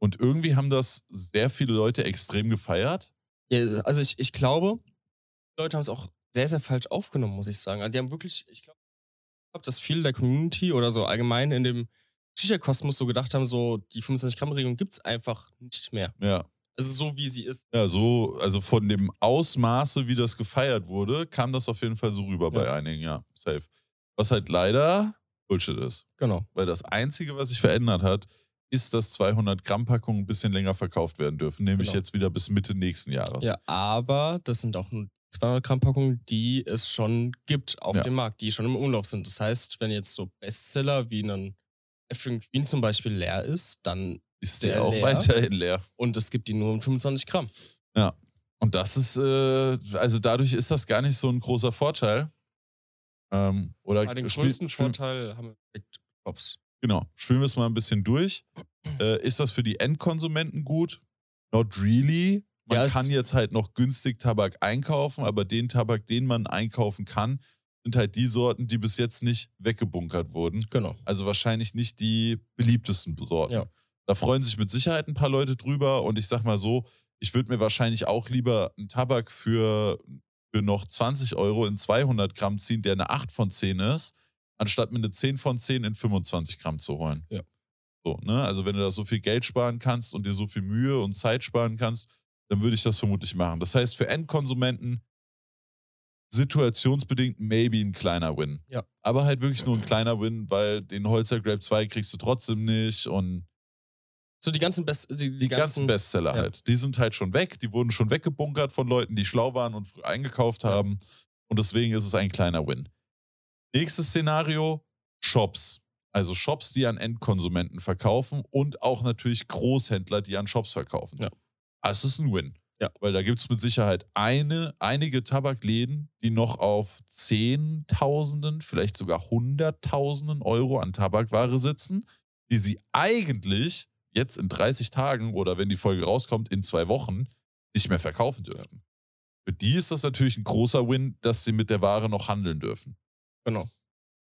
B: Und irgendwie haben das sehr viele Leute extrem gefeiert.
A: Ja, also ich, ich glaube, die Leute haben es auch sehr, sehr falsch aufgenommen, muss ich sagen. Also Die haben wirklich, ich glaube, dass viele der Community oder so allgemein in dem Shisha-Kosmos so gedacht haben, so die 25-Gramm-Regelung gibt es einfach nicht mehr.
B: Ja.
A: Also so wie sie ist.
B: Ja, so, also von dem Ausmaße, wie das gefeiert wurde, kam das auf jeden Fall so rüber bei
A: Ja.
B: einigen, ja, safe. Was halt leider Bullshit ist.
A: Genau.
B: Weil das Einzige, was sich verändert hat, ist, dass 200 Gramm Packungen ein bisschen länger verkauft werden dürfen, nämlich
A: Genau.
B: jetzt wieder bis Mitte nächsten Jahres.
A: Ja, aber das sind auch nur 200 Gramm Packungen, die es schon gibt auf
B: Ja.
A: dem Markt, die schon im Umlauf sind. Das heißt, wenn jetzt so Bestseller wie ein African Queen zum Beispiel leer ist, dann
B: Ist
A: Sehr
B: der auch
A: leer.
B: weiterhin leer.
A: und es gibt die nur in 25 Gramm.
B: Und das ist, äh, also dadurch ist das gar nicht so ein großer Vorteil. Ähm, oder
A: Aber den
B: spiel-
A: größten
B: spiel-
A: Vorteil haben wir mit Pops.
B: Genau, spielen wir es mal ein bisschen durch. Äh, ist das für die Endkonsumenten gut? Not really. Man
A: Ja, es-
B: kann jetzt halt noch günstig Tabak einkaufen, aber den Tabak, den man einkaufen kann, sind halt die Sorten, die bis jetzt nicht weggebunkert wurden.
A: Genau.
B: Also wahrscheinlich nicht die beliebtesten Sorten.
A: Ja.
B: Da freuen sich mit Sicherheit ein paar Leute drüber und ich sag mal so, ich würde mir wahrscheinlich auch lieber einen Tabak für, für noch 20 Euro in 200 Gramm ziehen, der eine 8 von 10 ist, anstatt mir eine 10 von 10 in 25 Gramm zu holen.
A: Ja.
B: So, ne? Also wenn du da so viel Geld sparen kannst und dir so viel Mühe und Zeit sparen kannst, dann würde ich das vermutlich machen. Das heißt, für Endkonsumenten situationsbedingt maybe ein kleiner Win aber halt wirklich nur ein kleiner Win, weil den Holzer Grape 2 kriegst du trotzdem nicht und
A: So die ganzen Best die,
B: die, ganzen, Bestseller
A: ja.
B: halt. Die sind halt schon weg, die wurden schon weggebunkert von Leuten, die schlau waren und früh eingekauft haben und deswegen ist es ein kleiner Win. Nächstes Szenario, Shops. Also Shops, die an Endkonsumenten verkaufen und auch natürlich Großhändler, die an Shops verkaufen.
A: Ja.
B: Also es ist ein Win.
A: Ja.
B: Weil da gibt es mit Sicherheit eine, einige Tabakläden, die noch auf Zehntausenden, vielleicht sogar Hunderttausenden Euro an Tabakware sitzen, die sie eigentlich jetzt in 30 Tagen oder wenn die Folge rauskommt, in zwei Wochen nicht mehr verkaufen dürfen. Für die ist das natürlich ein großer Win, dass sie mit der Ware noch handeln dürfen.
A: Genau.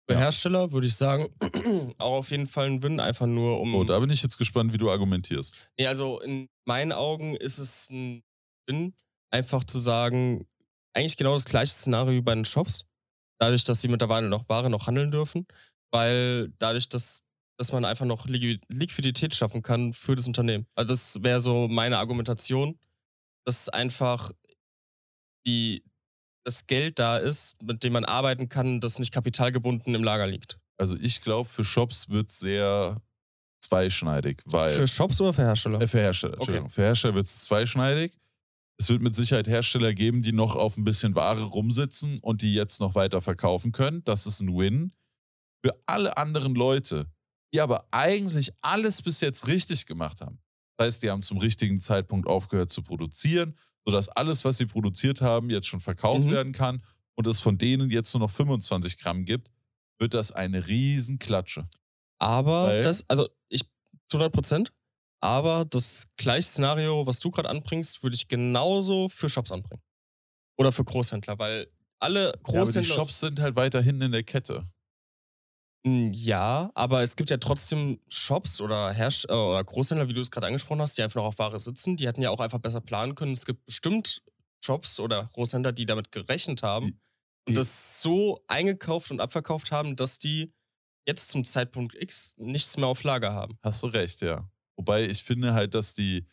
A: Für
B: Ja.
A: Hersteller würde ich sagen, auch auf jeden Fall ein Win, einfach nur um.
B: Oh, da bin ich jetzt gespannt, wie du argumentierst.
A: Nee, also in meinen Augen ist es ein Win, einfach zu sagen, eigentlich genau das gleiche Szenario wie bei den Shops. Dadurch, dass sie mittlerweile noch Ware noch handeln dürfen, weil dadurch, dass, dass man einfach noch Liqui- Liquidität schaffen kann für das Unternehmen. Also das wäre so meine Argumentation, dass einfach die, das Geld da ist, mit dem man arbeiten kann, das nicht kapitalgebunden im Lager liegt.
B: Also ich glaube, für Shops wird es sehr zweischneidig, weil
A: Für Shops oder für Hersteller?
B: äh, für Hersteller, Entschuldigung, für Hersteller wird es zweischneidig. Es wird mit Sicherheit Hersteller geben, die noch auf ein bisschen Ware rumsitzen und die jetzt noch weiter verkaufen können. Das ist ein Win. Für alle anderen Leute die aber eigentlich alles bis jetzt richtig gemacht haben. Das heißt, die haben zum richtigen Zeitpunkt aufgehört zu produzieren, sodass alles, was sie produziert haben, jetzt schon verkauft
A: Mhm.
B: werden kann und es von denen jetzt nur noch 25 Gramm gibt, wird das eine riesen Klatsche.
A: Aber
B: Weil-
A: das, also ich zu 100 Prozent, aber das gleiche Szenario, was du gerade anbringst, würde ich genauso für Shops anbringen. Oder für Großhändler, weil
B: Ja,
A: alle
B: aber die
A: Großhändler.
B: Shops sind halt weiterhin in der Kette.
A: Mm, Ja, aber es gibt ja trotzdem Shops oder, Herst äh, oder Großhändler, wie du es gerade angesprochen hast, die einfach noch auf Ware sitzen. Die hätten ja auch einfach besser planen können. Es gibt bestimmt Shops oder Großhändler, die damit gerechnet haben
B: Die- die-
A: und das so eingekauft und abverkauft haben, dass die jetzt zum Zeitpunkt X nichts mehr auf Lager haben.
B: Hast du recht, ja. Wobei ich finde halt, dass die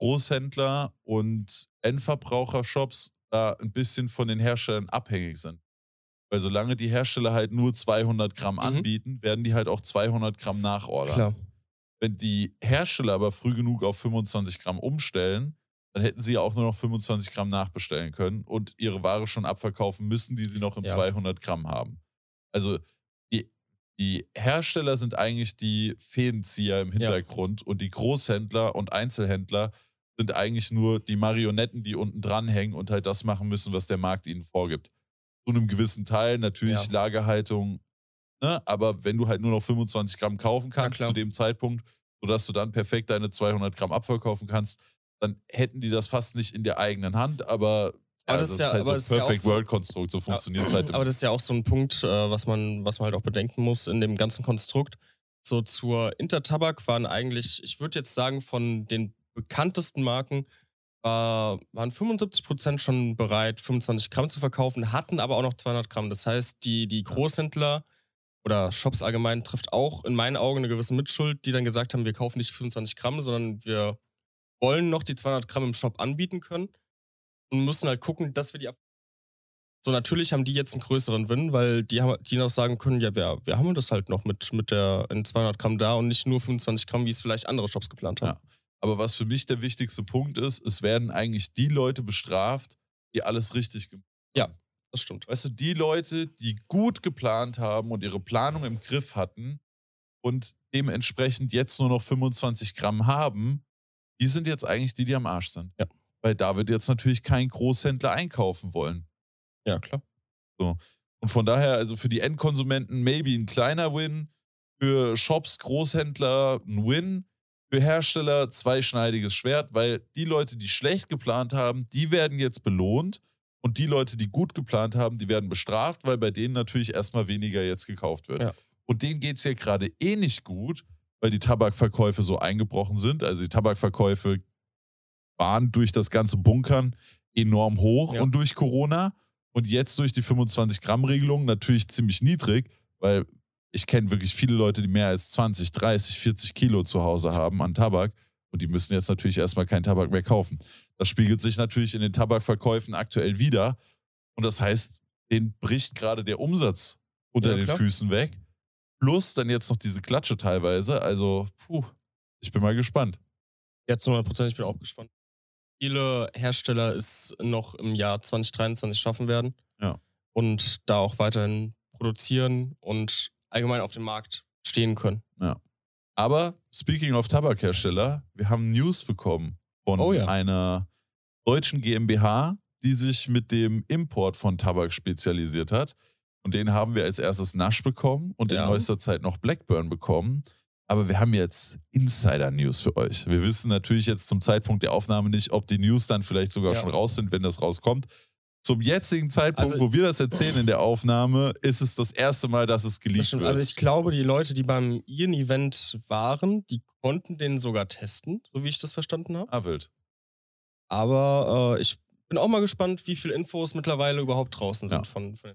B: Großhändler und Endverbrauchershops da ein bisschen von den Herstellern abhängig sind. Weil solange die Hersteller halt nur 200 Gramm anbieten, werden die halt auch 200 Gramm nachordern. Wenn die Hersteller aber früh genug auf 25 Gramm umstellen, dann hätten sie ja auch nur noch 25 Gramm nachbestellen können und ihre Ware schon abverkaufen müssen, die sie noch in
A: Ja.
B: 200 Gramm haben. Also die, die Hersteller sind eigentlich die Fädenzieher im Hintergrund und die Großhändler und Einzelhändler sind eigentlich nur die Marionetten, die unten dran hängen und halt das machen müssen, was der Markt ihnen vorgibt. Zu einem gewissen Teil natürlich
A: Ja.
B: Lagerhaltung, ne? aber wenn du halt nur noch 25 Gramm kaufen kannst
A: klar.
B: zu dem Zeitpunkt, sodass du dann perfekt deine 200 Gramm abverkaufen kannst, dann hätten die das fast nicht in der eigenen Hand, aber,
A: Aber das ist ja- aber
B: halt so ein
A: das ist ja auch
B: Perfect
A: so-
B: World Konstrukt, so funktioniert es halt. im-
A: Aber das ist ja auch so ein Punkt, äh, was, man, was man halt auch bedenken muss in dem ganzen Konstrukt. So zur Intertabak waren eigentlich, ich würde jetzt sagen, von den bekanntesten Marken war, waren 75% schon bereit, 25 Gramm zu verkaufen, hatten aber auch noch 200 Gramm. Das heißt, die, die Großhändler oder Shops allgemein trifft auch in meinen Augen eine gewisse Mitschuld, die dann gesagt haben, wir kaufen nicht 25 Gramm, sondern wir wollen noch die 200 Gramm im Shop anbieten können und müssen halt gucken, dass wir die ab so, natürlich haben die jetzt einen größeren Win, weil die, haben, die noch sagen können, ja, wir, wir haben das halt noch mit, mit der in 200 Gramm da und nicht nur 25 Gramm, wie es vielleicht andere Shops geplant haben.
B: Aber was für mich der wichtigste Punkt ist, es werden eigentlich die Leute bestraft, die alles richtig gemacht
A: Das stimmt.
B: Weißt du, die Leute, die gut geplant haben und ihre Planung im Griff hatten und dementsprechend jetzt nur noch 25 Gramm haben, die sind jetzt eigentlich die, die am Arsch sind.
A: Ja.
B: Weil da wird jetzt natürlich kein Großhändler einkaufen wollen.
A: Ja, klar.
B: Und von daher, also für die Endkonsumenten, maybe ein kleiner Win. Für Shops, Großhändler ein Win. Für Hersteller zweischneidiges Schwert, weil die Leute, die schlecht geplant haben, die werden jetzt belohnt. Und die Leute, die gut geplant haben, die werden bestraft, weil bei denen natürlich erstmal weniger jetzt gekauft wird.
A: Ja.
B: Und denen geht es ja gerade eh nicht gut, weil die Tabakverkäufe so eingebrochen sind. Also die Tabakverkäufe waren durch das ganze Bunkern enorm hoch
A: Ja.
B: und durch Corona und jetzt durch die 25-Gramm-Regelung natürlich ziemlich niedrig, weil ich kenne wirklich viele Leute, die mehr als 20, 30, 40 Kilo zu Hause haben an Tabak und die müssen jetzt natürlich erstmal keinen Tabak mehr kaufen. Das spiegelt sich natürlich in den Tabakverkäufen aktuell wieder und das heißt, denen bricht gerade der Umsatz unter
A: Ja,
B: den
A: klar.
B: Füßen weg. Plus dann jetzt noch diese Klatsche teilweise. Also, puh, ich bin mal gespannt.
A: Ja, zu 100 Prozent, ich bin auch gespannt. Viele Hersteller es noch im Jahr 2023 schaffen werden.
B: Ja.
A: Und da auch weiterhin produzieren und allgemein auf dem Markt stehen können.
B: Aber speaking of Tabakhersteller, wir haben News bekommen von
A: Oh ja.
B: einer deutschen GmbH, die sich mit dem Import von Tabak spezialisiert hat. Und den haben wir als erstes Nash bekommen und
A: Ja.
B: in neuester Zeit noch Blackburn bekommen. Aber wir haben jetzt Insider-News für euch. Wir wissen natürlich jetzt zum Zeitpunkt der Aufnahme nicht, ob die News dann vielleicht sogar
A: Ja.
B: schon raus sind, wenn das rauskommt. Zum jetzigen Zeitpunkt,
A: Also-
B: wo wir das erzählen in der Aufnahme, ist es das erste Mal, dass es geleakt
A: Bestimmt.
B: wird.
A: Also ich glaube, die Leute, die beim Ian-Event waren, die konnten den sogar testen, so wie ich das verstanden habe.
B: ah, wild.
A: Aber äh, ich bin auch mal gespannt, wie viele Infos mittlerweile überhaupt draußen sind.
B: Ja.
A: Von, von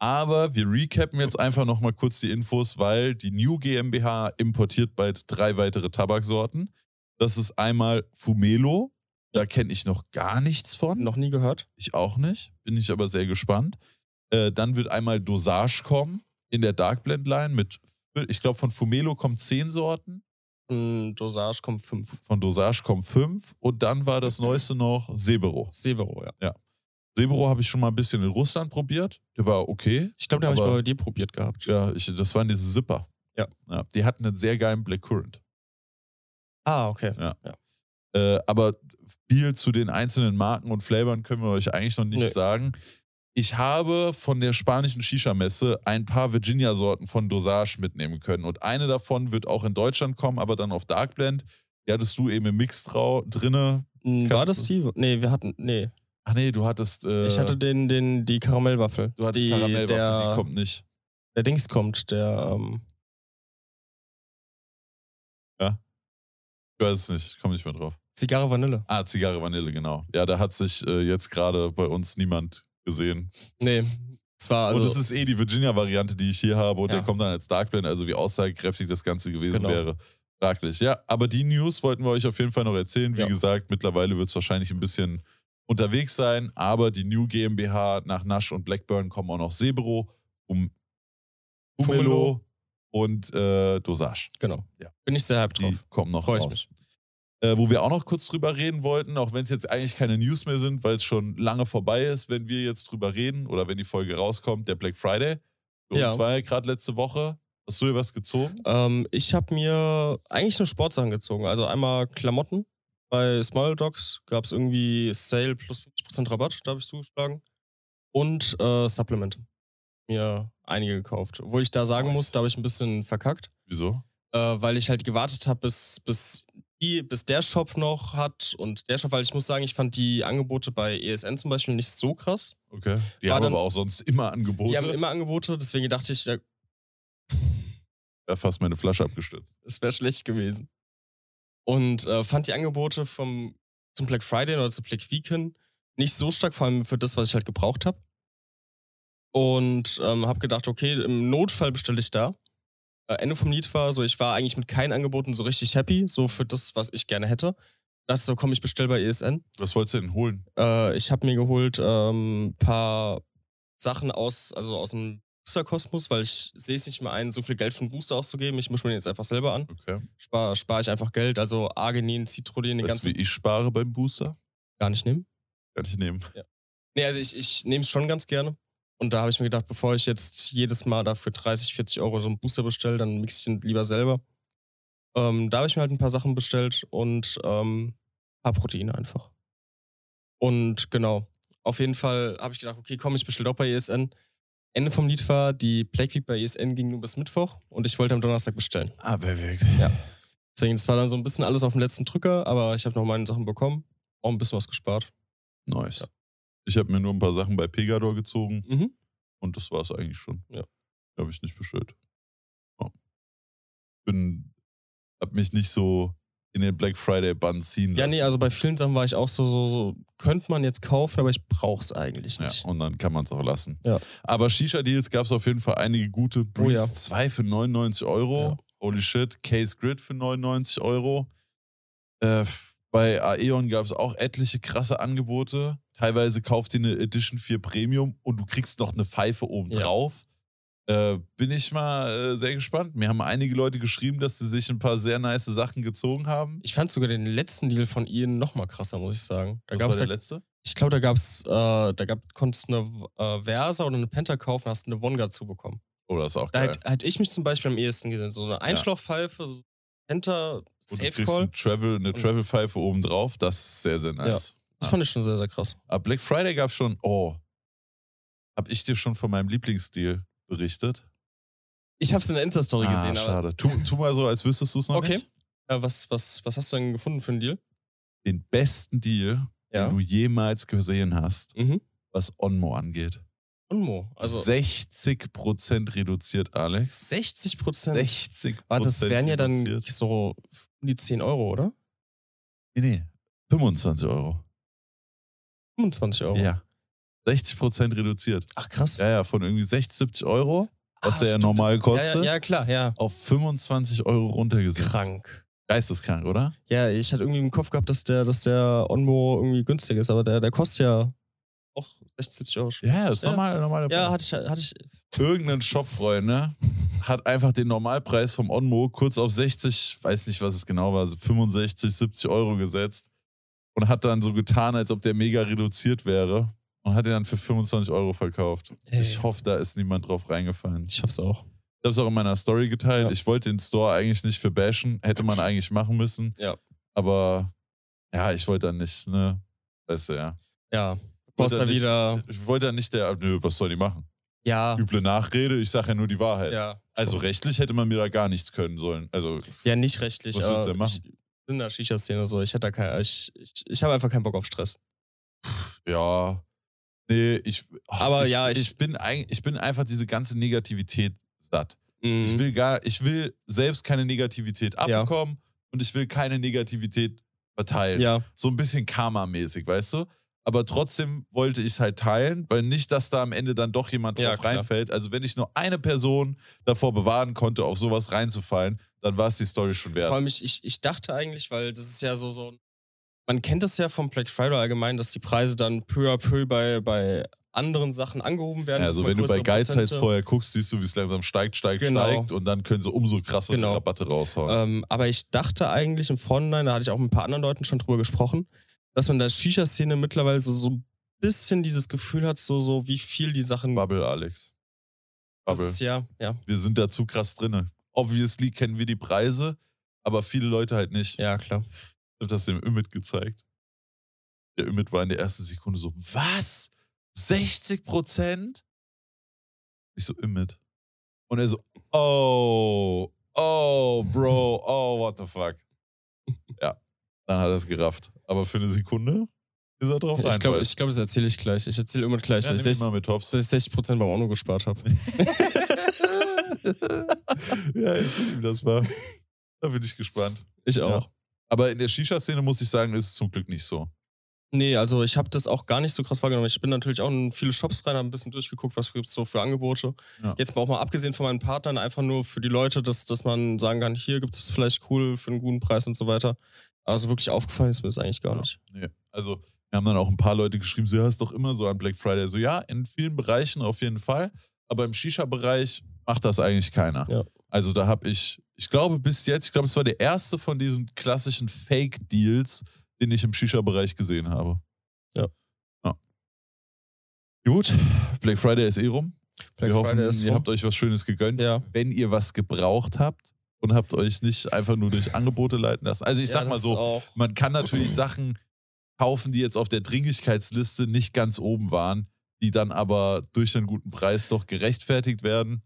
B: Aber wir recappen jetzt einfach nochmal kurz die Infos, weil die New GmbH importiert bald drei weitere Tabaksorten. Das ist einmal Fumelo. Da kenne ich noch gar nichts von.
A: noch nie gehört.
B: Ich auch nicht. Bin ich aber sehr gespannt. Äh, dann wird einmal Dosage kommen in der Dark Blend Line mit, ich glaube, von Fumelo kommen zehn Sorten.
A: Von Dosage kommt 5.
B: Von Dosage kommen fünf. Und dann war das neueste noch Sebero.
A: Severo, ja.
B: Sebero habe ich schon mal ein bisschen in Russland probiert. Der war okay.
A: Ich glaube, den habe ich
B: Aber-
A: bei dir probiert gehabt.
B: Ja, ich, das waren diese Zipper.
A: Ja.
B: ja. Die hatten einen sehr geilen Blackcurrant.
A: Ah, okay.
B: Äh, aber viel zu den einzelnen Marken und Flavoren können wir euch eigentlich noch nicht
A: Nee.
B: sagen. Ich habe von der spanischen Shisha-Messe ein paar Virginia-Sorten von Dosage mitnehmen können. Und eine davon wird auch in Deutschland kommen, aber dann auf Dark Blend. Die hattest du eben im Mix drau- drinne.
A: Hm, War
B: Kannst
A: das die? Nee, wir hatten. Nee.
B: Ach nee, du hattest. Äh,
A: Ich hatte den, den, die Karamellwaffel.
B: du hattest
A: die,
B: Karamellwaffel,
A: der,
B: die kommt nicht.
A: der Dings kommt, der. Ähm,
B: Ich weiß es nicht, ich komme nicht mehr drauf.
A: Zigarre Vanille.
B: Ah, Zigarre Vanille, genau. Ja, da hat sich äh, jetzt gerade bei uns niemand gesehen.
A: Nee. Es war also.
B: und das ist eh die Virginia-Variante, die ich hier habe. Und
A: Ja.
B: der kommt dann als Dark Blend, also wie aussagekräftig das Ganze gewesen
A: Genau.
B: wäre. Fraglich. Ja, aber die News wollten wir euch auf jeden Fall noch erzählen. Wie
A: Ja.
B: gesagt, mittlerweile wird es wahrscheinlich ein bisschen unterwegs sein, aber die New GmbH nach Nash und Blackburn kommen auch noch Sebro, um Fumelo
A: Fumelo.
B: und äh, Dosage.
A: genau.
B: Ja.
A: Bin ich sehr hyped
B: Die
A: drauf.
B: kommen noch
A: Freu ich
B: raus
A: mich.
B: äh, wo wir auch noch kurz drüber reden wollten, auch wenn es jetzt eigentlich keine News mehr sind, weil es schon lange vorbei ist, wenn wir jetzt drüber reden oder wenn die Folge rauskommt, der Black Friday. Für
A: Ja.
B: uns war ja gerade letzte Woche. Hast du dir was gezogen?
A: Ähm, ich habe mir eigentlich nur Sportsachen gezogen. Also einmal Klamotten. Bei Smile Dogs gab es irgendwie Sale plus 50% Rabatt, da habe ich zugeschlagen. Und äh, Supplemente. Mir einige gekauft. Obwohl ich da sagen muss, da habe ich ein bisschen verkackt.
B: Wieso?
A: Äh, weil ich halt gewartet habe, bis, bis, die, bis der Shop noch hat und der Shop, weil ich muss sagen, ich fand die Angebote bei ESN zum Beispiel nicht so krass.
B: Okay. Die
A: War
B: haben
A: dann-
B: aber auch sonst immer Angebote.
A: Die haben immer Angebote, deswegen dachte ich, ja,
B: ja, fast meine Flasche abgestürzt.
A: Es wäre schlecht gewesen. Und äh, fand die Angebote vom, zum Black Friday oder zum Black Weekend nicht so stark, vor allem für das, was ich halt gebraucht habe. Und ähm, habe gedacht, okay, im Notfall bestelle ich da. Äh, Ende vom Lied war so, ich war eigentlich mit keinen Angeboten so richtig happy, so für das, was ich gerne hätte. Dachte so, komm, ich bestelle bei ESN.
B: Was wolltest du denn holen?
A: Äh, ich habe mir geholt ähm, paar Sachen aus, also aus dem Booster-Kosmos, weil ich sehe es nicht mehr ein, so viel Geld für einen Booster auszugeben. Ich mische mir den jetzt einfach selber an
B: Okay.
A: spare spar ich einfach Geld. Also Arginin, Citrullin, den
B: Weißt du,
A: ganzen
B: wie ich spare beim Booster?
A: gar nicht nehmen.
B: Kann ich nehmen.
A: Nee, also ich, ich nehme es schon ganz gerne. Und da habe ich mir gedacht, bevor ich jetzt jedes Mal dafür 30, 40 Euro so einen Booster bestelle, dann mixe ich den lieber selber. Ähm, da habe ich mir halt ein paar Sachen bestellt und ähm, ein paar Proteine einfach. Und genau, auf jeden Fall habe ich gedacht, okay, komm, ich bestelle doch bei ESN. Ende vom Lied war, die Black Week bei ESN ging nur bis Mittwoch und ich wollte am Donnerstag bestellen.
B: Ah, perfekt.
A: Ja. Deswegen, das war dann so ein bisschen alles auf dem letzten Drücker, aber ich habe noch meine Sachen bekommen. Auch ein bisschen was gespart.
B: Nice.
A: Ja.
B: Ich habe mir nur ein paar Sachen bei Pegador gezogen und das war es eigentlich schon.
A: Ja.
B: Habe ich nicht bestellt. Ja. Bin, hab mich nicht so in den Black Friday Bann ziehen
A: Ja,
B: lassen.
A: nee, also bei vielen Sachen war ich auch so, so, so könnte man jetzt kaufen, aber ich brauch's eigentlich
B: ja,
A: nicht.
B: und dann kann man es auch lassen.
A: Ja. Oh
B: Aber Shisha-Deals gab es auf jeden Fall einige gute. Breeze
A: ja.
B: 2 für 99 Euro.
A: Ja.
B: Holy shit. Case Grid für 99 Euro. Äh, bei Aeon gab es auch etliche krasse Angebote. Teilweise kauft ihr eine Edition 4 Premium und du kriegst noch eine Pfeife obendrauf. Äh, bin ich mal äh, sehr gespannt. Mir haben einige Leute geschrieben, dass sie sich ein paar sehr nice Sachen gezogen haben.
A: Ich fand sogar den letzten Deal von Ian noch mal krasser, muss ich sagen. Da
B: Was war
A: gab's
B: der
A: ja,
B: letzte?
A: ich glaube, da gab's, äh, da gab, konntest eine äh, Versa oder eine Penta kaufen, hast eine Wonga zubekommen.
B: Oh, das ist auch
A: Da
B: geil.
A: hätte hätt ich mich zum Beispiel am ehesten gesehen. So eine Einschlauchpfeife, so Penta,
B: Und Oh, du
A: Safe
B: kriegst
A: Call.
B: ein Travel, eine Travel-Pfeife obendrauf. Das ist sehr, sehr nice.
A: Das fand ich schon sehr, sehr krass.
B: Aber Black Friday gab schon, oh, hab ich dir schon von meinem Lieblingsstil berichtet? Ah,
A: Ich hab's in der Insta-Story gesehen, aber.
B: schade. Tu, tu mal so, als wüsstest du es noch
A: Okay.
B: nicht.
A: Äh, was, was, was hast du denn gefunden für einen Deal?
B: Den besten Deal, den du jemals gesehen hast,
A: Mhm.
B: was Onmo angeht.
A: Und Mo. Also
B: 60% reduziert, Alex.
A: 60 Prozent.
B: 60%
A: Warte, das wären ja dann
B: reduziert.
A: so um die 10 Euro, oder?
B: Nee, nee, 25 Euro.
A: 25 Euro.
B: Ja. 60% reduziert.
A: Ach, krass.
B: Ja, ja, von irgendwie 60, 70 Euro, was
A: Ah,
B: der ja
A: stimmt,
B: normal
A: das-
B: kostet,
A: Ja, ja, ja, klar, ja.
B: auf 25 Euro runtergesetzt.
A: Krank.
B: Geisteskrank, oder?
A: Ja, ich hatte irgendwie im Kopf gehabt, dass der, dass der Onmo irgendwie günstig ist, aber der, der kostet ja auch 60, 70 Euro. schon.
B: Ja, ist normal, normaler
A: Ja,
B: Preis.
A: hatte ich, hatte ich.
B: Irgendein Shopfreund, ne? Hat einfach den Normalpreis vom Onmo kurz auf 60, weiß nicht, was es genau war, so 65, 70 Euro gesetzt und hat dann so getan, als ob der mega reduziert wäre und hat den dann für 25 Euro verkauft.
A: Ey.
B: Ich hoffe, da ist niemand drauf reingefallen.
A: Ich hoff's auch.
B: Ich habe es auch in meiner Story geteilt.
A: Ja.
B: Ich wollte den Store eigentlich nicht für bashen. Hätte man eigentlich machen müssen.
A: Ja.
B: Aber ja, ich wollte dann nicht, ne? Weißt du, ja.
A: Ja. Du brauchst
B: Oder
A: da
B: nicht-
A: wieder.
B: Ich wollte dann nicht der, nö, was soll die machen?
A: Ja.
B: Üble Nachrede, ich sage ja nur die Wahrheit.
A: Ja.
B: Also rechtlich hätte man mir da gar nichts können sollen. Also,
A: Ja, nicht rechtlich.
B: Was willst du denn
A: aber ich- In der Shisha-Szene so. Ich hätte da kein, ich, ich, ich habe einfach keinen Bock auf Stress.
B: ja. Nee, ich. ach,
A: Aber ja, ich-
B: ich, bin ein, ich bin einfach diese ganze Negativität satt.
A: Mhm.
B: Ich will gar, ich will selbst keine Negativität
A: Ja.
B: abbekommen und ich will keine Negativität verteilen.
A: ja,
B: So ein bisschen Karma-mäßig, weißt du? Aber trotzdem wollte ich es halt teilen, weil nicht, dass da am Ende dann doch jemand drauf
A: Ja, klar.
B: reinfällt. Also wenn ich nur eine Person davor bewahren konnte, auf sowas reinzufallen, dann war es die Story schon wert.
A: vor allem ich, ich, ich dachte eigentlich, weil das ist ja so, so ein- man kennt das ja vom Black Friday allgemein, dass die Preise dann peu à peu bei, bei anderen Sachen angehoben werden.
B: Ja, also
A: dass
B: wenn
A: man
B: du bei
A: größere
B: Geizhals
A: Prozente-
B: vorher guckst, siehst du, wie es langsam steigt, steigt,
A: Genau.
B: steigt und dann können sie umso krassere
A: Genau.
B: Rabatte raushauen.
A: Ähm, aber ich dachte eigentlich im Vorhinein, da hatte ich auch mit ein paar anderen Leuten schon drüber gesprochen, dass man in der Shisha-Szene mittlerweile so, so ein bisschen dieses Gefühl hat, so, so wie viel die Sachen.
B: Bubble, Alex.
A: Das
B: Bubble.
A: ist ja, ja,
B: Wir sind da zu krass drinne. Obviously kennen wir die Preise, aber viele Leute halt nicht.
A: ja, klar.
B: Ich habe das dem Ümit gezeigt. Der Ümit war in der ersten Sekunde so, was? 60 Prozent? Ich so, Ümit. Und er so, oh, oh, Bro, oh, what the fuck. Ja, dann hat er es gerafft. Aber für eine Sekunde ist er drauf
A: Ich glaube,
B: reingefallen.
A: ich glaub, das erzähle ich gleich. Ich erzähle immer gleich,
B: ja,
A: dass,
B: nehm
A: ich
B: ihn mal
A: 60,
B: mit Hops.
A: dass ich 60 Prozent beim Auto gespart habe.
B: ja, jetzt ihm das mal. Da bin ich gespannt.
A: Ich auch.
B: Aber in der Shisha-Szene muss ich sagen, ist es zum Glück nicht so.
A: Nee, also ich habe das auch gar nicht so krass wahrgenommen. Ich bin natürlich auch in viele Shops rein, habe ein bisschen durchgeguckt, was gibt's so für Angebote.
B: Ja.
A: Jetzt mal auch mal abgesehen von meinen Partnern, einfach nur für die Leute, dass, dass man sagen kann, hier gibt's es vielleicht cool für einen guten Preis und so weiter. Also wirklich aufgefallen ist mir das eigentlich gar
B: Ja.
A: nicht.
B: Nee. Also, wir haben dann auch ein paar Leute geschrieben, so, ja, ist doch immer so an Black Friday. So, ja, in vielen Bereichen auf jeden Fall, aber im Shisha-Bereich macht das eigentlich keiner.
A: Ja.
B: Also, da habe ich, ich glaube, bis jetzt, ich glaube, es war der erste von diesen klassischen Fake-Deals, den ich im Shisha-Bereich gesehen habe.
A: Ja.
B: ja. Gut, Black Friday ist eh rum.
A: Black
B: wir hoffen,
A: Friday ist
B: ihr
A: rum.
B: habt euch was Schönes gegönnt.
A: Ja,
B: Wenn ihr was gebraucht habt und habt euch nicht einfach nur durch Angebote leiten lassen. Also, ich
A: ja,
B: sag
A: das
B: mal
A: ist
B: so,
A: Auch,
B: man kann
A: Mhm.
B: natürlich Sachen kaufen, die jetzt auf der Dringlichkeitsliste nicht ganz oben waren, die dann aber durch einen guten Preis doch gerechtfertigt werden.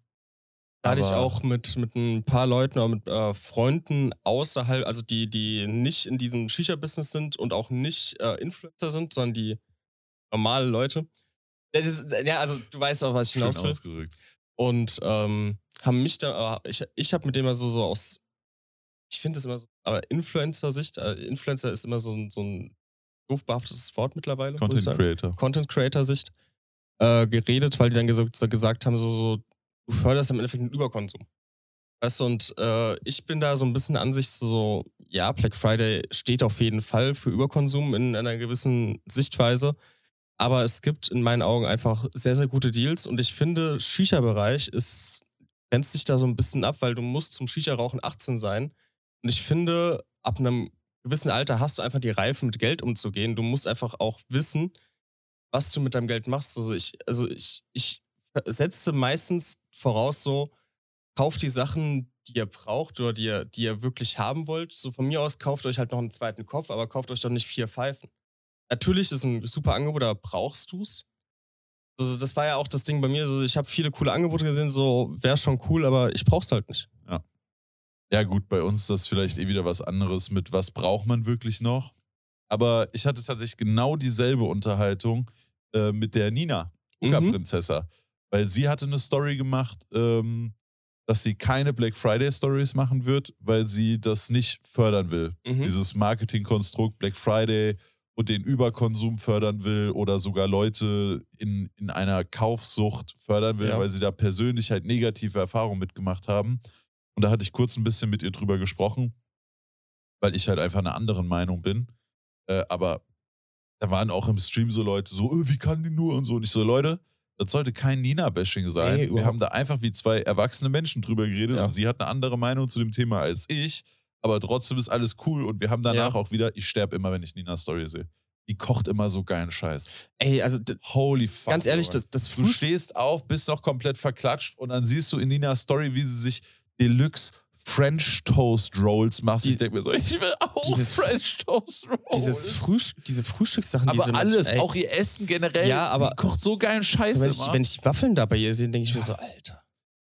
A: da hatte ich
B: Aber-
A: auch mit, mit ein paar Leuten oder mit äh, Freunden außerhalb, also die, die nicht in diesem Shisha-Business sind und auch nicht äh, Influencer sind, sondern die normale Leute. Das ist, ja, also du weißt auch, was ich
B: Schön
A: hinaus will.
B: ausgedrückt.
A: und ähm, haben mich da, äh, ich, ich habe mit dem mal so, so aus, ich finde das immer so, aber Influencer-Sicht, äh, Influencer ist immer so ein, so ein doof behaftetes Wort mittlerweile. muss ich
B: Content
A: sagen.
B: Creator.
A: Content-Creator-Sicht äh, geredet, weil die dann gesagt, so gesagt haben, so, so, du förderst im Endeffekt den Überkonsum. Weißt du, und äh, ich bin da so ein bisschen Ansicht so, ja, Black Friday steht auf jeden Fall für Überkonsum in einer gewissen Sichtweise. Aber es gibt in meinen Augen einfach sehr, sehr gute Deals. Und ich finde, Shisha-Bereich ist, grenzt sich da so ein bisschen ab, weil du musst zum Shisha-Rauchen 18 sein. Und ich finde, ab einem gewissen Alter hast du einfach die Reife, mit Geld umzugehen. Du musst einfach auch wissen, was du mit deinem Geld machst. Also ich, also ich, ich setze meistens voraus so, kauft die Sachen, die ihr braucht oder die ihr, die ihr wirklich haben wollt. So von mir aus kauft euch halt noch einen zweiten Kopf, aber kauft euch doch nicht vier Pfeifen. Natürlich ist ein super Angebot, aber brauchst du's? Also das war ja auch das Ding bei mir. So, ich habe viele coole Angebote gesehen, so wäre schon cool, aber ich brauch's halt nicht.
B: Ja gut, bei uns ist das vielleicht eh wieder was anderes mit, was braucht man wirklich noch? Aber ich hatte tatsächlich genau dieselbe Unterhaltung äh, mit der Nina.
A: Mhm.
B: Zuckerprinzessa. Weil sie hatte eine Story gemacht, ähm, dass sie keine Black Friday Stories machen wird, weil sie das nicht fördern will.
A: Mhm.
B: Dieses Marketingkonstrukt Black Friday und den Überkonsum fördern will oder sogar Leute in, in einer Kaufsucht fördern will,
A: Ja.
B: weil sie da persönlich halt negative Erfahrungen mitgemacht haben. Und da hatte ich kurz ein bisschen mit ihr drüber gesprochen, weil ich halt einfach einer anderen Meinung bin. Äh, aber da waren auch im Stream so Leute so, "Äh, wie kann die nur und so. Und ich so, Leute, das sollte kein Nina-Bashing sein.
A: Nee,
B: Wir
A: überhaupt
B: haben da einfach wie zwei erwachsene Menschen drüber geredet
A: Ja.
B: und sie hat eine andere Meinung zu dem Thema als ich. Aber trotzdem ist alles cool und wir haben danach
A: Ja.
B: auch wieder, ich sterbe immer, wenn ich Ninas Story sehe. die kocht immer so geilen Scheiß.
A: Ey, also d-
B: Holy fuck.
A: ganz ehrlich,
B: Junge.
A: das, das
B: du
A: Frühstück.
B: stehst auf, bist noch komplett verklatscht und dann siehst du in Ninas Story, wie sie sich Deluxe French Toast Rolls macht.
A: Die-
B: ich denke mir so, ich will auch
A: Dieses-
B: French Toast Rolls.
A: Dieses Frühst diese Frühstückssachen, die
B: aber
A: sie macht,
B: alles,
A: ey,
B: auch ihr Essen generell.
A: Ja, aber-
B: die kocht so geilen Scheiß
A: also wenn, ich,
B: immer.
A: wenn ich Waffeln da bei ihr sehe, denke ich mir so, Alter.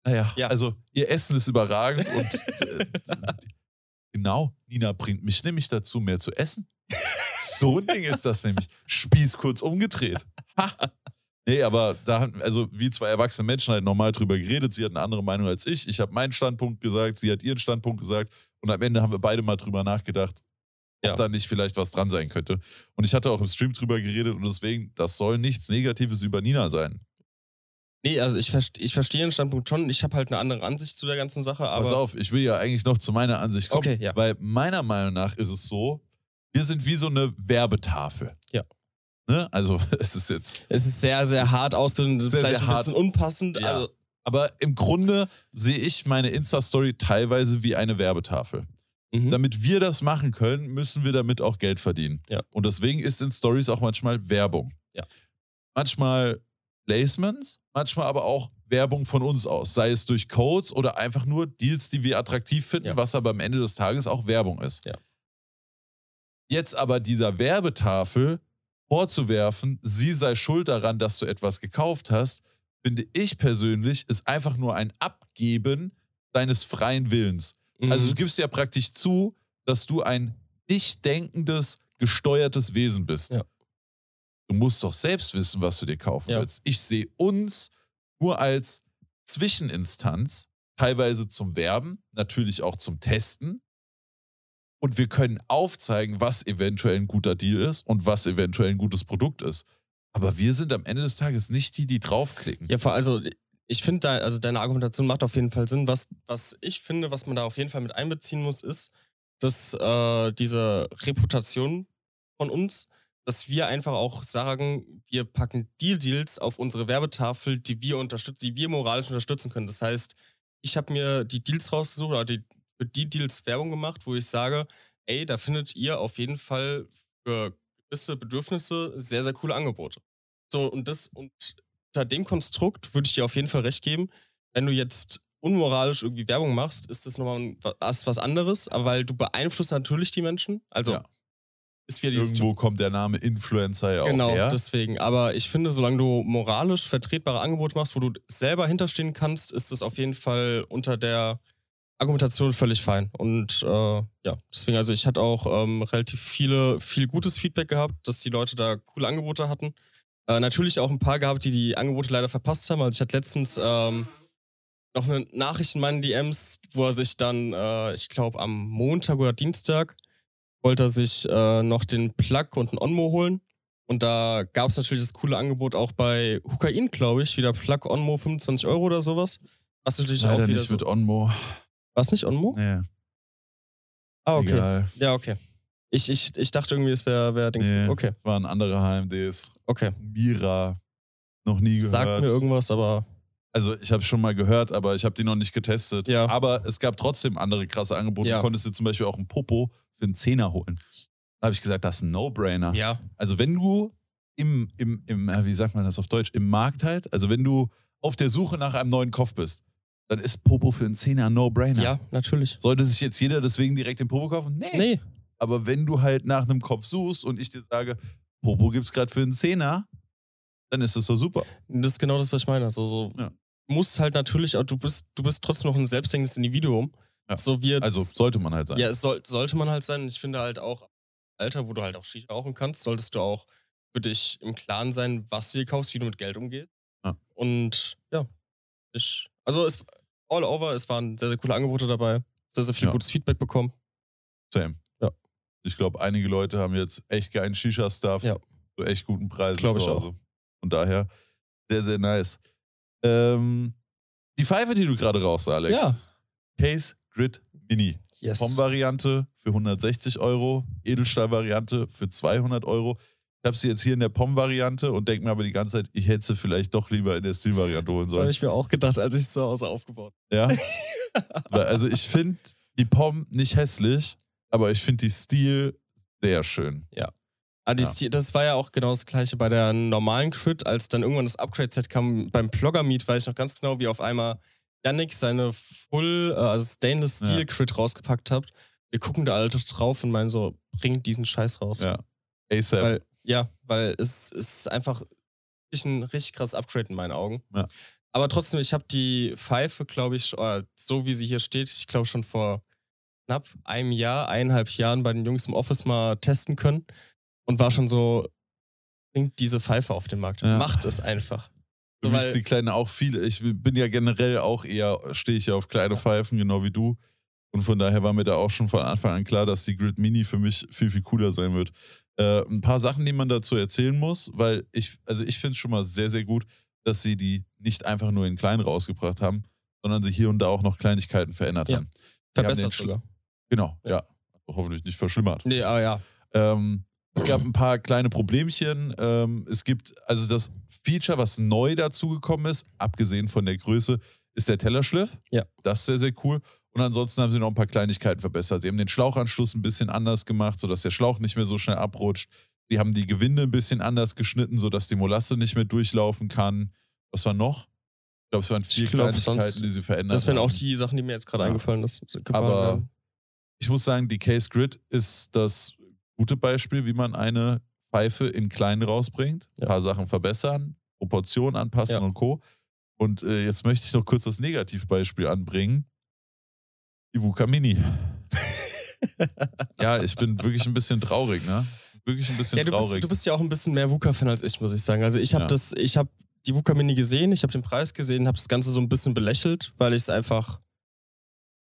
B: naja,
A: Ja.
B: also ihr Essen ist überragend und äh, genau, Nina bringt mich nämlich dazu, mehr zu essen. So ein Ding ist das nämlich. Spieß kurz umgedreht. Ha. Nee, aber da haben, also wie zwei erwachsene Menschen halt normal drüber geredet. Sie hat eine andere Meinung als ich. Ich habe meinen Standpunkt gesagt, sie hat ihren Standpunkt gesagt. Und am Ende haben wir beide mal drüber nachgedacht, ob
A: Ja.
B: da nicht vielleicht was dran sein könnte. Und ich hatte auch im Stream drüber geredet und deswegen, das soll nichts Negatives über Nina sein.
A: Nee, also ich, verst- ich verstehe den Standpunkt schon. Ich habe halt eine andere Ansicht zu der ganzen Sache, aber.
B: Pass auf, ich will ja eigentlich noch zu meiner Ansicht kommen,
A: Okay, ja.
B: weil meiner Meinung nach ist es so, wir sind wie so eine Werbetafel.
A: Ja.
B: Ne? Also es ist jetzt.
A: Es ist sehr, sehr hart ausgedrückt,
B: Sehr,
A: vielleicht
B: sehr
A: ein
B: hart.
A: bisschen unpassend.
B: Ja.
A: Also,
B: Aber im Grunde sehe ich meine Insta-Story teilweise wie eine Werbetafel.
A: mhm.
B: Damit wir das machen können, müssen wir damit auch Geld verdienen.
A: Ja.
B: Und deswegen ist in Stories auch manchmal Werbung.
A: Ja.
B: Manchmal Placements, manchmal aber auch Werbung von uns aus, sei es durch Codes oder einfach nur Deals, die wir attraktiv finden,
A: Ja.
B: was aber am Ende des Tages auch Werbung ist.
A: Ja.
B: Jetzt aber dieser Werbetafel vorzuwerfen, sie sei schuld daran, dass du etwas gekauft hast, finde ich persönlich, ist einfach nur ein Abgeben deines freien Willens.
A: Mhm.
B: Also du gibst ja praktisch zu, dass du ein dich denkendes, gesteuertes Wesen bist.
A: Ja.
B: Du musst doch selbst wissen, was du dir kaufen
A: Ja.
B: willst. Ich sehe uns nur als Zwischeninstanz, teilweise zum Werben, natürlich auch zum Testen. Und wir können aufzeigen, was eventuell ein guter Deal ist und was eventuell ein gutes Produkt ist. Aber wir sind am Ende des Tages nicht die, die draufklicken.
A: Ja, vor- also ich finde, da, also deine Argumentation macht auf jeden Fall Sinn. Was, was ich finde, was man da auf jeden Fall mit einbeziehen muss, ist, dass äh, diese Reputation von uns, dass wir einfach auch sagen, wir packen die Deals auf unsere Werbetafel, die wir unterstützen, die wir moralisch unterstützen können. Das heißt, ich habe mir die Deals rausgesucht oder die, für die Deals Werbung gemacht, wo ich sage, ey, da findet ihr auf jeden Fall für gewisse Bedürfnisse sehr, sehr coole Angebote. So, und das, und unter dem Konstrukt würde ich dir auf jeden Fall recht geben. Wenn du jetzt unmoralisch irgendwie Werbung machst, ist das nochmal ein- was was anderes, aber weil du beeinflusst natürlich die Menschen. Also
B: Ja.
A: ist wieder dieses
B: Irgendwo kommt der Name Influencer ja
A: Genau,
B: auch her.
A: deswegen. Aber ich finde, solange du moralisch vertretbare Angebote machst, wo du selber hinterstehen kannst, ist das auf jeden Fall unter der Argumentation völlig fein. Und äh, ja, deswegen, also ich hatte auch ähm, relativ viele, viel gutes Feedback gehabt, dass die Leute da coole Angebote hatten. Äh, natürlich auch ein paar gehabt, die die Angebote leider verpasst haben. Also ich hatte letztens ähm, noch eine Nachricht in meinen DMs, wo er sich dann, äh, ich glaube, am Montag oder Dienstag wollte er sich äh, noch den Plug und einen Onmo holen. Und da gab es natürlich das coole Angebot auch bei Hukain, glaube ich, wieder Plug Onmo 25 Euro oder sowas. Was natürlich auch
B: Leider
A: wieder
B: nicht
A: so.
B: mit Onmo.
A: Was nicht Onmo?
B: Nee.
A: ah, okay.
B: Egal.
A: Ja, okay. Ich, ich, ich dachte irgendwie, es wäre wär Dings.
B: Nee.
A: Okay,
B: Waren andere HMDs.
A: okay.
B: Mira. Noch nie gehört.
A: Sagt mir irgendwas, aber
B: also ich habe schon mal gehört, aber ich habe die noch nicht getestet.
A: Ja.
B: Aber es gab trotzdem andere krasse Angebote.
A: Ja.
B: Du konntest dir zum Beispiel auch einen Popo für einen Zehner holen. Da habe ich gesagt, das ist ein No-Brainer.
A: ja.
B: Also wenn du im, im, im, äh, wie sagt man das auf Deutsch, im Markt halt, also wenn du auf der Suche nach einem neuen Kopf bist, dann ist Popo für einen Zehner ein No-Brainer.
A: Ja, natürlich.
B: Sollte sich jetzt jeder deswegen direkt den Popo kaufen? Nee.
A: Nee,
B: Aber wenn du halt nach einem Kopf suchst und ich dir sage, Popo gibt's gerade für einen Zehner, dann ist das so super.
A: das ist genau das, was ich meine. Also so
B: Ja.
A: musst halt natürlich, auch du bist, du bist trotzdem noch ein selbstständiges Individuum.
B: Ja.
A: So wir
B: Also sollte man halt sein.
A: Ja, es soll, sollte man halt sein. Ich finde halt auch, Alter, wo du halt auch Shisha rauchen kannst, solltest du auch für dich im Klaren sein, was du dir kaufst, wie du mit Geld umgehst.
B: Ja.
A: Und ja, ich, also es, all over, es waren sehr, sehr coole Angebote dabei, sehr, sehr viel
B: Ja.
A: gutes Feedback bekommen.
B: Same.
A: Ja.
B: Ich glaube, einige Leute haben jetzt echt geilen Shisha-Stuff
A: Ja.
B: zu echt guten Preisen
A: Glaub ich
B: zu Hause. also Von daher sehr, sehr nice. Ähm, die Pfeife, die du gerade rauchst, Alex.
A: Ja,
B: Case Grid Mini.
A: yes.
B: POM-Variante für 160 Euro, Edelstahl-Variante für 200 Euro. Ich habe sie jetzt hier in der POM-Variante und denke mir aber die ganze Zeit, ich hätte sie vielleicht doch lieber in der Stil-Variante holen
A: Das habe
B: sollen.
A: ich mir auch gedacht, als ich es zu Hause aufgebaut
B: Ja. Weil, also ich finde die POM nicht hässlich, aber ich finde die Stil sehr schön.
A: Ja. Ah, die Stil- Das war ja auch genau das gleiche bei der normalen Crit, als dann irgendwann das Upgrade-Set kam. Beim Plogger-Meet weiß ich noch ganz genau, wie auf einmal Yannick seine Full, äh, also Stainless
B: Ja.
A: Steel Crit rausgepackt hat. Wir gucken da alle drauf und meinen so, bringt diesen Scheiß raus.
B: Ja. ASAP.
A: Weil, ja, weil es, es ist einfach wirklich ein richtig krasses Upgrade in meinen Augen.
B: Ja.
A: Aber trotzdem, ich habe die Pfeife, glaube ich, äh, so wie sie hier steht, ich glaube schon vor knapp einem Jahr, eineinhalb Jahren bei den Jungs im Office mal testen können und war schon so, bringt diese Pfeife auf den Markt.
B: Ja.
A: Macht es einfach.
B: Für
A: So,
B: mich
A: weil-
B: ist die Kleine auch viel. Ich bin ja generell auch eher, stehe ich ja auf kleine Pfeifen, genau wie du. Und von daher war mir da auch schon von Anfang an klar, dass die Grid Mini für mich viel, viel cooler sein wird. Äh, ein paar Sachen, die man dazu erzählen muss, weil ich, also ich finde es schon mal sehr, sehr gut, dass sie die nicht einfach nur in klein rausgebracht haben, sondern sie hier und da auch noch Kleinigkeiten verändert
A: Ja.
B: haben. Die haben den
A: Verbessert
B: Schlu-
A: sogar.
B: Genau,
A: Ja.
B: ja. Hoffentlich nicht verschlimmert.
A: Nee, aber ja.
B: Ähm, es gab ein paar kleine Problemchen. Ähm, es gibt, also das Feature, was neu dazugekommen ist, abgesehen von der Größe, ist der Tellerschliff.
A: Ja.
B: Das ist sehr, sehr cool. Und ansonsten haben sie noch ein paar Kleinigkeiten verbessert. Sie haben den Schlauchanschluss ein bisschen anders gemacht, sodass der Schlauch nicht mehr so schnell abrutscht. Sie haben die Gewinde ein bisschen anders geschnitten, sodass die Molasse nicht mehr durchlaufen kann. Was war noch? Ich glaube, es waren vier
A: Ich glaub,
B: Kleinigkeiten,
A: sonst-
B: die sie verändert
A: Das wären auch
B: haben.
A: die Sachen, die mir jetzt gerade
B: Ja.
A: eingefallen ist.
B: Aber-
A: werden.
B: ich muss sagen, die Case Grid ist das gute Beispiel, wie man eine Pfeife in klein rausbringt, ein
A: Ja.
B: paar Sachen verbessern, Proportionen anpassen
A: Ja.
B: und Co. Und äh, jetzt möchte ich noch kurz das Negativbeispiel anbringen. Die VUCA Mini. ja, ich bin wirklich ein bisschen traurig, ne? Wirklich ein bisschen
A: ja, du
B: traurig.
A: bist, du bist ja auch ein bisschen mehr VUCA-Fan als ich, muss ich sagen. Also ich habe
B: Ja.
A: das, ich habe die VUCA Mini gesehen, ich habe den Preis gesehen, habe das Ganze so ein bisschen belächelt, weil ich es einfach,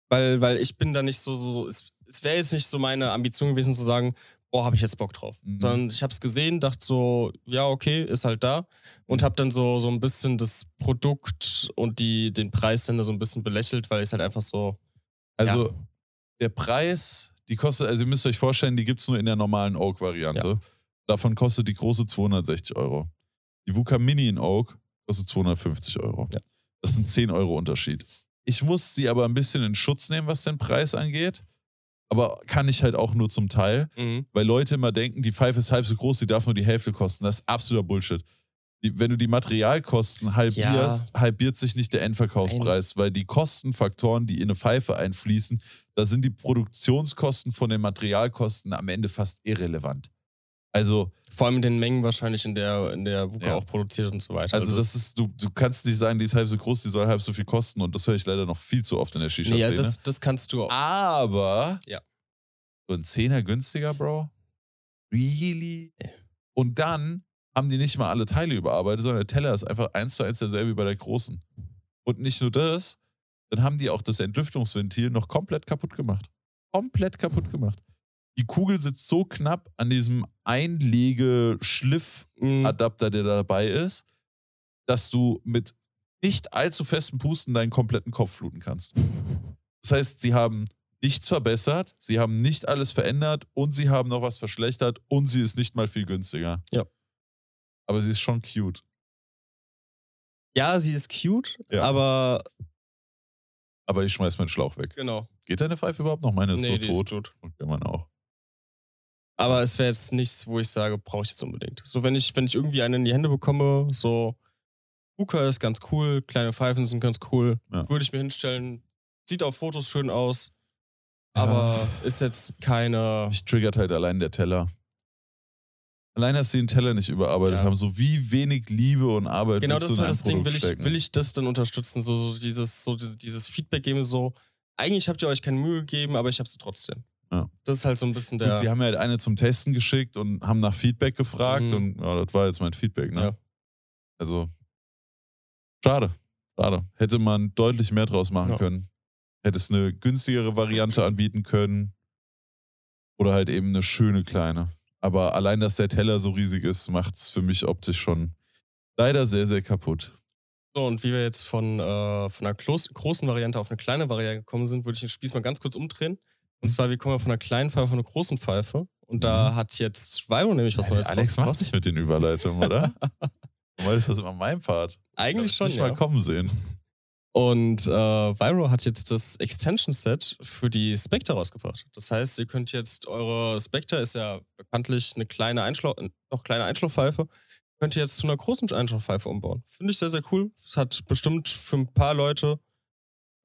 A: weil, weil ich bin da nicht so, so, so es, es wäre jetzt nicht so meine Ambition gewesen zu sagen, boah, habe ich jetzt Bock drauf.
B: Mhm.
A: Sondern ich habe es gesehen, dachte so, ja, okay, ist halt da.
B: Mhm.
A: Und habe dann so, so ein bisschen das Produkt und die, den Preis dann so ein bisschen belächelt, weil ich es halt einfach so,
B: Also der Preis, die kostet, also ihr müsst euch vorstellen, die gibt es nur in der normalen Oak-Variante. Davon kostet die große 260 Euro. Die VUCA Mini in Oak kostet 250 Euro.
A: Ja.
B: Das ist ein 10 Euro Unterschied. Ich muss sie aber ein bisschen in Schutz nehmen, was den Preis angeht. Aber kann ich halt auch nur zum Teil,
A: mhm.
B: weil Leute immer denken, die Pfeife ist halb so groß, die darf nur die Hälfte kosten. Das ist absoluter Bullshit. Die, wenn du die Materialkosten halbierst, halbiert sich nicht der Endverkaufspreis, weil die Kostenfaktoren, die in eine Pfeife einfließen, da sind die Produktionskosten von den Materialkosten am Ende fast irrelevant. Also,
A: vor allem in den Mengen wahrscheinlich, in der, in der VUCA
B: Ja.
A: auch produziert und so weiter.
B: also das ist, du, du kannst nicht sagen, die ist halb so groß, die soll halb so viel kosten und das höre ich leider noch viel zu oft in der
A: Nee, ja,
B: Shisha-Szene.
A: das, das kannst du auch.
B: Aber
A: Ja.
B: so ein Zehner günstiger, Bro? Really? Und dann haben die nicht mal alle Teile überarbeitet, sondern der Teller ist einfach eins zu eins derselbe wie bei der großen. Und nicht nur das, dann haben die auch das Entlüftungsventil noch komplett kaputt gemacht. Komplett kaputt gemacht. Die Kugel sitzt so knapp an diesem Einlege-Schliff
A: Mhm.
B: Adapter, der dabei ist, dass du mit nicht allzu festen Pusten deinen kompletten Kopf fluten kannst. Das heißt, sie haben nichts verbessert, sie haben nicht alles verändert und sie haben noch was verschlechtert und sie ist nicht mal viel günstiger.
A: Ja.
B: Aber sie ist schon cute.
A: Ja, sie ist cute,
B: Ja.
A: aber
B: Aber ich schmeiß meinen Schlauch weg.
A: genau.
B: Geht deine Pfeife überhaupt noch? Meine ist
A: Nee, die
B: so tot.
A: ist tot.
B: Und wenn man auch.
A: Aber es wäre jetzt nichts, wo ich sage, brauche ich jetzt unbedingt. So, wenn ich, wenn ich irgendwie eine in die Hände bekomme, so Uka ist ganz cool, kleine Pfeifen sind ganz cool,
B: Ja.
A: würde ich mir hinstellen. Sieht auf Fotos schön aus, aber ist jetzt keine.
B: Mich triggert halt allein der Teller. Allein, dass sie den Teller nicht überarbeitet
A: Ja.
B: haben, so wie wenig Liebe und Arbeit.
A: Genau,
B: willst
A: das
B: du in
A: ist halt
B: ein
A: das Ding.
B: Produkt
A: Will ich,
B: stecken.
A: will ich das dann unterstützen? So, so, dieses, so di- dieses Feedback geben, so, eigentlich habt ihr euch keine Mühe gegeben, aber ich hab sie trotzdem.
B: Ja.
A: Das ist halt so ein bisschen
B: Gut,
A: der.
B: sie haben mir halt eine zum Testen geschickt und haben nach Feedback gefragt
A: Mhm.
B: und ja, das war jetzt mein Feedback, ne?
A: Ja.
B: Also, schade, schade. Hätte man deutlich mehr draus machen
A: Ja.
B: können. Hätte es eine günstigere Variante anbieten können oder halt eben eine schöne kleine. Aber allein, dass der Teller so riesig ist, macht es für mich optisch schon leider sehr, sehr kaputt.
A: So, und wie wir jetzt von, äh, von einer Klos großen Variante auf eine kleine Variante gekommen sind, würde ich den Spieß mal ganz kurz umdrehen. Und zwar, wir kommen ja von einer kleinen Pfeife auf eine großen Pfeife. Und da hat jetzt Viro nämlich was Neues
B: Mhm. Alex macht
A: rausgebracht.
B: sich mit den Überleitungen, oder? Weil ist das immer mein Part. Ich
A: Eigentlich
B: hab
A: schon,
B: nicht
A: ja.
B: mal kommen sehen.
A: Und äh, Viro hat jetzt das Extension-Set für die Spectre rausgebracht. Das heißt, ihr könnt jetzt eure Spectre, ist ja bekanntlich eine kleine Einschlau noch kleine Einschlauchpfeife, könnt ihr jetzt zu einer großen Einschlauchpfeife umbauen. Finde ich sehr, sehr cool. Es hat bestimmt für ein paar Leute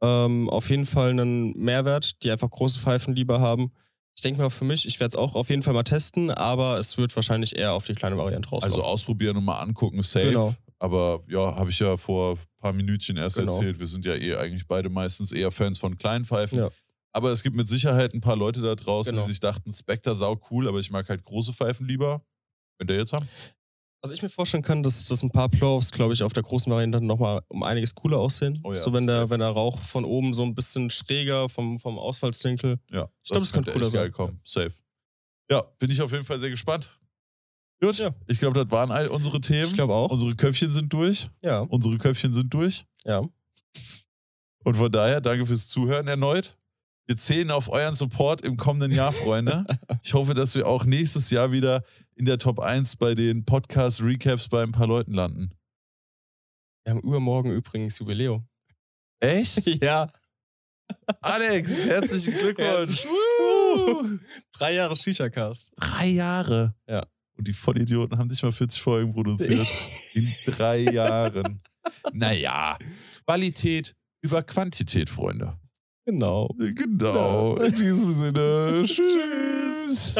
A: ähm, auf jeden Fall einen Mehrwert, die einfach große Pfeifen lieber haben. Ich denke mal, für mich, ich werde es auch auf jeden Fall mal testen, aber es wird wahrscheinlich eher auf die kleine Variante rauslaufen.
B: Also ausprobieren und mal angucken, safe.
A: Genau.
B: Aber ja, habe ich ja vor ein paar Minütchen erst
A: Genau.
B: erzählt. Wir sind ja eh eigentlich beide meistens eher Fans von kleinen Pfeifen.
A: Ja.
B: Aber es gibt mit Sicherheit ein paar Leute da draußen,
A: Genau.
B: die sich dachten, Spectre sau cool, aber ich mag halt große Pfeifen lieber. Könnt ihr jetzt haben?
A: Also ich mir vorstellen kann, dass, dass ein paar Playoffs, glaube ich, auf der großen Variante nochmal um einiges cooler aussehen.
B: Oh ja.
A: So wenn der, wenn der Rauch von oben so ein bisschen schräger vom, vom Ausfallswinkel.
B: Ja.
A: Ich glaub, das könnte cooler
B: echt
A: sein.
B: geil kommen. Safe. Ja, bin ich auf jeden Fall sehr gespannt. Gut,
A: Ja.
B: ich glaube, das waren all unsere
A: Ich
B: Themen.
A: glaube auch.
B: Unsere Köpfchen sind durch.
A: Ja,
B: Unsere Köpfchen sind durch.
A: ja.
B: Und von daher, danke fürs Zuhören erneut. Wir zählen auf euren Support im kommenden Jahr, Freunde. Ich hoffe, dass wir auch nächstes Jahr wieder in der Top 1 bei den Podcast-Recaps bei ein paar Leuten landen.
A: Wir haben übermorgen übrigens Jubiläum.
B: Echt?
A: Ja.
B: Alex, herzlichen Glückwunsch.
A: Drei Jahre Shisha-Cast.
B: Drei Jahre.
A: Ja.
B: Und die Vollidioten haben nicht mal 40 Folgen produziert. In drei Jahren. Naja, Qualität über Quantität, Freunde.
A: Genau.
B: Genau. In diesem Sinne. Tschüss.